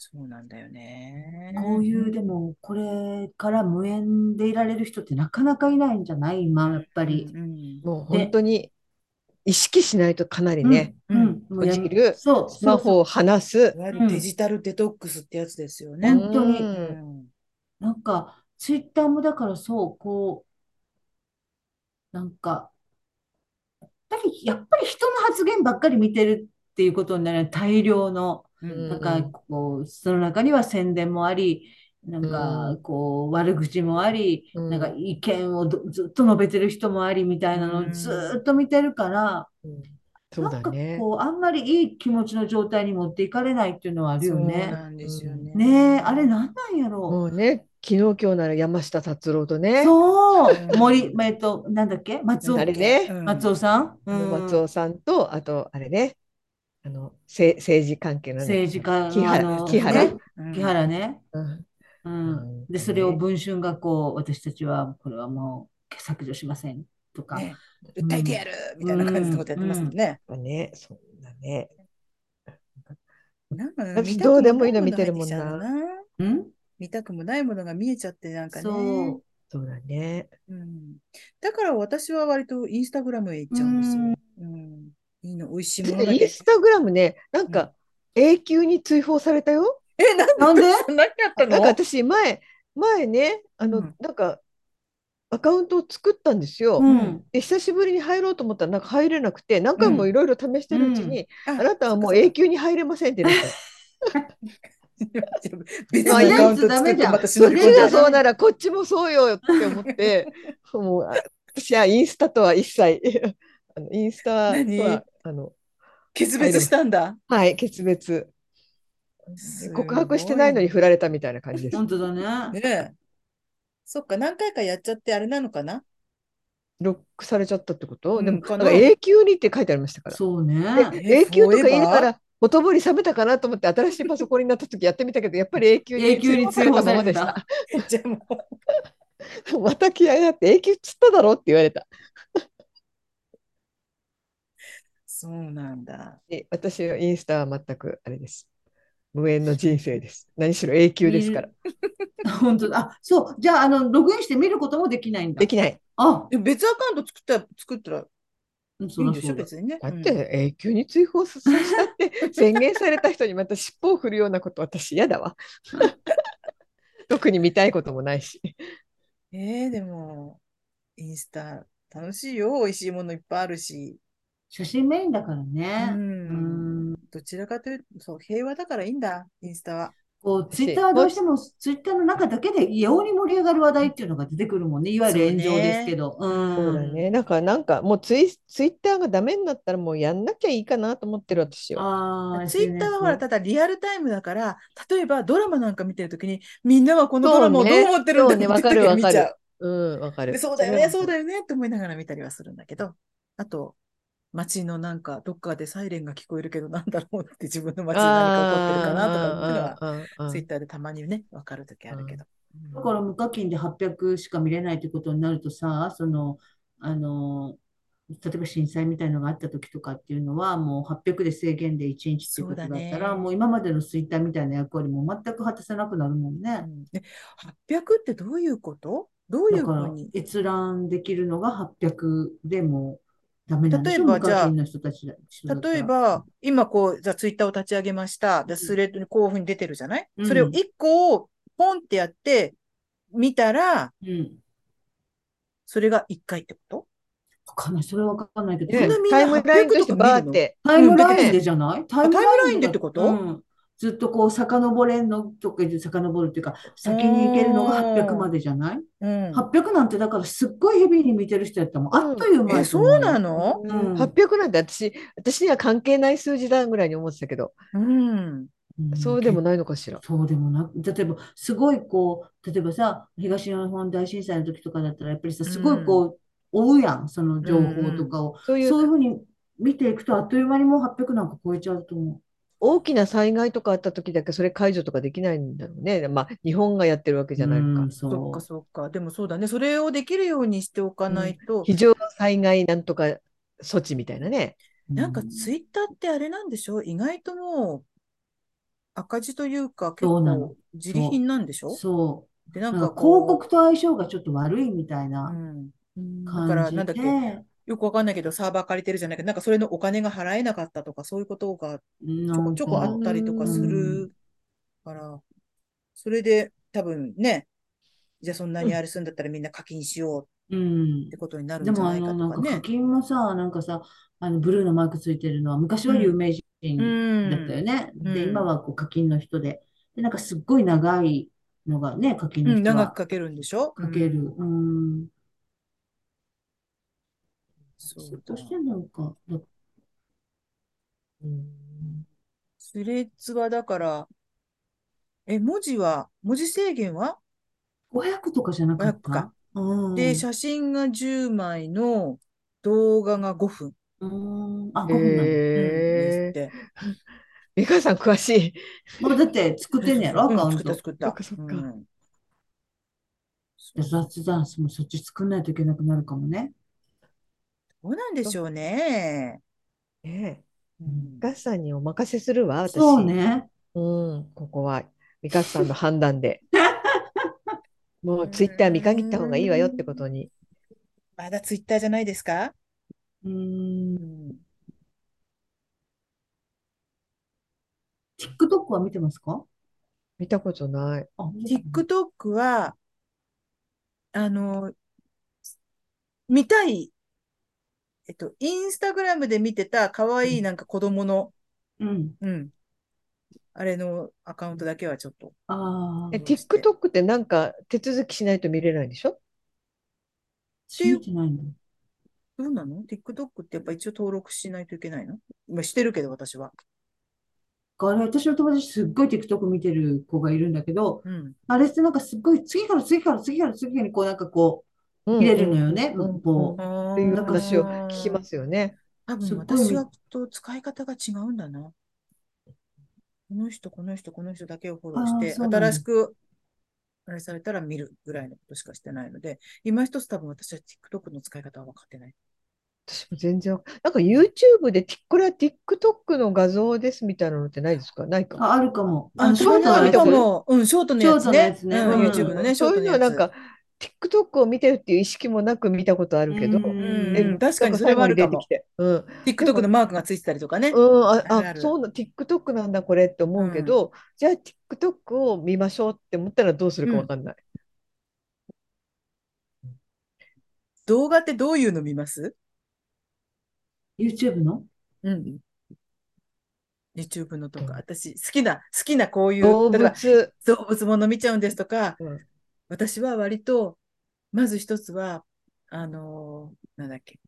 Speaker 1: そうなんだよね。
Speaker 3: こういう、でも、これから無縁でいられる人ってなかなかいないんじゃない今、やっぱり。
Speaker 1: うんうん
Speaker 2: もう本当に意識しないとかなりね、
Speaker 3: うん、うん、もうやめ
Speaker 2: 落ちる
Speaker 3: そう、
Speaker 2: スマホを離す
Speaker 1: い。わゆるデジタルデトックスってやつですよね。
Speaker 3: うん本当に
Speaker 2: うん
Speaker 3: なんか、ツイッターもだからそう、こう、なんか、やっぱり、やっぱり人の発言ばっかり見てるっていうことになる、大量の、
Speaker 1: うん
Speaker 2: うん
Speaker 3: なんか、こう、その中には宣伝もあり、なん
Speaker 2: う
Speaker 3: か
Speaker 2: ん、
Speaker 3: こう、悪口もあり、
Speaker 2: うん
Speaker 3: なんか意見をどずっと述べてる人もありみたいなの
Speaker 1: う
Speaker 3: を
Speaker 1: ん
Speaker 3: ずーっと見てるから、
Speaker 2: うんそう
Speaker 3: な
Speaker 2: だ
Speaker 3: んか
Speaker 2: ね。
Speaker 3: こう、あんまりいい気持ちの状態に持っていかれないっていうのはある
Speaker 1: そ
Speaker 3: よ
Speaker 1: う
Speaker 3: ね。
Speaker 1: なんですよね。
Speaker 3: ねえ、あれなんなんやろう。
Speaker 2: もうね、昨日今日なら山下達郎とね、
Speaker 3: そうう、
Speaker 1: ん
Speaker 3: 森、えっと、なんだっけ、松尾
Speaker 2: あ
Speaker 3: っ
Speaker 2: れ
Speaker 3: け、
Speaker 2: ね、
Speaker 1: うん
Speaker 3: 松尾さん、う
Speaker 2: あの
Speaker 3: ん、
Speaker 2: 松尾さんと、あとあれね、あのせ政治関係のね、
Speaker 3: 政治家の
Speaker 2: 木原
Speaker 3: あの
Speaker 2: 木原
Speaker 3: ね
Speaker 1: うん
Speaker 3: 木原ね、
Speaker 2: うん
Speaker 3: うん、
Speaker 2: うん
Speaker 3: で、それを文春がこう、私たちはこれはもう削除しませんとか、
Speaker 1: ね訴えてやるみたいな感じのことやってますもんね。
Speaker 2: まあね、そんなね。
Speaker 1: なんか
Speaker 2: 私
Speaker 1: 見たく
Speaker 2: どうでもいいの見て
Speaker 1: ない
Speaker 2: るもんな
Speaker 1: ものが入ってきちゃうのな
Speaker 3: うん、
Speaker 1: 見たくもないものが見えちゃってなんかね。
Speaker 3: そう、
Speaker 2: そうだね。
Speaker 1: うん、だから私は割とインスタグラムへ行っちゃうんですよ。うん、いいの、美味しいものだ
Speaker 2: イン
Speaker 1: け。
Speaker 2: スタグラムね、なんか永久に追放されたよ。
Speaker 1: え、なん
Speaker 3: なんで、
Speaker 1: 何やった
Speaker 2: なんか
Speaker 1: の
Speaker 2: 私前、前ね、あ
Speaker 1: う
Speaker 2: の
Speaker 1: ん、
Speaker 2: なんかアカウントを作ったんです
Speaker 3: う
Speaker 2: よ。
Speaker 3: ん、
Speaker 2: で、久しぶりに入ろうと思ったら、なんか入れなくて、何回もいろいろ試してるうちに、
Speaker 1: あ
Speaker 2: あなたはもう永久に入れませんって なった。
Speaker 1: 別のアカウント作ってまた忍
Speaker 2: こ
Speaker 1: び
Speaker 2: っ
Speaker 1: 込ん
Speaker 2: ち
Speaker 1: じゃ
Speaker 2: が
Speaker 1: う。
Speaker 2: そうならこっちもそうよって思って、 もうあ私はインスタとは一切、 あのインスタと
Speaker 1: 何
Speaker 2: はあの、
Speaker 1: 決別したんだ。
Speaker 2: はい、決別。
Speaker 1: すごい
Speaker 2: 告白してないのに振られたみたいな感じです。
Speaker 3: 本当だね、
Speaker 1: ねえ。そっか、何回かやっちゃってあれなのかな
Speaker 2: ロックされちゃったってこと、
Speaker 1: うん
Speaker 2: でも
Speaker 1: か
Speaker 2: なん
Speaker 1: な
Speaker 2: か永久にって書いてありましたから。
Speaker 3: そう
Speaker 2: で
Speaker 3: ね、
Speaker 1: え
Speaker 2: 永久とか
Speaker 1: フォー
Speaker 2: 入れた
Speaker 1: エバ
Speaker 2: ら、ほとぼり冷めたかなと思って、新しいパソコンになった時やってみたけど、やっぱり永久に
Speaker 3: 永久に追放されてた
Speaker 2: 追放さ
Speaker 1: じゃあもう、
Speaker 2: れてた。 また気合いだって、永久っつっただろって言わ れた。
Speaker 1: そうなんだ。
Speaker 2: で私のインスタは全くあれです。無縁の人生です。何しろ永久ですから。
Speaker 3: 本当だ、あ、そう、じゃあ、あの、ログインして見ることもできないんだ
Speaker 2: で。きない。
Speaker 3: あ、
Speaker 1: でも別アカウント作ったら、作ったら
Speaker 3: うん
Speaker 1: い
Speaker 3: そ
Speaker 1: い
Speaker 3: り
Speaker 1: ん
Speaker 3: ゃ
Speaker 1: でし
Speaker 3: そ
Speaker 1: ょ、
Speaker 3: うだ。
Speaker 1: 別にね。
Speaker 2: だって永久に追放させた って宣言された人にまた尻尾を振るようなこと私嫌 だわ。特に見たいこともないし。
Speaker 1: うんえーでも、インスタ楽しいよ。美味しいものいっぱいあるし。
Speaker 3: 写真メインだから
Speaker 1: う。
Speaker 3: ね。うんん
Speaker 1: どちらかというと、そう、平和だからいいんだ、インスタは。
Speaker 3: こう、ツイッターはどうしても、ツイッターの中だけで異様に盛り上がる話題っていうのが出てくるもんね。いわゆる炎上ですけど。うん。
Speaker 2: そうだね。だからなんかもうツイツイッターがダメになったらもうやんなきゃいいかなと思ってる私は。
Speaker 3: ああ、
Speaker 1: ツイッターはほら、
Speaker 3: SNS
Speaker 1: ただリアルタイムだから、例えばドラマなんか見てるときに、みんなはこのドラマをどう思ってるんだ
Speaker 2: そうね
Speaker 1: ろうって言って
Speaker 2: そうねわか
Speaker 1: 見
Speaker 2: る
Speaker 1: ち
Speaker 2: わ
Speaker 1: ゃ
Speaker 2: か
Speaker 1: う。
Speaker 2: うん、わかる
Speaker 1: で。そうだよ
Speaker 3: それ
Speaker 1: ね、
Speaker 3: は
Speaker 1: そうだよねって思いながら見たりはするんだけど、あと、街のなんか、どっかでサイレンが聞こえるけど、なんだろうって自分の街に何か起こってるかなとかっていうのは、
Speaker 2: あーあーあーあー
Speaker 1: ツイッターでたまにね、わかるときあるけど。うん
Speaker 3: だから無課金で800しか見れないってことになるとさ、その、あの、例えば震災みたいのがあった時とかっていうのは、もう800で制限で1日っていうことだった
Speaker 1: そうだ
Speaker 3: ら、
Speaker 1: ね
Speaker 3: もう今までのツイッターみたいな役割も全く果たせなくなるもん
Speaker 1: う
Speaker 3: ね。
Speaker 1: んで800ってどういうことどうい
Speaker 3: だ
Speaker 1: う
Speaker 3: か
Speaker 1: ふう
Speaker 3: ら
Speaker 1: に
Speaker 3: 閲覧できるのが800でもダメなんでしょ
Speaker 1: 例えば
Speaker 3: 無課金の人たちだ、人だったら
Speaker 1: 例えば、、今こう、じゃあツイッターを立ち上げました。で、スレッドにこういうふうに出てるじゃない、
Speaker 3: うん
Speaker 1: それを一個をポンってやって、見たら、
Speaker 3: うん。
Speaker 1: それが一回ってこと
Speaker 3: わかんない。それはわかんないけど、
Speaker 1: ね
Speaker 3: そんな
Speaker 1: みんな
Speaker 2: タイムラインとしてバーって。
Speaker 3: タイムラインでじゃないタイムライン
Speaker 1: タイムラインで
Speaker 3: が
Speaker 1: ってこと
Speaker 3: うん。ずっとこう、遡れんのとか、遡るっていうか、先に行けるのが800までじゃない
Speaker 1: うん。
Speaker 3: ?800 なんてだからすっごいヘビーに見てる人やったらもん。あっという
Speaker 1: え、
Speaker 3: 間やと
Speaker 1: そ
Speaker 3: 思
Speaker 1: う
Speaker 3: よ
Speaker 1: なの
Speaker 3: うん
Speaker 2: 800なんて私、私には関係ない数字だぐらいに思ってたけど、
Speaker 1: うん。
Speaker 3: うん
Speaker 2: そうでもないのかしら。
Speaker 3: そうでもなく、例えば、すごいこう、例えばさ、東日本大震災の時とかだったら、やっぱりさ、すごいこう、追うやん、その情報とかを。
Speaker 2: そうい
Speaker 3: そう
Speaker 2: う
Speaker 3: いうふうに見ていくと、あっという間にもう800なんか超えちゃうと思
Speaker 2: 大きな災害とかあった時だけそれ解除とかできないんだろうね。まあ、日本がやってるわけ
Speaker 3: う。
Speaker 2: じゃないの
Speaker 3: う
Speaker 2: か
Speaker 3: ん。そう
Speaker 1: そっかそっか。でもそうだね。それをできるようにしておかないと。
Speaker 2: 非常災害なんとか措置みたいなね。
Speaker 1: なんか
Speaker 3: うん
Speaker 1: ツイッターってあれなんでしょ意外ともう赤字というか結
Speaker 3: そうなの
Speaker 1: 構自利品なんでしょ
Speaker 3: そ
Speaker 1: で、な
Speaker 3: う。
Speaker 1: ん
Speaker 3: なん
Speaker 1: か
Speaker 3: か広
Speaker 1: こ
Speaker 3: 告と相性がちょっと悪いみたいうな
Speaker 1: うん。
Speaker 3: 感
Speaker 1: だから
Speaker 3: じ
Speaker 1: なんだっけ
Speaker 3: で、
Speaker 1: よくわかんないけど、サーバー借りてるじゃないけど、なんかそれのお金が払えなかったとか、そういうことが
Speaker 3: ち
Speaker 1: ちょこちょこあったりとかするから、それで多分ね、じゃあそんなにあれするんだったらみんな課金しよう
Speaker 3: うん
Speaker 1: って。ことになる
Speaker 3: で
Speaker 1: んじゃ
Speaker 3: もあ
Speaker 1: ないか
Speaker 3: の、
Speaker 1: と
Speaker 3: なん
Speaker 1: か
Speaker 3: か課
Speaker 1: ね。
Speaker 3: 金もさ、なんかさ、あのブルーのマークついてるのは、昔は有名人
Speaker 1: うん。
Speaker 3: だったよね。
Speaker 1: うん
Speaker 3: で、今はこう課金の人で。で、なんかすっごい長いのがね、課金
Speaker 1: う
Speaker 3: の
Speaker 1: ん、
Speaker 3: 人
Speaker 1: 長
Speaker 3: は
Speaker 1: くかけるんでしょ
Speaker 3: かけ
Speaker 1: うん
Speaker 3: る。うん。
Speaker 1: そう
Speaker 3: そ
Speaker 1: だ
Speaker 3: してなんか、だ
Speaker 1: スレッズはだから、え、文字は、文字制限は、
Speaker 3: 500とかじゃなかっ
Speaker 1: 500か
Speaker 3: た。うん。
Speaker 1: で、写真が10枚の動画が5分
Speaker 3: うん。あ、5分なの。
Speaker 1: ですっ
Speaker 2: へえ。
Speaker 1: て。
Speaker 2: 美香さん詳しい。
Speaker 3: もうだって作ってんねやろ、アカ
Speaker 1: う
Speaker 3: ウ
Speaker 1: ん
Speaker 3: ン
Speaker 1: 作った
Speaker 3: ト。
Speaker 1: 作っ
Speaker 2: そ
Speaker 1: た
Speaker 2: っ。かそっか
Speaker 1: うん
Speaker 3: で雑談室もそっち作んないといけなくなるかもね。
Speaker 1: どうなんでしょうね。
Speaker 2: ねえ
Speaker 1: うん
Speaker 2: 美香さんにお任せするわ、私。
Speaker 3: そうね。
Speaker 2: うん、ここは美香さんの判断 で。もうツイッター見限った方がいいわよってことに。
Speaker 1: まだツイッターじゃないですか
Speaker 3: うーん。TikTok は見てますか
Speaker 2: 見たことない。
Speaker 3: あ、見てない
Speaker 1: TikTok は、あの、見たい、えっと、インスタグラムで見てた可愛いなんか子供の、
Speaker 3: うん。
Speaker 1: うん、あれのアカウントだけはちょっと。
Speaker 3: ああ。
Speaker 2: え、
Speaker 1: どうして
Speaker 2: TikTok ってなんか手続きしないと見れないんでしょ
Speaker 3: 私見てないんだ。
Speaker 1: どうなの ?TikTok ってやっぱ一応登録しないといけないのまあ、してるけど、私は。
Speaker 3: あれ、私の友達すっごい TikTok 見てる子がいるんだけど、
Speaker 1: うん。
Speaker 3: あれってなんかすっごい次から次から次から次にこうなんかこ
Speaker 2: う
Speaker 3: うん入れるのよね、
Speaker 2: うん
Speaker 3: 文法
Speaker 2: う
Speaker 3: を。
Speaker 1: あ
Speaker 2: っていう
Speaker 1: ー
Speaker 2: 話を聞きますよね。
Speaker 1: 多
Speaker 3: す
Speaker 1: 分
Speaker 3: っごい
Speaker 1: 私はと使い方が違うんだな。この人、この人、この人だけをフォローし
Speaker 3: あー
Speaker 1: て、
Speaker 3: そうなんだ
Speaker 1: 新しくあれされたら見るぐらいのことしかしてないので、今一つ多分私は TikTok の使い方は分かってない。
Speaker 2: 私も全然わかん、なんか YouTube で、ティこれは TikTok の画像ですみたいなのってないですかないか。
Speaker 3: あ、あるかも。あ
Speaker 1: あ、
Speaker 3: の、ショ
Speaker 1: そ
Speaker 3: ー
Speaker 1: う
Speaker 3: トの
Speaker 1: な
Speaker 3: や
Speaker 1: る
Speaker 3: つ
Speaker 1: と思う。うん、ショートのやつね。
Speaker 3: ショートのやつ
Speaker 1: う
Speaker 3: ね
Speaker 1: ん、
Speaker 3: う
Speaker 1: YouTube
Speaker 3: ん
Speaker 1: のね、ショ
Speaker 2: そ
Speaker 1: ー
Speaker 2: うい
Speaker 1: トの
Speaker 2: うの
Speaker 1: や
Speaker 2: は
Speaker 1: つ。
Speaker 2: なんか、TikTok を見てるっていう意識もなく見たことあるけど、
Speaker 3: う
Speaker 1: うん、
Speaker 3: ん
Speaker 1: 確かにそれはあるかも。
Speaker 2: 最後まで出てきて。
Speaker 1: TikTok のマークがついてたりとかね。
Speaker 2: うん。うん、あ、
Speaker 1: あるあ
Speaker 2: あ、
Speaker 1: る
Speaker 2: そうな、TikTok なんだこれって思うけど、じゃあ TikTok を見ましょうって思ったらどうするかわかんない。
Speaker 1: 動画ってどういうの見ます
Speaker 3: YouTube の
Speaker 1: うん。 YouTube のとか、私、好きな、好きなこういう、
Speaker 2: 動
Speaker 1: 例えば
Speaker 2: 物。
Speaker 1: 動物もの見ちゃうんですとか、
Speaker 2: うん
Speaker 1: 私は割と、まず一つは、あのーなんだっけ。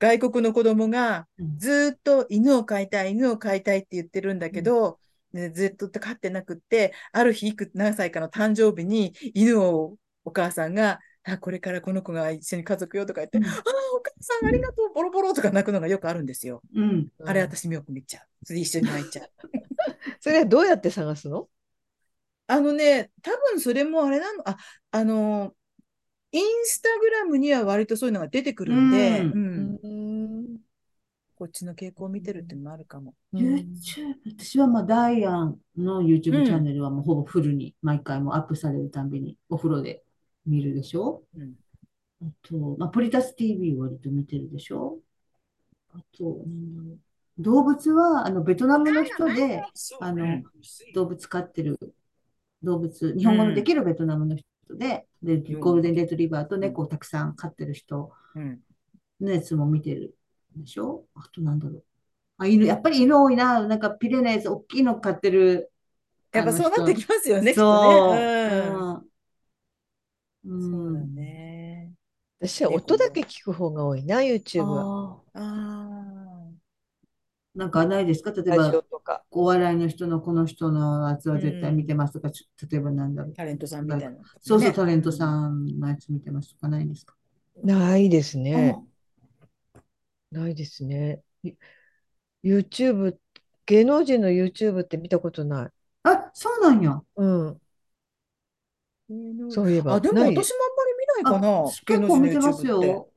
Speaker 1: 外国の子供が
Speaker 3: うん
Speaker 1: ずーっと犬を飼いたい、犬を飼いたいって言ってるんだけど、ね、ずっと飼ってなくって、ある日いく何歳かの誕生日に犬をお母さんが、あ、これからこの子が一緒に家族よとか言って、
Speaker 3: うん
Speaker 1: ああ、お母さんありがとう、ボロボロとか泣くのがよくあるんですよ。
Speaker 3: うん。
Speaker 1: あれ私もよく見ちゃう。それ一緒に泣いちゃう。
Speaker 2: それはどうやって探すの
Speaker 1: あのね、多分それもあれなの、あ、あの、インスタグラムには割とそういうのが出てくるんで、
Speaker 3: う
Speaker 1: うん
Speaker 2: うん
Speaker 1: こっちの傾向を見てるっていうのもあるかも。
Speaker 3: YouTube、私はまあダイアンの YouTube チャンネルはもうほぼフルに毎回もうアップされるたんびにお風呂で見るでしょ
Speaker 1: うん
Speaker 3: あと、まあ、ポリタス TV 割と見てるでしょあと、なんだろう動物はあのベトナムの人であの動物飼ってる動物、日本語のできるベトナムの人で、で、ゴールデンレトリバーと猫をたくさん飼ってる人
Speaker 1: うん。
Speaker 3: のやつも見てるでしょあとなんだろう。あ、犬、やっぱり犬多いな。なんかピレネーズ、大きいの飼ってる。
Speaker 1: やっぱそうなって
Speaker 3: き
Speaker 1: きますよね、きっ
Speaker 3: そ
Speaker 1: と
Speaker 3: う。
Speaker 1: ね。
Speaker 3: う。
Speaker 1: うんん。そうだ
Speaker 3: ん。
Speaker 1: ね。
Speaker 2: 私は音だけ聞く方が多いな、YouTube は。
Speaker 1: ああ。
Speaker 3: あーなんかないですか例え
Speaker 2: ラジ
Speaker 3: ば
Speaker 2: オ、とか。
Speaker 3: お笑いの人のこの人のやつは絶対見てますとか、ちょ例えばなんだろう。
Speaker 1: タレントさんみたいな。
Speaker 3: そうそう、
Speaker 1: ね
Speaker 3: タレントさんのやつ見てますとかないですか
Speaker 2: ないです
Speaker 3: あ
Speaker 2: ね。ないですね。い YouTube、芸能人の YouTube って見たことない。
Speaker 3: あ、そうなんや。
Speaker 2: うん、
Speaker 1: うん
Speaker 2: そういえば。
Speaker 1: あ、でも
Speaker 2: な
Speaker 1: 私もあん
Speaker 2: い
Speaker 1: まり見ないかな。
Speaker 3: あ、結構見
Speaker 1: 芸
Speaker 3: て
Speaker 1: 能人の
Speaker 3: ま
Speaker 1: YouTube
Speaker 3: すよ。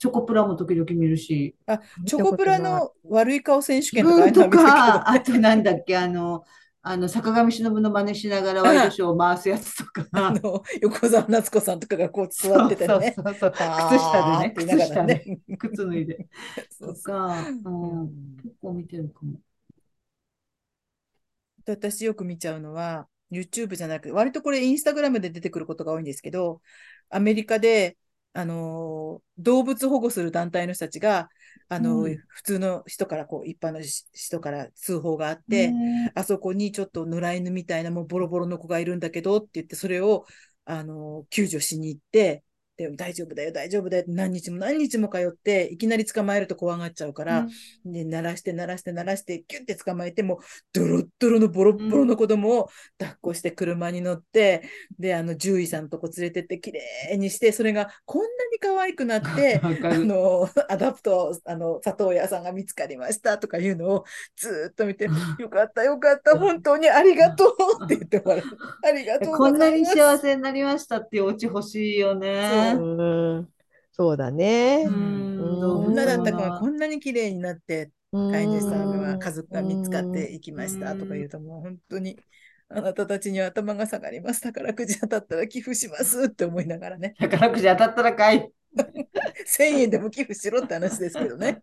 Speaker 3: チョコプラも時々見るし。
Speaker 1: って。チョコプラの悪い顔選手権とかああ
Speaker 3: う
Speaker 1: い
Speaker 3: ん
Speaker 1: うのは
Speaker 3: と
Speaker 1: 見たけど
Speaker 3: か、 あとなんだっけ、あの、あの坂上忍の真似しながらワイドショーを回すやつと
Speaker 1: あ
Speaker 3: か、
Speaker 1: の、横澤夏子さんとかがこう座っててね。
Speaker 3: そうそうそうそう、靴下
Speaker 1: あ
Speaker 3: で
Speaker 1: ー
Speaker 3: ね、
Speaker 1: って言いな
Speaker 3: 靴
Speaker 1: がら
Speaker 3: 下
Speaker 1: ね
Speaker 3: で、 靴脱いで、
Speaker 1: そう
Speaker 3: と
Speaker 1: そう
Speaker 3: か、う、
Speaker 1: うんん
Speaker 3: 結構見てるかも。
Speaker 1: 私よく見ちゃうのは、YouTube じゃなく、割とこれインスタグラムで出てくることが多いんですけど、アメリカで、あのー動物保護する団体の人たちが、あのー
Speaker 3: うん
Speaker 1: 普通の人から、こう、一般のし人から通報があって、
Speaker 3: ね
Speaker 1: あそこにちょっと野良犬みたいなもうボロボロの子がいるんだけどって言って、それを、あの、救助しに行って、で、大丈夫だよ、大丈夫だよって何日も何日も通って、いきなり捕まえると怖がっちゃうから、で、鳴らして鳴らして鳴らして、キュッて捕まえて、もう、ドロッドロのボロッボロの子供を抱っこして車に乗って、で、あの、獣医さんのとこ連れてって、綺麗にして、それがこんなに可愛くな って、
Speaker 3: わか
Speaker 1: あ
Speaker 3: る。
Speaker 1: の、アダプト、あの、里親さんが見つかりましたとかいうのをずーっと見て、よかった、よかった、本当にありがとうって言ってもらう。ありがとう
Speaker 3: こ
Speaker 1: ご
Speaker 3: んな
Speaker 1: ざい
Speaker 3: に
Speaker 1: ます。
Speaker 3: 幸せになりましたっていうオチ欲しいよね。
Speaker 2: うん、そうだね。
Speaker 3: う
Speaker 2: うん
Speaker 3: ん、動
Speaker 1: 女
Speaker 3: 物
Speaker 1: だっ
Speaker 3: も
Speaker 1: た
Speaker 3: の
Speaker 1: 子が
Speaker 3: は
Speaker 1: こんなに綺麗になって、飼い主さんは家族が見つかっていきましたとか言うと、もう本当に、あなたたちには頭が下がります。宝くじ当たったら寄付しますって思いながらね、
Speaker 3: 宝くじ当たったらかい。
Speaker 1: 1000円でも寄付しろって話ですけどね。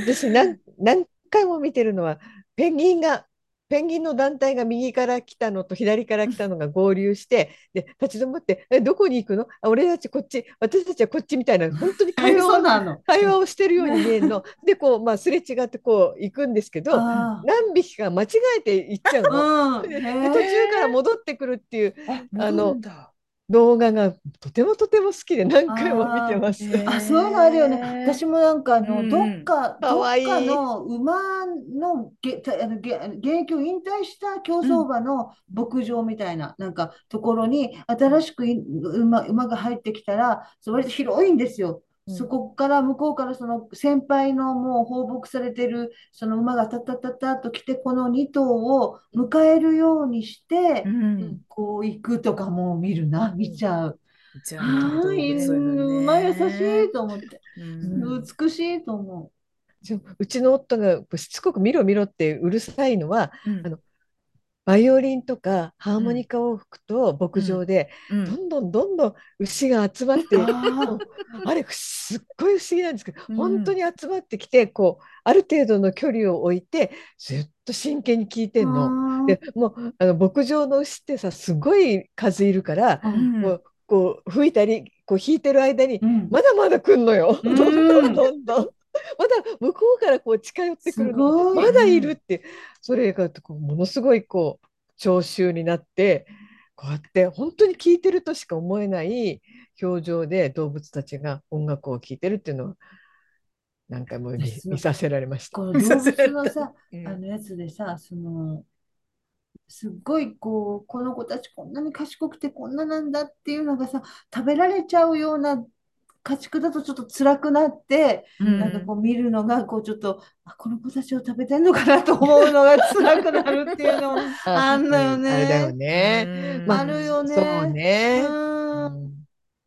Speaker 2: 私何、何回も見てるのは、ペンギンが、ペンギンの団体が右から来たのと左から来たのが合流して、 で、立ち止まって、え、どこに行くのあ、俺たちこっち、私たちはこっちみたいな、本当に会話
Speaker 3: そ う
Speaker 2: を、
Speaker 3: なの。
Speaker 2: 会話をしてるように見えるの。で、こう、まあ、すれ違ってこう行くんですけど、
Speaker 3: あ
Speaker 2: 何匹か間違えて行っちゃうの。
Speaker 3: あ、うん、
Speaker 2: で、
Speaker 3: へ
Speaker 2: 途
Speaker 3: え
Speaker 2: 中から戻ってくるっていう
Speaker 1: あ、
Speaker 2: あの
Speaker 1: 戻るんだ。
Speaker 2: 動画がとてもとても好きで何回も見てます。
Speaker 1: へー
Speaker 3: あ、そういうのあるよね。私もなんかあ
Speaker 1: う
Speaker 3: の、
Speaker 1: ん
Speaker 3: どっか、
Speaker 2: かわいい
Speaker 3: どっかの馬のげ、たあの、げ、あの現役を引退した競走馬の牧場みたいな、なんかところに新しくい馬、馬が入ってきたら、それ広いんですよ。
Speaker 2: うん
Speaker 3: そこから向こうからその先輩のもう放牧されてるその馬がタッタッタッタッと来てこの2頭を迎えるようにして
Speaker 1: うん。
Speaker 3: こう行くとかもう見るな見ちゃう。
Speaker 1: じゃあ、
Speaker 3: は
Speaker 1: どう
Speaker 3: い、
Speaker 1: そういうのね
Speaker 3: 馬優しいと思って、
Speaker 1: うん
Speaker 3: 美しいと思
Speaker 2: ちょうちの夫がこうしつこく見ろ見ろってうるさいのは
Speaker 1: うん
Speaker 2: あのバイオリンとかハーモニカを吹くと牧場で
Speaker 1: うん
Speaker 2: どんどんどんどん牛が集まって
Speaker 3: う。あ
Speaker 2: あれすっごい不思議なんですけど
Speaker 1: うん
Speaker 2: 本当に集まってきてこうある程度の距離を置いてずっと真剣に聞いてんの。
Speaker 3: あ、
Speaker 2: でもうあの牧場の牛ってさすごい数いるから
Speaker 3: う
Speaker 1: うん
Speaker 3: ん、
Speaker 2: こうこう吹いたりこう弾いてる間に
Speaker 3: うん、
Speaker 2: まだまだ来んのよ。
Speaker 3: う
Speaker 2: ど
Speaker 3: ん
Speaker 2: んどんどんどん。まだ向こうからこう近寄ってくる
Speaker 3: す
Speaker 2: の
Speaker 3: ごい
Speaker 2: まだいるってそれがこうものすごいこう聴衆になってこうやって本当に聴いてるとしか思えない表情で動物たちが音楽を聴いてるっていうのは何回も見
Speaker 3: すごい
Speaker 2: 見させられました。
Speaker 3: この動物のさ、
Speaker 1: うん
Speaker 3: あのやつでさ、その、すっごいこう、この子たちこんなに賢くてこんななんだっていうのがさ、食べられちゃうような家畜だとちょっと辛くなって、
Speaker 1: うん
Speaker 3: なんかこう見るのが、こうちょっと、あ、この子たちを食べてんのかなと思うのが辛くなるっていうのもあんだよね
Speaker 2: あれだよね。
Speaker 1: うん
Speaker 2: ま
Speaker 3: あるよね。
Speaker 2: そうね。
Speaker 3: うん
Speaker 2: うん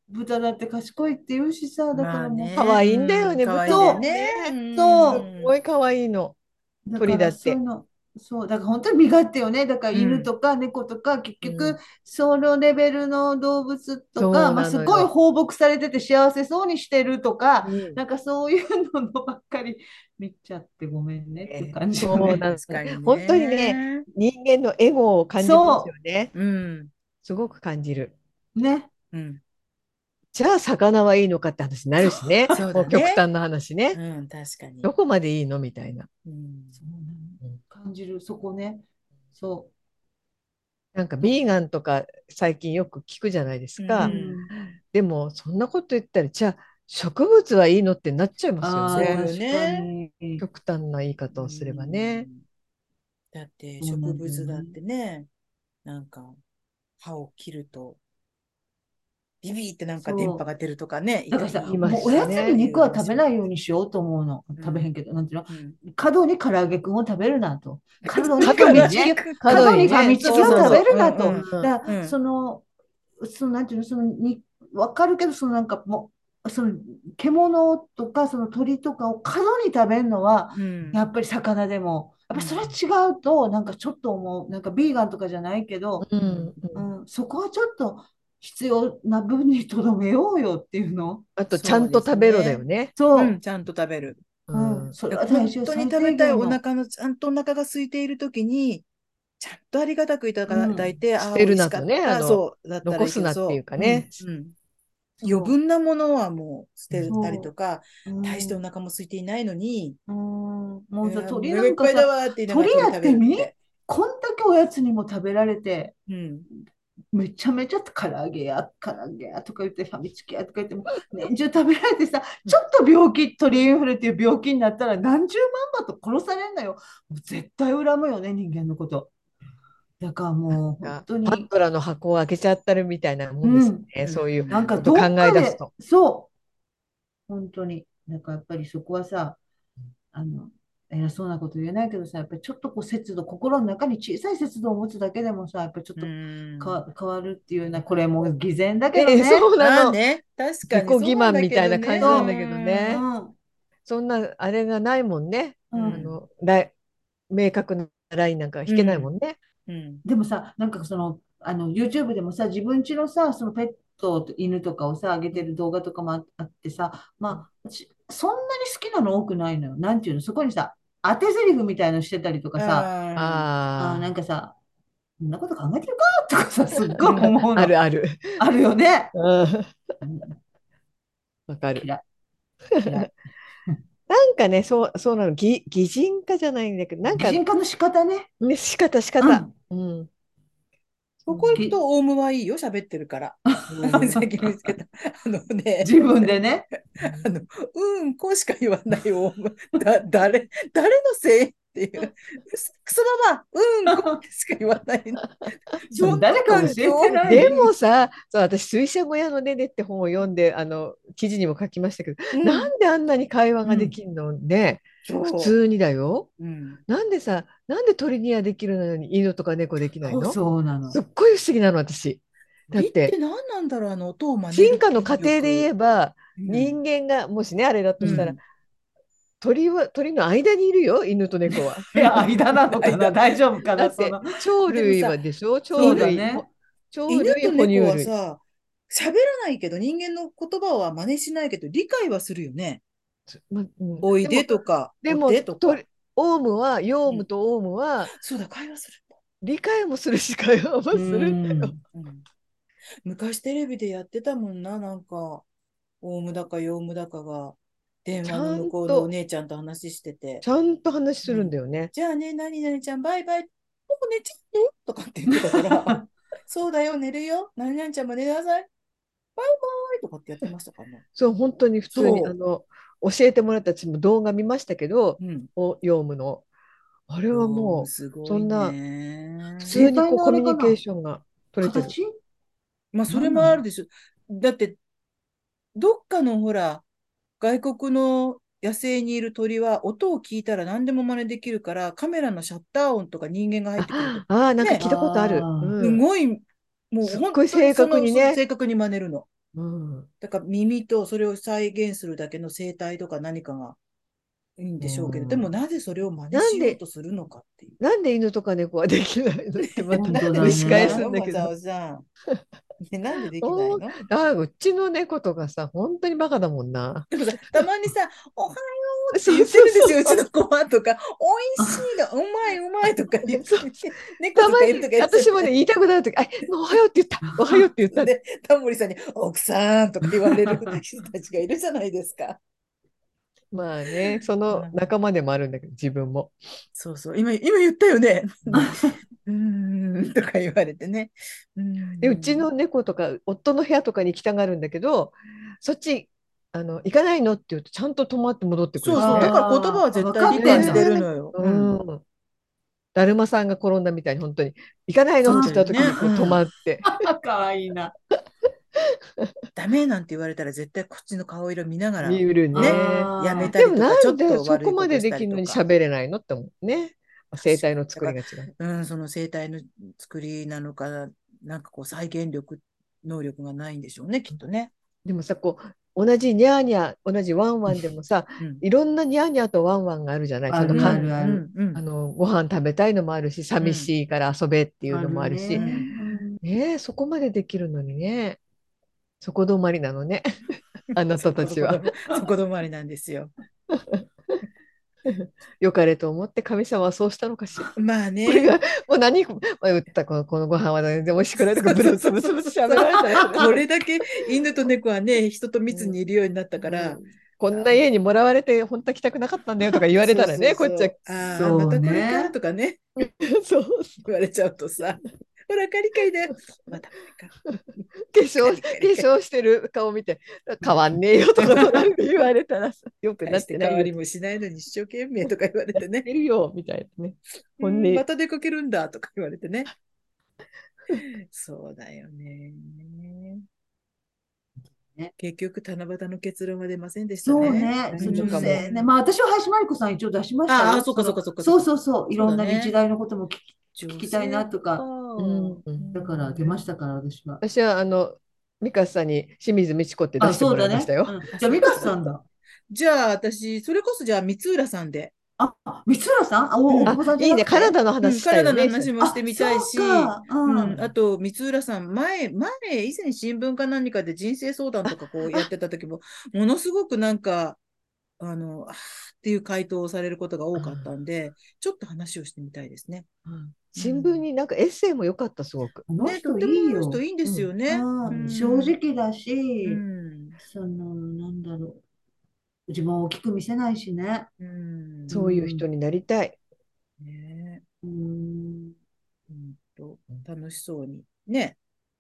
Speaker 3: 豚だって賢いって言うしさ、だからもう、
Speaker 2: 可愛いんだよね
Speaker 1: う可愛いんだよね。うん
Speaker 3: そう
Speaker 2: すごい可愛いの。
Speaker 3: だ
Speaker 2: 鳥
Speaker 3: から
Speaker 2: だって
Speaker 3: そういうの、そう、だから本当に身勝手よね。だから
Speaker 1: うん
Speaker 3: 犬とか猫とか、結
Speaker 1: う
Speaker 3: 局
Speaker 1: ん、
Speaker 3: そのレベルの動物
Speaker 2: そうな
Speaker 3: と
Speaker 2: の
Speaker 3: か、
Speaker 2: よ
Speaker 3: まあ、すごい放牧されてて幸せそうにしてるとか、なんかそういうのばっかり見ちゃってごめんねっていう感じよ
Speaker 2: そ
Speaker 3: ね
Speaker 2: うなの
Speaker 1: 確かにね
Speaker 2: 本当にね。人間のエゴを感じますよね。
Speaker 1: うん。
Speaker 2: すごく感じる。
Speaker 3: ね。
Speaker 1: うん。
Speaker 2: じゃあ魚はいいのかって話になるしね。
Speaker 1: そうそうだね
Speaker 2: もう極端な話ね。
Speaker 1: うん、確かに。
Speaker 2: どこまでいいのみたいな。
Speaker 1: うん
Speaker 3: そうなの感じる、そこね。そ
Speaker 2: なんかビーガンとか最近よく聞くじゃないです
Speaker 3: う。
Speaker 1: あ
Speaker 2: か。
Speaker 3: うん
Speaker 2: でもそんなこと言ったらじゃあ植物はいいのってなっちゃいます
Speaker 3: あ
Speaker 1: ー
Speaker 2: よね。
Speaker 1: そうよね
Speaker 3: ね。確かに
Speaker 2: 極端な言い方をすればね。
Speaker 1: うん。だって
Speaker 3: そ
Speaker 1: 植
Speaker 3: うなんだよね
Speaker 1: 物だってね、なんか歯を切ると、ビビーってなんか
Speaker 3: そう
Speaker 1: 電波が出るとかね。
Speaker 3: だからさ、
Speaker 1: い
Speaker 2: いま
Speaker 3: もう
Speaker 2: し
Speaker 3: おや
Speaker 2: た
Speaker 3: つ
Speaker 2: ね
Speaker 3: に肉は食べないようにしようと思うの。
Speaker 1: ん
Speaker 3: 食べへんけど、なんていうの
Speaker 1: うん
Speaker 3: 過度に唐揚げくんを食べるなと。過度に
Speaker 2: 過
Speaker 3: フ
Speaker 2: 度
Speaker 3: ァ
Speaker 2: に
Speaker 3: ミ
Speaker 2: ね
Speaker 3: チキを、
Speaker 2: 過
Speaker 3: 過
Speaker 2: 度
Speaker 3: 度
Speaker 2: にね
Speaker 3: にファミチキを
Speaker 2: そうそう
Speaker 3: 食
Speaker 2: そう
Speaker 3: べるなと。
Speaker 1: うん
Speaker 2: うん
Speaker 3: だか
Speaker 1: うん
Speaker 3: ら、その、その、なんていうの、その、に、わかるけど、そのなんかもう、その、獣とか、その鳥とかを過度に食べるのは、
Speaker 1: うん
Speaker 3: やっぱり魚でも、やっぱそれは違うと、なんかちょっと思う、なんかビーガンとかじゃないけど、
Speaker 2: うん
Speaker 3: うん、そこはちょっと必要な分にとどめようよっていうの。
Speaker 2: あとちゃんと食べろだよね。
Speaker 3: そうう。
Speaker 1: ん、ちゃんと食べる。
Speaker 3: うん、それは
Speaker 1: 本
Speaker 3: 大事よ
Speaker 1: 当に
Speaker 3: 最
Speaker 1: 食べ
Speaker 3: 低
Speaker 1: たい
Speaker 3: 限
Speaker 1: お
Speaker 3: の
Speaker 1: 腹の、ちゃんとお腹が空いているときに、ちゃんとありがたくいただいて、あ
Speaker 2: 捨
Speaker 1: あ、
Speaker 2: てる
Speaker 1: 美味
Speaker 2: な
Speaker 1: しか
Speaker 2: と
Speaker 1: っ
Speaker 2: ね
Speaker 1: た
Speaker 2: あの
Speaker 1: そう、だったら
Speaker 2: 残すなっていうかね。
Speaker 1: いいけどそううん余分なものはもう捨てたりとか、
Speaker 3: うん
Speaker 1: 大してお腹も空いていないのに、
Speaker 3: うんもうさ、
Speaker 1: うん
Speaker 3: 鳥
Speaker 1: お
Speaker 3: な
Speaker 1: 腹いっ
Speaker 3: んか
Speaker 1: ぱいだ
Speaker 3: さ、
Speaker 1: わーって言いながら
Speaker 3: 鳥だって
Speaker 1: 鳥食べ
Speaker 3: 見
Speaker 1: るって。
Speaker 3: こんだけおやつにも食べられて、
Speaker 1: うん、
Speaker 3: めちゃめちゃ唐揚げや、唐揚げやとか言って、ファミチキやとか言っても、年中食べられてさ、ちょっと病気、鳥インフルっていう病気になったら何十万羽と殺されんのよ。もう絶対恨むよね、人間のこと。だからもう、
Speaker 2: なん
Speaker 3: 本
Speaker 2: か
Speaker 3: 当に
Speaker 2: パ。ンドラの箱を開けちゃったるみたいなもんですよね、
Speaker 1: うん
Speaker 2: そういう。
Speaker 3: なんか
Speaker 2: こと
Speaker 3: ど
Speaker 2: を
Speaker 3: っ
Speaker 2: 考
Speaker 3: か
Speaker 2: え出す
Speaker 3: で
Speaker 2: と、
Speaker 3: そう、本当に、なんかやっぱりそこはさ、あの、偉そうなこと言えないけどさ、やっぱりちょっとこう節度、心の中に小さい節度を持つだけでもさ、やっぱりちょっと
Speaker 1: うん
Speaker 3: かわ変わるっていうような、これもう偽善だけど
Speaker 2: ええ
Speaker 3: ね。
Speaker 2: そうな
Speaker 1: まあ
Speaker 2: の、
Speaker 1: ね、確か
Speaker 2: 自
Speaker 1: に
Speaker 2: 己
Speaker 1: そう
Speaker 2: 欺
Speaker 1: なんだ
Speaker 2: 瞞みたいな
Speaker 1: けど
Speaker 2: 感
Speaker 1: ね
Speaker 2: じなんだけどね。
Speaker 3: う
Speaker 2: そんなあれがないもんね。
Speaker 1: うん
Speaker 3: うん
Speaker 2: あのライン明確なラインなんか引けないもんね。
Speaker 1: うん
Speaker 3: でもさ、なんかその、あの、YouTube でもさ、自分家のさ、そのペットと犬とかをさ、あげてる動画とかもああってさ、まあ、私そんなに好きなの多くないのよ。なんていうの、そこにさ、当て台詞みたいのしてたりとかさ、
Speaker 1: あ
Speaker 2: あ
Speaker 3: あー
Speaker 2: あ
Speaker 3: なんかさ、そんなこと考えてるかとかさ、すっごい思うの。
Speaker 2: あるある。
Speaker 3: あるよね。
Speaker 2: うんわ、かる。
Speaker 3: 嫌い。 嫌い。
Speaker 2: なんかね、そう、そうなの、擬、擬人化じゃないんだけど、なん
Speaker 3: 擬
Speaker 2: か、
Speaker 3: 人化の仕方ね。
Speaker 2: ね、仕方、仕
Speaker 3: う
Speaker 2: 方。
Speaker 3: ん。
Speaker 2: うん。
Speaker 1: ーここ行くとオウムはいいよ、喋ってるから。 さっき見つけた。あのね、
Speaker 3: 自分 でね。
Speaker 1: あの、うんこしか言わないオウム。だ、誰、誰のせいっていう。クソババア、うんこしか言わないの。
Speaker 3: それ誰か教えてない
Speaker 2: でもさ、そう、私、水車小屋のねねって本を読んで、あの、記事にも書きましたけど、
Speaker 1: うん
Speaker 2: なんであんなに会話ができるのね、
Speaker 1: そう
Speaker 2: 普通にだよ。
Speaker 1: うん。
Speaker 2: なんでさ、なんで鳥にはできるのに犬とか猫できないのすっ
Speaker 3: そうなの。
Speaker 2: ごい不思議なの、私。だっ
Speaker 1: 美って
Speaker 2: て、
Speaker 1: 何なんだろう、あの音を真似る
Speaker 2: 進化の過程で言えば、人間が、もしね、あれだと
Speaker 1: 間
Speaker 2: した
Speaker 1: う
Speaker 2: ら
Speaker 1: ん、
Speaker 2: 鳥は、鳥の間にいるよ、犬と猫 は。
Speaker 3: いや、間なのかな。大丈夫か
Speaker 2: だ
Speaker 3: な、
Speaker 2: って
Speaker 3: その。
Speaker 2: 鳥類はでしょ
Speaker 3: そ
Speaker 2: 鳥
Speaker 3: うだ
Speaker 2: 類、
Speaker 3: ね。
Speaker 2: 鳥
Speaker 1: 犬
Speaker 2: 類
Speaker 1: と
Speaker 2: 哺乳
Speaker 1: 猫は
Speaker 2: 類
Speaker 1: さ、喋らないけど、人間の言葉は真似しないけど、理解はするよね。
Speaker 2: まうん
Speaker 1: おいでとか、
Speaker 2: で
Speaker 1: お
Speaker 2: も
Speaker 1: でとか
Speaker 2: 鳥。オウムはヨウムとオウムは
Speaker 1: そうだ、会話する。
Speaker 2: 理解もするし会話もするんだよ
Speaker 3: うん
Speaker 1: うん昔テレビでやってたもんな、なんか、オウムだかヨウムだかが、電
Speaker 2: ち
Speaker 1: 話
Speaker 2: ゃん
Speaker 1: の
Speaker 2: と
Speaker 1: 向こうのお姉ちゃんと話してて
Speaker 2: ち、ゃんと話するんだよね。
Speaker 1: じゃあね、何々ちゃん、バイバイ、僕寝ちゃうよとかって言ってたから、そうだよ、寝るよ、何々ちゃんも寝なさい、バイバイとかってやってましたからね。
Speaker 2: そう本当に普通に
Speaker 1: そう
Speaker 2: あの教えてもらったちも動画見ましたけど、
Speaker 1: うん。
Speaker 2: おヨウムのあれはもう
Speaker 1: すごい
Speaker 2: そんな
Speaker 1: ね
Speaker 2: 普
Speaker 3: 普
Speaker 2: 通にこう
Speaker 3: 生態の
Speaker 2: コ
Speaker 3: あ
Speaker 2: ミ
Speaker 3: れか
Speaker 2: ュ
Speaker 3: な
Speaker 2: ニケーションが取 れてる。
Speaker 3: 形
Speaker 1: まあ、それもあるでしょ。だって、どっかのほら、外国の野生にいる鳥は、音を聞いたら何でも真似できるから、カメラのシャッター音とか人間が入ってくると
Speaker 2: あ、あーなんか聞いたことある。
Speaker 3: ねあー
Speaker 2: う
Speaker 1: す
Speaker 2: ん
Speaker 1: ごい、もう
Speaker 2: すっ
Speaker 1: 本
Speaker 2: ご
Speaker 1: 当
Speaker 2: い
Speaker 1: にその
Speaker 2: 正確にね
Speaker 1: その正確に真似るの。
Speaker 2: うん、
Speaker 1: だから耳とそれを再現するだけの生態とか何かがいいんでしょうけ
Speaker 2: う
Speaker 1: ど、
Speaker 2: ん
Speaker 1: でもなぜそれを真似
Speaker 2: なん
Speaker 1: し
Speaker 2: で
Speaker 1: ようとするのかっていう。
Speaker 2: なんで犬とか猫はできないのっ てまた
Speaker 3: 本
Speaker 1: なん
Speaker 3: 当
Speaker 1: で
Speaker 3: だ
Speaker 1: で
Speaker 3: ね
Speaker 2: 蒸し
Speaker 1: きな
Speaker 2: 返
Speaker 1: い
Speaker 2: すん
Speaker 1: の
Speaker 2: だけ
Speaker 1: もざ
Speaker 2: ど。
Speaker 1: おさん。ねなんでできないの
Speaker 2: あーうちの猫とかさ本当にバカだもんな。
Speaker 1: でもさ、たまにさ、おはようって言ってるんですよ、うちの子はとか、おいしいが、うまいうまいとか言って
Speaker 2: そう、
Speaker 1: 猫
Speaker 2: た
Speaker 1: と
Speaker 2: ま
Speaker 1: か
Speaker 2: に
Speaker 1: 犬とか言って
Speaker 2: 私もね言いたくなるとき、あ、もうおはようって言った、 おはようって言ったって。
Speaker 1: で、タモリさんに、奥さんとか言われる人たちがいるじゃないですか。
Speaker 2: まあね、その仲間でもあるんだけど、自分も。
Speaker 1: そうそう、今、今言ったよね。うーん、とか言われてね。うん
Speaker 2: で、うちの猫とか、夫の部屋とかに行きたがるんだけど、そっち、あの、行かないのって言うと、ちゃんと止まって戻ってく
Speaker 1: そ
Speaker 2: る
Speaker 1: う
Speaker 2: し
Speaker 1: そう、
Speaker 2: ね
Speaker 1: だから言葉は絶対理解してるのよ。うん
Speaker 2: うん。だるまさんが転んだみたいに、本当に、行かないのって言った時にこう
Speaker 1: そうだよね
Speaker 2: 止まって。
Speaker 3: かわいいな。
Speaker 1: ダメなんて言われたら絶対こっちの顔色見ながら、
Speaker 2: 見るね。
Speaker 3: あー
Speaker 1: やめた
Speaker 2: で
Speaker 1: り
Speaker 2: も
Speaker 1: と
Speaker 2: な
Speaker 1: か、ちょ
Speaker 2: ん
Speaker 1: っ
Speaker 2: で
Speaker 1: と
Speaker 2: そ
Speaker 1: 悪い
Speaker 2: こ
Speaker 1: こ
Speaker 2: ま
Speaker 1: と
Speaker 2: で
Speaker 1: し
Speaker 2: で
Speaker 1: た
Speaker 2: き
Speaker 1: り
Speaker 2: るの
Speaker 1: と
Speaker 2: に
Speaker 1: か。
Speaker 2: 喋れないのって思うね。生態の作りが違う。
Speaker 1: うん、その生態の作りなのか、なんかこう再現力、能力がないんでしょうね、きっとね。
Speaker 2: でもさ、こう、同じニャーニャー、同じワンワンでもさ、
Speaker 1: うん、
Speaker 2: いろんなニャーニャーとワンワンがあるじゃない。
Speaker 3: あ
Speaker 2: そ
Speaker 3: る
Speaker 2: の
Speaker 3: あ
Speaker 2: か
Speaker 3: る
Speaker 1: うんうん
Speaker 2: あのご飯食べたいのもあるし、寂しいから遊べっていうのもあるし、
Speaker 1: ある
Speaker 2: ね
Speaker 1: ね
Speaker 2: えそこまでできるのにね、そこ止まりなのね、あなたたちは。
Speaker 1: そこ止まりなんですよ。
Speaker 2: 良かれと思って神様はそうしたのかしら。
Speaker 1: まあね。
Speaker 2: これがもう何もう言ったこのこのご飯は全然美味しくないとかブツブツブツ喋られたら
Speaker 1: これだけ犬と猫はね、人と密にいるようになったから、
Speaker 2: こんな家にもらわれて本当は来たくなかったんだよとか言われたらね
Speaker 1: そうそうそう
Speaker 2: こっ
Speaker 1: あ
Speaker 3: そ
Speaker 1: あ、
Speaker 3: うね
Speaker 1: またこれかとかね、
Speaker 2: ちはそう
Speaker 1: 言われちゃうとさ、ほら、カリカリだよ。またこれか。
Speaker 2: 化粧化粧してる顔見て変わんねえよとかなんか言われたらさよくな
Speaker 1: 大
Speaker 2: っ
Speaker 1: してて
Speaker 2: ない
Speaker 1: 変
Speaker 2: よ
Speaker 1: わりもしないのに一生懸命とか言われてね
Speaker 2: っ。てるよみたいなね。
Speaker 1: う
Speaker 2: 本
Speaker 1: ん
Speaker 2: 音
Speaker 1: また出かけるんだとか言われてね。そうだよね
Speaker 3: ね。
Speaker 1: 結局、七夕の結論は出ませんでした
Speaker 3: そう
Speaker 1: ね。
Speaker 3: ね、
Speaker 2: そう
Speaker 3: 女
Speaker 2: かも
Speaker 3: 性ね。まあ私は林真理子さん一応出しましたよ。
Speaker 1: ああ、そっかそっかそっか。
Speaker 3: そうそうそう、いろん
Speaker 1: そ
Speaker 3: な
Speaker 1: うだね
Speaker 3: 日大のことも聞き聞きたいなとか
Speaker 2: うんうん
Speaker 3: だから出ましたから私は。
Speaker 2: 私はあのミカさんに清水美智子って出
Speaker 3: あ、
Speaker 2: して
Speaker 3: そ
Speaker 2: も
Speaker 3: う
Speaker 2: らいま
Speaker 3: だね
Speaker 2: した。よ。
Speaker 3: うんじゃあ、美香さんだ。
Speaker 1: じゃあ、私、それこそじゃあ、三浦さんで。
Speaker 3: あ、光浦さんあ、お、
Speaker 1: うん
Speaker 3: お子さ
Speaker 2: あ
Speaker 3: んじ
Speaker 2: い
Speaker 3: ゃ
Speaker 2: い
Speaker 3: な
Speaker 2: ね
Speaker 3: くて
Speaker 2: カナダの話したい
Speaker 1: 体
Speaker 2: よ
Speaker 1: の
Speaker 2: ね。
Speaker 1: 話もしてみたいし。
Speaker 3: あそうかう
Speaker 1: うんん、あと三浦さん、前、前、以前新聞か何かで人生相談とかこうやってた 時も、ものすごくなんか、あの、あーっていう回答をされることが多かったんで、ちょっと話をしてみたいですね。
Speaker 2: うん新聞になんかエッセイも良かったすごく。
Speaker 3: この
Speaker 1: ね、とて
Speaker 3: 人いい
Speaker 1: もあの
Speaker 3: よ
Speaker 1: 人。いいんですよね。
Speaker 3: う
Speaker 1: うんん
Speaker 3: 正直だし、
Speaker 1: うん。
Speaker 3: その、なんだろう。自分を大きく見せないしね。
Speaker 1: うん。
Speaker 2: そういう人になりたい。
Speaker 1: ね。
Speaker 3: うん。
Speaker 1: うんと、楽しそうに。ね。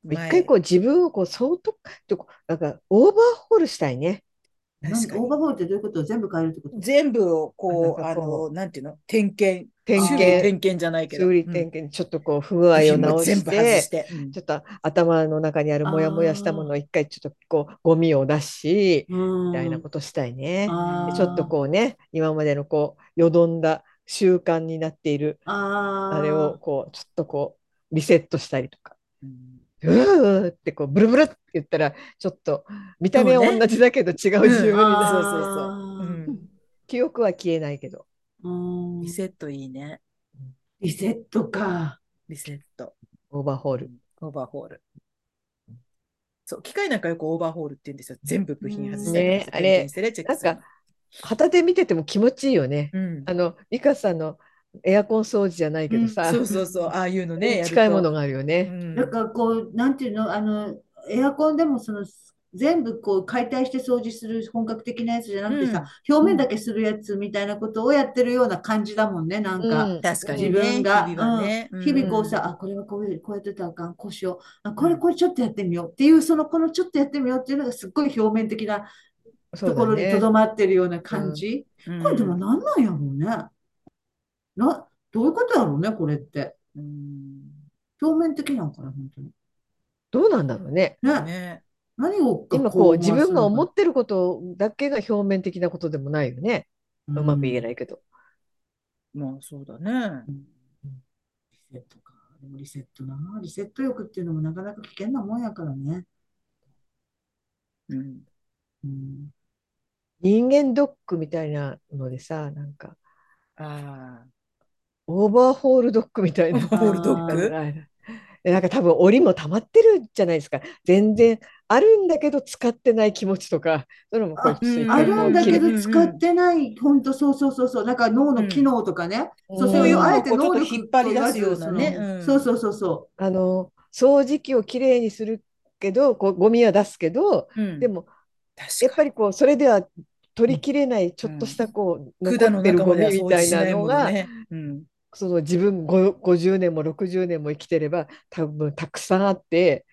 Speaker 2: 一回こう自分をこう相当とこうなんかオーバーホールしたいね。
Speaker 1: 前
Speaker 3: なん
Speaker 1: 確
Speaker 3: で
Speaker 1: かに
Speaker 3: オーバーホールってどういうこと全部変えるってこと
Speaker 1: 全部をこう、
Speaker 2: な
Speaker 1: あ
Speaker 2: んかこ
Speaker 1: の、なんていうの点検。
Speaker 2: 点
Speaker 1: 修理
Speaker 2: 検、
Speaker 1: 点検じゃないけど。
Speaker 2: 修
Speaker 1: う
Speaker 2: 理
Speaker 1: ん
Speaker 2: 点検、ちょっとこう不具合を直
Speaker 1: 部品も全
Speaker 2: し
Speaker 1: 部外
Speaker 2: て
Speaker 1: し、て。うん
Speaker 2: ちょっと頭の中にあるモヤモヤしたものを一回ちょっとこうゴミを出し、
Speaker 3: うん
Speaker 2: みたいなことしたいね。で
Speaker 3: あー
Speaker 2: ちょっとこうね、今までのこう、よどんだ習慣になっている、
Speaker 3: あー
Speaker 2: あれをこう、ちょっとこう、リセットしたりとか、
Speaker 1: うん
Speaker 2: うーってこう、ブルブルって言ったら、ちょっと、見た目は
Speaker 1: そうね
Speaker 2: 同じだけど違う自分みた
Speaker 1: うんそう
Speaker 2: いな、
Speaker 1: そうそう
Speaker 3: あー
Speaker 1: うん
Speaker 2: 記憶は消えないけど。
Speaker 3: うん
Speaker 1: リセットいいね。
Speaker 3: リセットか。
Speaker 1: リセット。
Speaker 2: オーバーホール。
Speaker 1: オーバーホール。そう、機械なんかよくオーバーホールって言うんですよ。全部部品外したりとか
Speaker 2: ね
Speaker 1: 点検してね、チェッ
Speaker 2: な
Speaker 1: ク
Speaker 2: ん
Speaker 1: する
Speaker 2: か、旗で見てても気持ちいいよね。
Speaker 1: うん
Speaker 2: あの、リカさんのエアコン掃除じゃないけどさ、
Speaker 1: うんそうそうそう、ああいうのね、やると
Speaker 2: 近いものがあるよ
Speaker 1: う
Speaker 2: ね。
Speaker 1: ん
Speaker 3: なんかこう、なんていうの、あの、エアコンでもその、全部こう解体して掃除する本格的なやつじゃなくてさ、表面だけするやつみたいなことをやってるような感じだもんね、なんか。
Speaker 2: うん
Speaker 1: 確かに、ね、
Speaker 3: 自分が
Speaker 1: 日々はね、
Speaker 3: 日々
Speaker 1: うん
Speaker 3: こうさ、あ、これはこういう、こうやってたらあかん、こうしよう。あ、これ、これちょっとやってみようっていう、その、このちょっとやってみようっていうのがすっごい表面的な
Speaker 2: そう
Speaker 3: と
Speaker 2: だ
Speaker 3: ころに
Speaker 2: ね
Speaker 3: とどまってるような感じ。
Speaker 1: うん
Speaker 3: これでもなんなんやろうね。な、どういうことやろうね、これって。
Speaker 1: うん
Speaker 3: 表面的なんかな、本当に。
Speaker 2: どうなんだろうね。
Speaker 3: ね、
Speaker 1: ね、
Speaker 3: 何を
Speaker 2: 今こう自分が思
Speaker 3: っ
Speaker 2: ってることだけが表面的なことでもないよね。うまく言えないけど。
Speaker 1: まあそうだね。
Speaker 3: リセットか。でもリセットな。リセット欲っていうのもなかなか危険なもんやからね。
Speaker 1: うん、
Speaker 3: うん。
Speaker 2: 人間ドックみたいなのでさ、なんか
Speaker 1: ああ、
Speaker 2: オーバーホールドッグみたいな。
Speaker 1: オーバーホールドッグ
Speaker 2: はいはいで なんか多分檻も溜まってるじゃないですか。全然あるんだけど使ってない気持ちとか、それもこれ
Speaker 3: あ
Speaker 2: ついて
Speaker 1: うん
Speaker 3: あるんだけ
Speaker 1: うんうんう
Speaker 3: ど
Speaker 1: ん
Speaker 3: 使ってない、ほんとそうそうそうそう、なんか脳の機能とかね、そうそういう
Speaker 1: うん
Speaker 3: あえて能
Speaker 1: こうちょっ
Speaker 3: 力
Speaker 1: と引っ張り出すようなね
Speaker 3: と言わず
Speaker 1: うん
Speaker 3: そうそうそうそ
Speaker 2: あの掃除機をきれいにするけど、こうゴミは出すけど、
Speaker 1: うん、
Speaker 2: でも
Speaker 1: 確
Speaker 2: やっ
Speaker 1: か
Speaker 2: ぱりこうそれでは取りきれないちょっとしたこう、
Speaker 1: に管
Speaker 2: 残
Speaker 1: の
Speaker 2: ってる
Speaker 1: 中
Speaker 2: ゴ
Speaker 1: までは掃
Speaker 2: ミみ
Speaker 1: 除
Speaker 2: たい
Speaker 1: し
Speaker 2: な
Speaker 1: ない
Speaker 2: の
Speaker 1: もの
Speaker 2: が、
Speaker 1: ね。うん、
Speaker 2: その自分ご50年も60年も生きてれば多分たくさんあって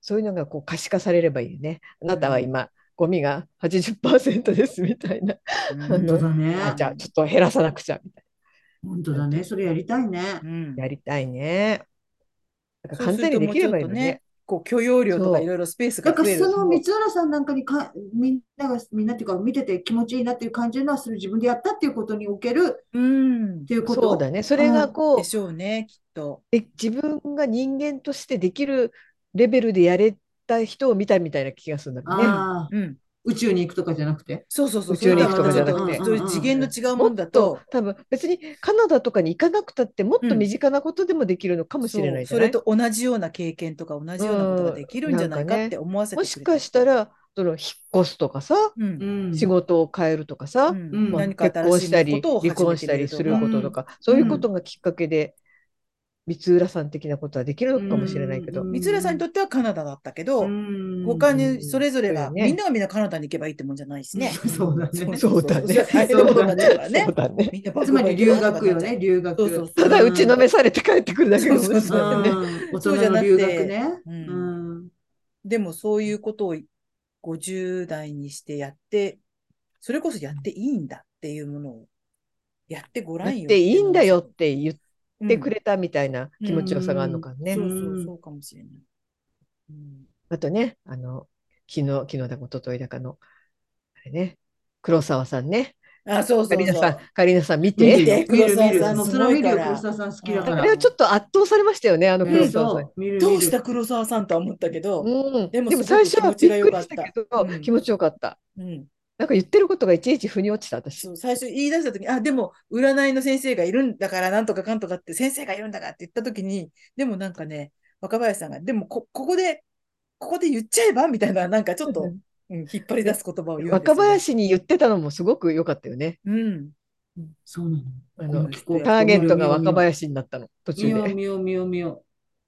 Speaker 2: そういうのがこう可視化されればいいよね。あなたは今、ゴミが80%ですみたいな。
Speaker 1: うん
Speaker 2: 本当
Speaker 3: だね。
Speaker 2: あじゃあちょっと減らさなくちゃみたいう
Speaker 3: 本当だね、それやりたいね
Speaker 1: う。ん
Speaker 2: な。やりたいね。なんか
Speaker 1: そう
Speaker 2: 簡
Speaker 1: する
Speaker 2: 単に
Speaker 1: とも
Speaker 2: で
Speaker 1: う
Speaker 2: き
Speaker 1: ち
Speaker 2: れ
Speaker 1: ょ
Speaker 2: ば
Speaker 1: っ
Speaker 2: いい
Speaker 1: と
Speaker 2: のにね
Speaker 1: ね。、こう許容量とか
Speaker 2: そう
Speaker 1: いろいろスペースが
Speaker 3: なんか
Speaker 1: 増える。
Speaker 3: その光浦さんなんかにか、みんなが、みんなっていうか、見てて気持ちいいなっていう感じるのは、それ自分でやったっていうことにおける
Speaker 1: うん
Speaker 3: っ、ていうこ
Speaker 2: そう
Speaker 3: と。
Speaker 2: だね。それがこう、
Speaker 1: でしょうね、きっと。
Speaker 2: で自分が人間としてできるレベルでやれた人を見たみたいな気がするんだけどね。
Speaker 3: ああ、
Speaker 1: うん、
Speaker 3: 宇宙に行くとかじゃなくて。
Speaker 1: そうそうそう。
Speaker 2: 宇宙に行くとか
Speaker 1: それ
Speaker 2: じゃ
Speaker 1: と
Speaker 2: な
Speaker 1: はま
Speaker 2: く
Speaker 1: た
Speaker 2: て
Speaker 1: ちょっと次元の違うも
Speaker 2: も
Speaker 1: ん
Speaker 2: っ
Speaker 1: だ
Speaker 2: と
Speaker 1: と、
Speaker 2: 多分別にカナダとかに行かなくたってもっと身近なことでもできるのかもしれないじ
Speaker 1: そ
Speaker 2: ゃ
Speaker 1: う
Speaker 2: ない、
Speaker 1: それと同じような経験とか同じようなことができるんじゃないかって思わせてく
Speaker 2: も
Speaker 1: れ
Speaker 2: しかした、らその引っ越すとかさ、
Speaker 1: うん
Speaker 3: うん。
Speaker 2: 仕事を変えるとかさ、
Speaker 1: うん
Speaker 3: うん
Speaker 2: まあ
Speaker 1: 何か
Speaker 2: 結
Speaker 1: 新
Speaker 2: 婚
Speaker 1: しい
Speaker 2: したり
Speaker 1: ことを
Speaker 2: 離
Speaker 1: 始め
Speaker 2: 婚
Speaker 1: て
Speaker 2: し
Speaker 1: み
Speaker 2: た
Speaker 1: る
Speaker 2: り
Speaker 1: と
Speaker 2: す
Speaker 1: か
Speaker 2: ることとか、そういうことがきっかけで光浦さん的なことはできるのかもしれないけど、
Speaker 3: うん
Speaker 1: 三浦さんにとってはカナダだったけど、
Speaker 3: うん
Speaker 1: 他にそれぞれが、
Speaker 2: うんそうよね
Speaker 1: みんながみんなカナダに行けばいいってもんじゃないしね。
Speaker 3: そうだね
Speaker 2: そうだね
Speaker 1: 大変なことになっちゃうからね
Speaker 2: そう。だね。
Speaker 1: みんなバ
Speaker 3: つ
Speaker 1: クバ
Speaker 3: ま
Speaker 1: ク
Speaker 3: り留学よね、留
Speaker 1: そ
Speaker 3: 学。
Speaker 1: うそうそう
Speaker 2: ただ打ちの
Speaker 3: め
Speaker 2: めされて帰ってくるだけかもしれないね
Speaker 1: そうそうそう
Speaker 3: うん大
Speaker 1: そうじゃ
Speaker 3: 人
Speaker 1: な
Speaker 3: の
Speaker 1: く
Speaker 3: 留
Speaker 1: て
Speaker 3: 学ね。
Speaker 1: う
Speaker 3: うんん。
Speaker 1: でもそういうことを50代にしてやって、それこそやっていいんだっていうものをやってごら
Speaker 2: やっ
Speaker 1: んよ。
Speaker 2: ていいんだよって言
Speaker 1: うん。
Speaker 2: ってくれたみたいな気持ちよさがあるのかね。
Speaker 1: そう
Speaker 3: うん
Speaker 1: そう、そうかもしれない。うん
Speaker 2: あとね、あの、昨日、昨日だか一昨日だかの、あれね、黒沢さんね、
Speaker 1: あ、そうそ
Speaker 2: カ
Speaker 1: う
Speaker 2: リナ
Speaker 1: そ
Speaker 2: さん
Speaker 1: う。、
Speaker 2: カリナさん見て。
Speaker 1: 見て
Speaker 3: 見る見
Speaker 1: 黒
Speaker 3: る。
Speaker 1: 沢さん
Speaker 3: もう
Speaker 1: す
Speaker 3: それ
Speaker 1: ご
Speaker 3: 見
Speaker 1: い
Speaker 3: る
Speaker 1: か
Speaker 3: よ、
Speaker 1: ら
Speaker 3: 黒沢さん好きだか
Speaker 2: あ
Speaker 3: ら。
Speaker 2: れはちょっと圧倒されましたよね、あの
Speaker 1: う
Speaker 2: 黒
Speaker 1: ん
Speaker 2: 沢さん。
Speaker 3: そう、見る見る。
Speaker 1: どうした黒沢さんとは思ったけど、
Speaker 2: うん、
Speaker 1: で
Speaker 2: で
Speaker 1: も
Speaker 2: も
Speaker 1: すごく
Speaker 2: 最初はびっくりした
Speaker 1: 気持
Speaker 2: け
Speaker 1: ちが良か
Speaker 2: ど、
Speaker 1: ったうん
Speaker 2: 気持ちよかった。
Speaker 1: うん、
Speaker 2: なんか言ってることがいちいち腑に落ちた、私。
Speaker 1: そう最初言い出した時に、あ、でも占いの先生がいるんだから、なんとかかんとかって、先生がいるんだからって言った時に、でもなんかね、若林さんが、でもこ、ここで、ここで言っちゃえばみたいな、なんかちょっと、うん、引っ張り出す言葉を言うんですよね
Speaker 2: 若、林に言ってたのもすごく良かったよね。
Speaker 1: うん。
Speaker 3: そうなの。
Speaker 2: あ
Speaker 1: こ
Speaker 2: の
Speaker 1: の人
Speaker 2: ターゲットが若
Speaker 3: 林。
Speaker 2: 林になったの、途中
Speaker 3: 見よう
Speaker 2: で。
Speaker 3: 見よう見よう見よ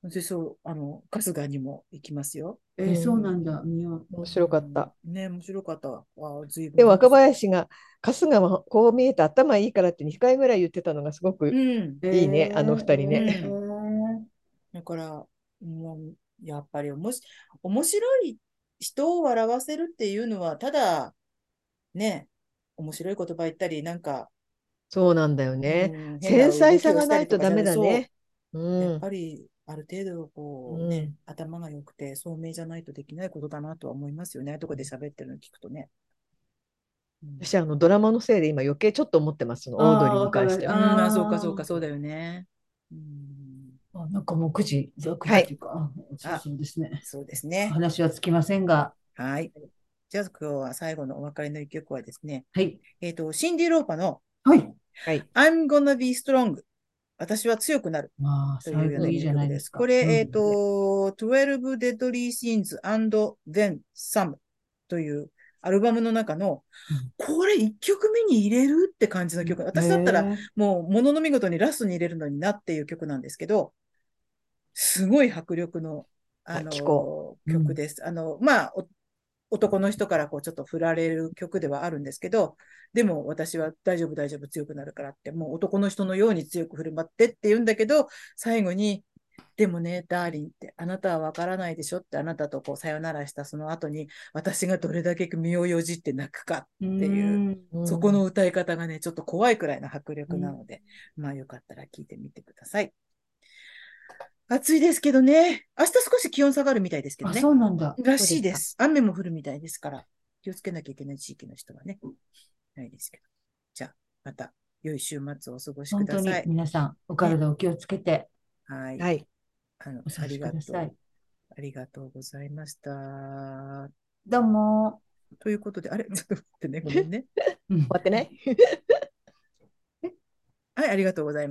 Speaker 1: で、そう、あの、春日にも行きますよ。
Speaker 3: う。えー、そうなんだ、見よう。
Speaker 2: 面白かった。
Speaker 1: うん。ね、面白かった。あー、ずいぶん。
Speaker 2: で若林が春日はこう見えて頭いいからって2回ぐらい言ってたのがすごく、
Speaker 1: うん。
Speaker 2: いいねあの二人
Speaker 1: ね
Speaker 3: えー
Speaker 1: だから、もうやっぱりおもし面白い人を笑わせるっていうのは、ただ、ね、面白い言葉言ったり、なんか、
Speaker 2: そうなんだよね。
Speaker 1: うん
Speaker 2: 繊細さがないとダメだ。ね。う
Speaker 1: 変な動きをしたりとかじゃないそうやっ
Speaker 2: ん
Speaker 1: ぱり、ある程度、こう、
Speaker 2: うん
Speaker 1: ね、頭が良くて、聡明じゃないとできないことだなとは思いますよね。ああいうとこで喋ってるの聞くとね。うん
Speaker 2: 私あのドラマのせいで今余計ちょっと思ってますそのオードリーに関して
Speaker 1: うん
Speaker 2: は。
Speaker 1: あ
Speaker 3: あー
Speaker 1: そうか、そうか、そうだよね。うん、
Speaker 3: あなんかもう9時、9時っていうか、あそうそうですね。
Speaker 1: そうですね。
Speaker 3: 話はつきませんが、
Speaker 1: はい。じゃあ、今日は最後のお別れの一曲はですね、
Speaker 3: はい。
Speaker 1: えっ、と、シンディ・ローパの
Speaker 3: はい。
Speaker 2: はい。
Speaker 1: I'm gonna be strong. 私は強くなる
Speaker 3: まあ、
Speaker 1: と
Speaker 3: 最
Speaker 1: いうよう
Speaker 3: 後
Speaker 1: ない
Speaker 3: いじゃ
Speaker 1: 曲
Speaker 3: ない
Speaker 1: で。
Speaker 3: ですすか。
Speaker 1: これ、
Speaker 3: うん
Speaker 1: えっ、と、12 Deadly Sins and Then Some というアルバムの中の、これ1曲目に入れるって感じの曲。私だったら、
Speaker 2: ね
Speaker 1: もう、ものの見事にラストに入れるのになっていう曲なんですけど、すごい迫力の、あの
Speaker 2: あ聞こ
Speaker 3: ううん
Speaker 1: 曲です。あの、まあ、お男の人からこうちょっと振られる曲ではあるんですけど、でも私は大丈夫大丈夫強くなるからって、もう男の人のように強く振る舞ってって言うんだけど、最後に、でもね、ダーリンってあなたはわからないでしょってあなたとこうさよならしたその後に私がどれだけ身をよじって泣くか、
Speaker 3: て
Speaker 1: いう
Speaker 3: う。
Speaker 2: うん
Speaker 1: そこの歌い方がね、ちょっと怖いくらいの迫力なので、まあよかったら聞いてみてください。暑いですけどね、明日少し気温下がるみたいですけど
Speaker 3: あ、
Speaker 1: ね。
Speaker 3: そうなんだ。
Speaker 1: らしいです。雨も降るみたいですから、気をつけなきゃいけない地域の人はね、ないですけど。じゃあ、また良い週末をお過ごしく
Speaker 3: 本
Speaker 1: だ
Speaker 3: 当に
Speaker 1: さい。
Speaker 3: 皆さん、お体お気をつけて
Speaker 1: はい。
Speaker 2: はい。
Speaker 1: あの
Speaker 3: お過
Speaker 1: あ
Speaker 3: ご
Speaker 1: り
Speaker 3: し
Speaker 1: が
Speaker 3: く
Speaker 1: と
Speaker 3: ださ
Speaker 1: う
Speaker 3: い。。
Speaker 1: ありがとうございました。
Speaker 3: どうも。
Speaker 1: ということで、あれちょっと待ってね、ごめんね。
Speaker 3: うん
Speaker 2: 終わってない
Speaker 1: はい、ありがとうございます。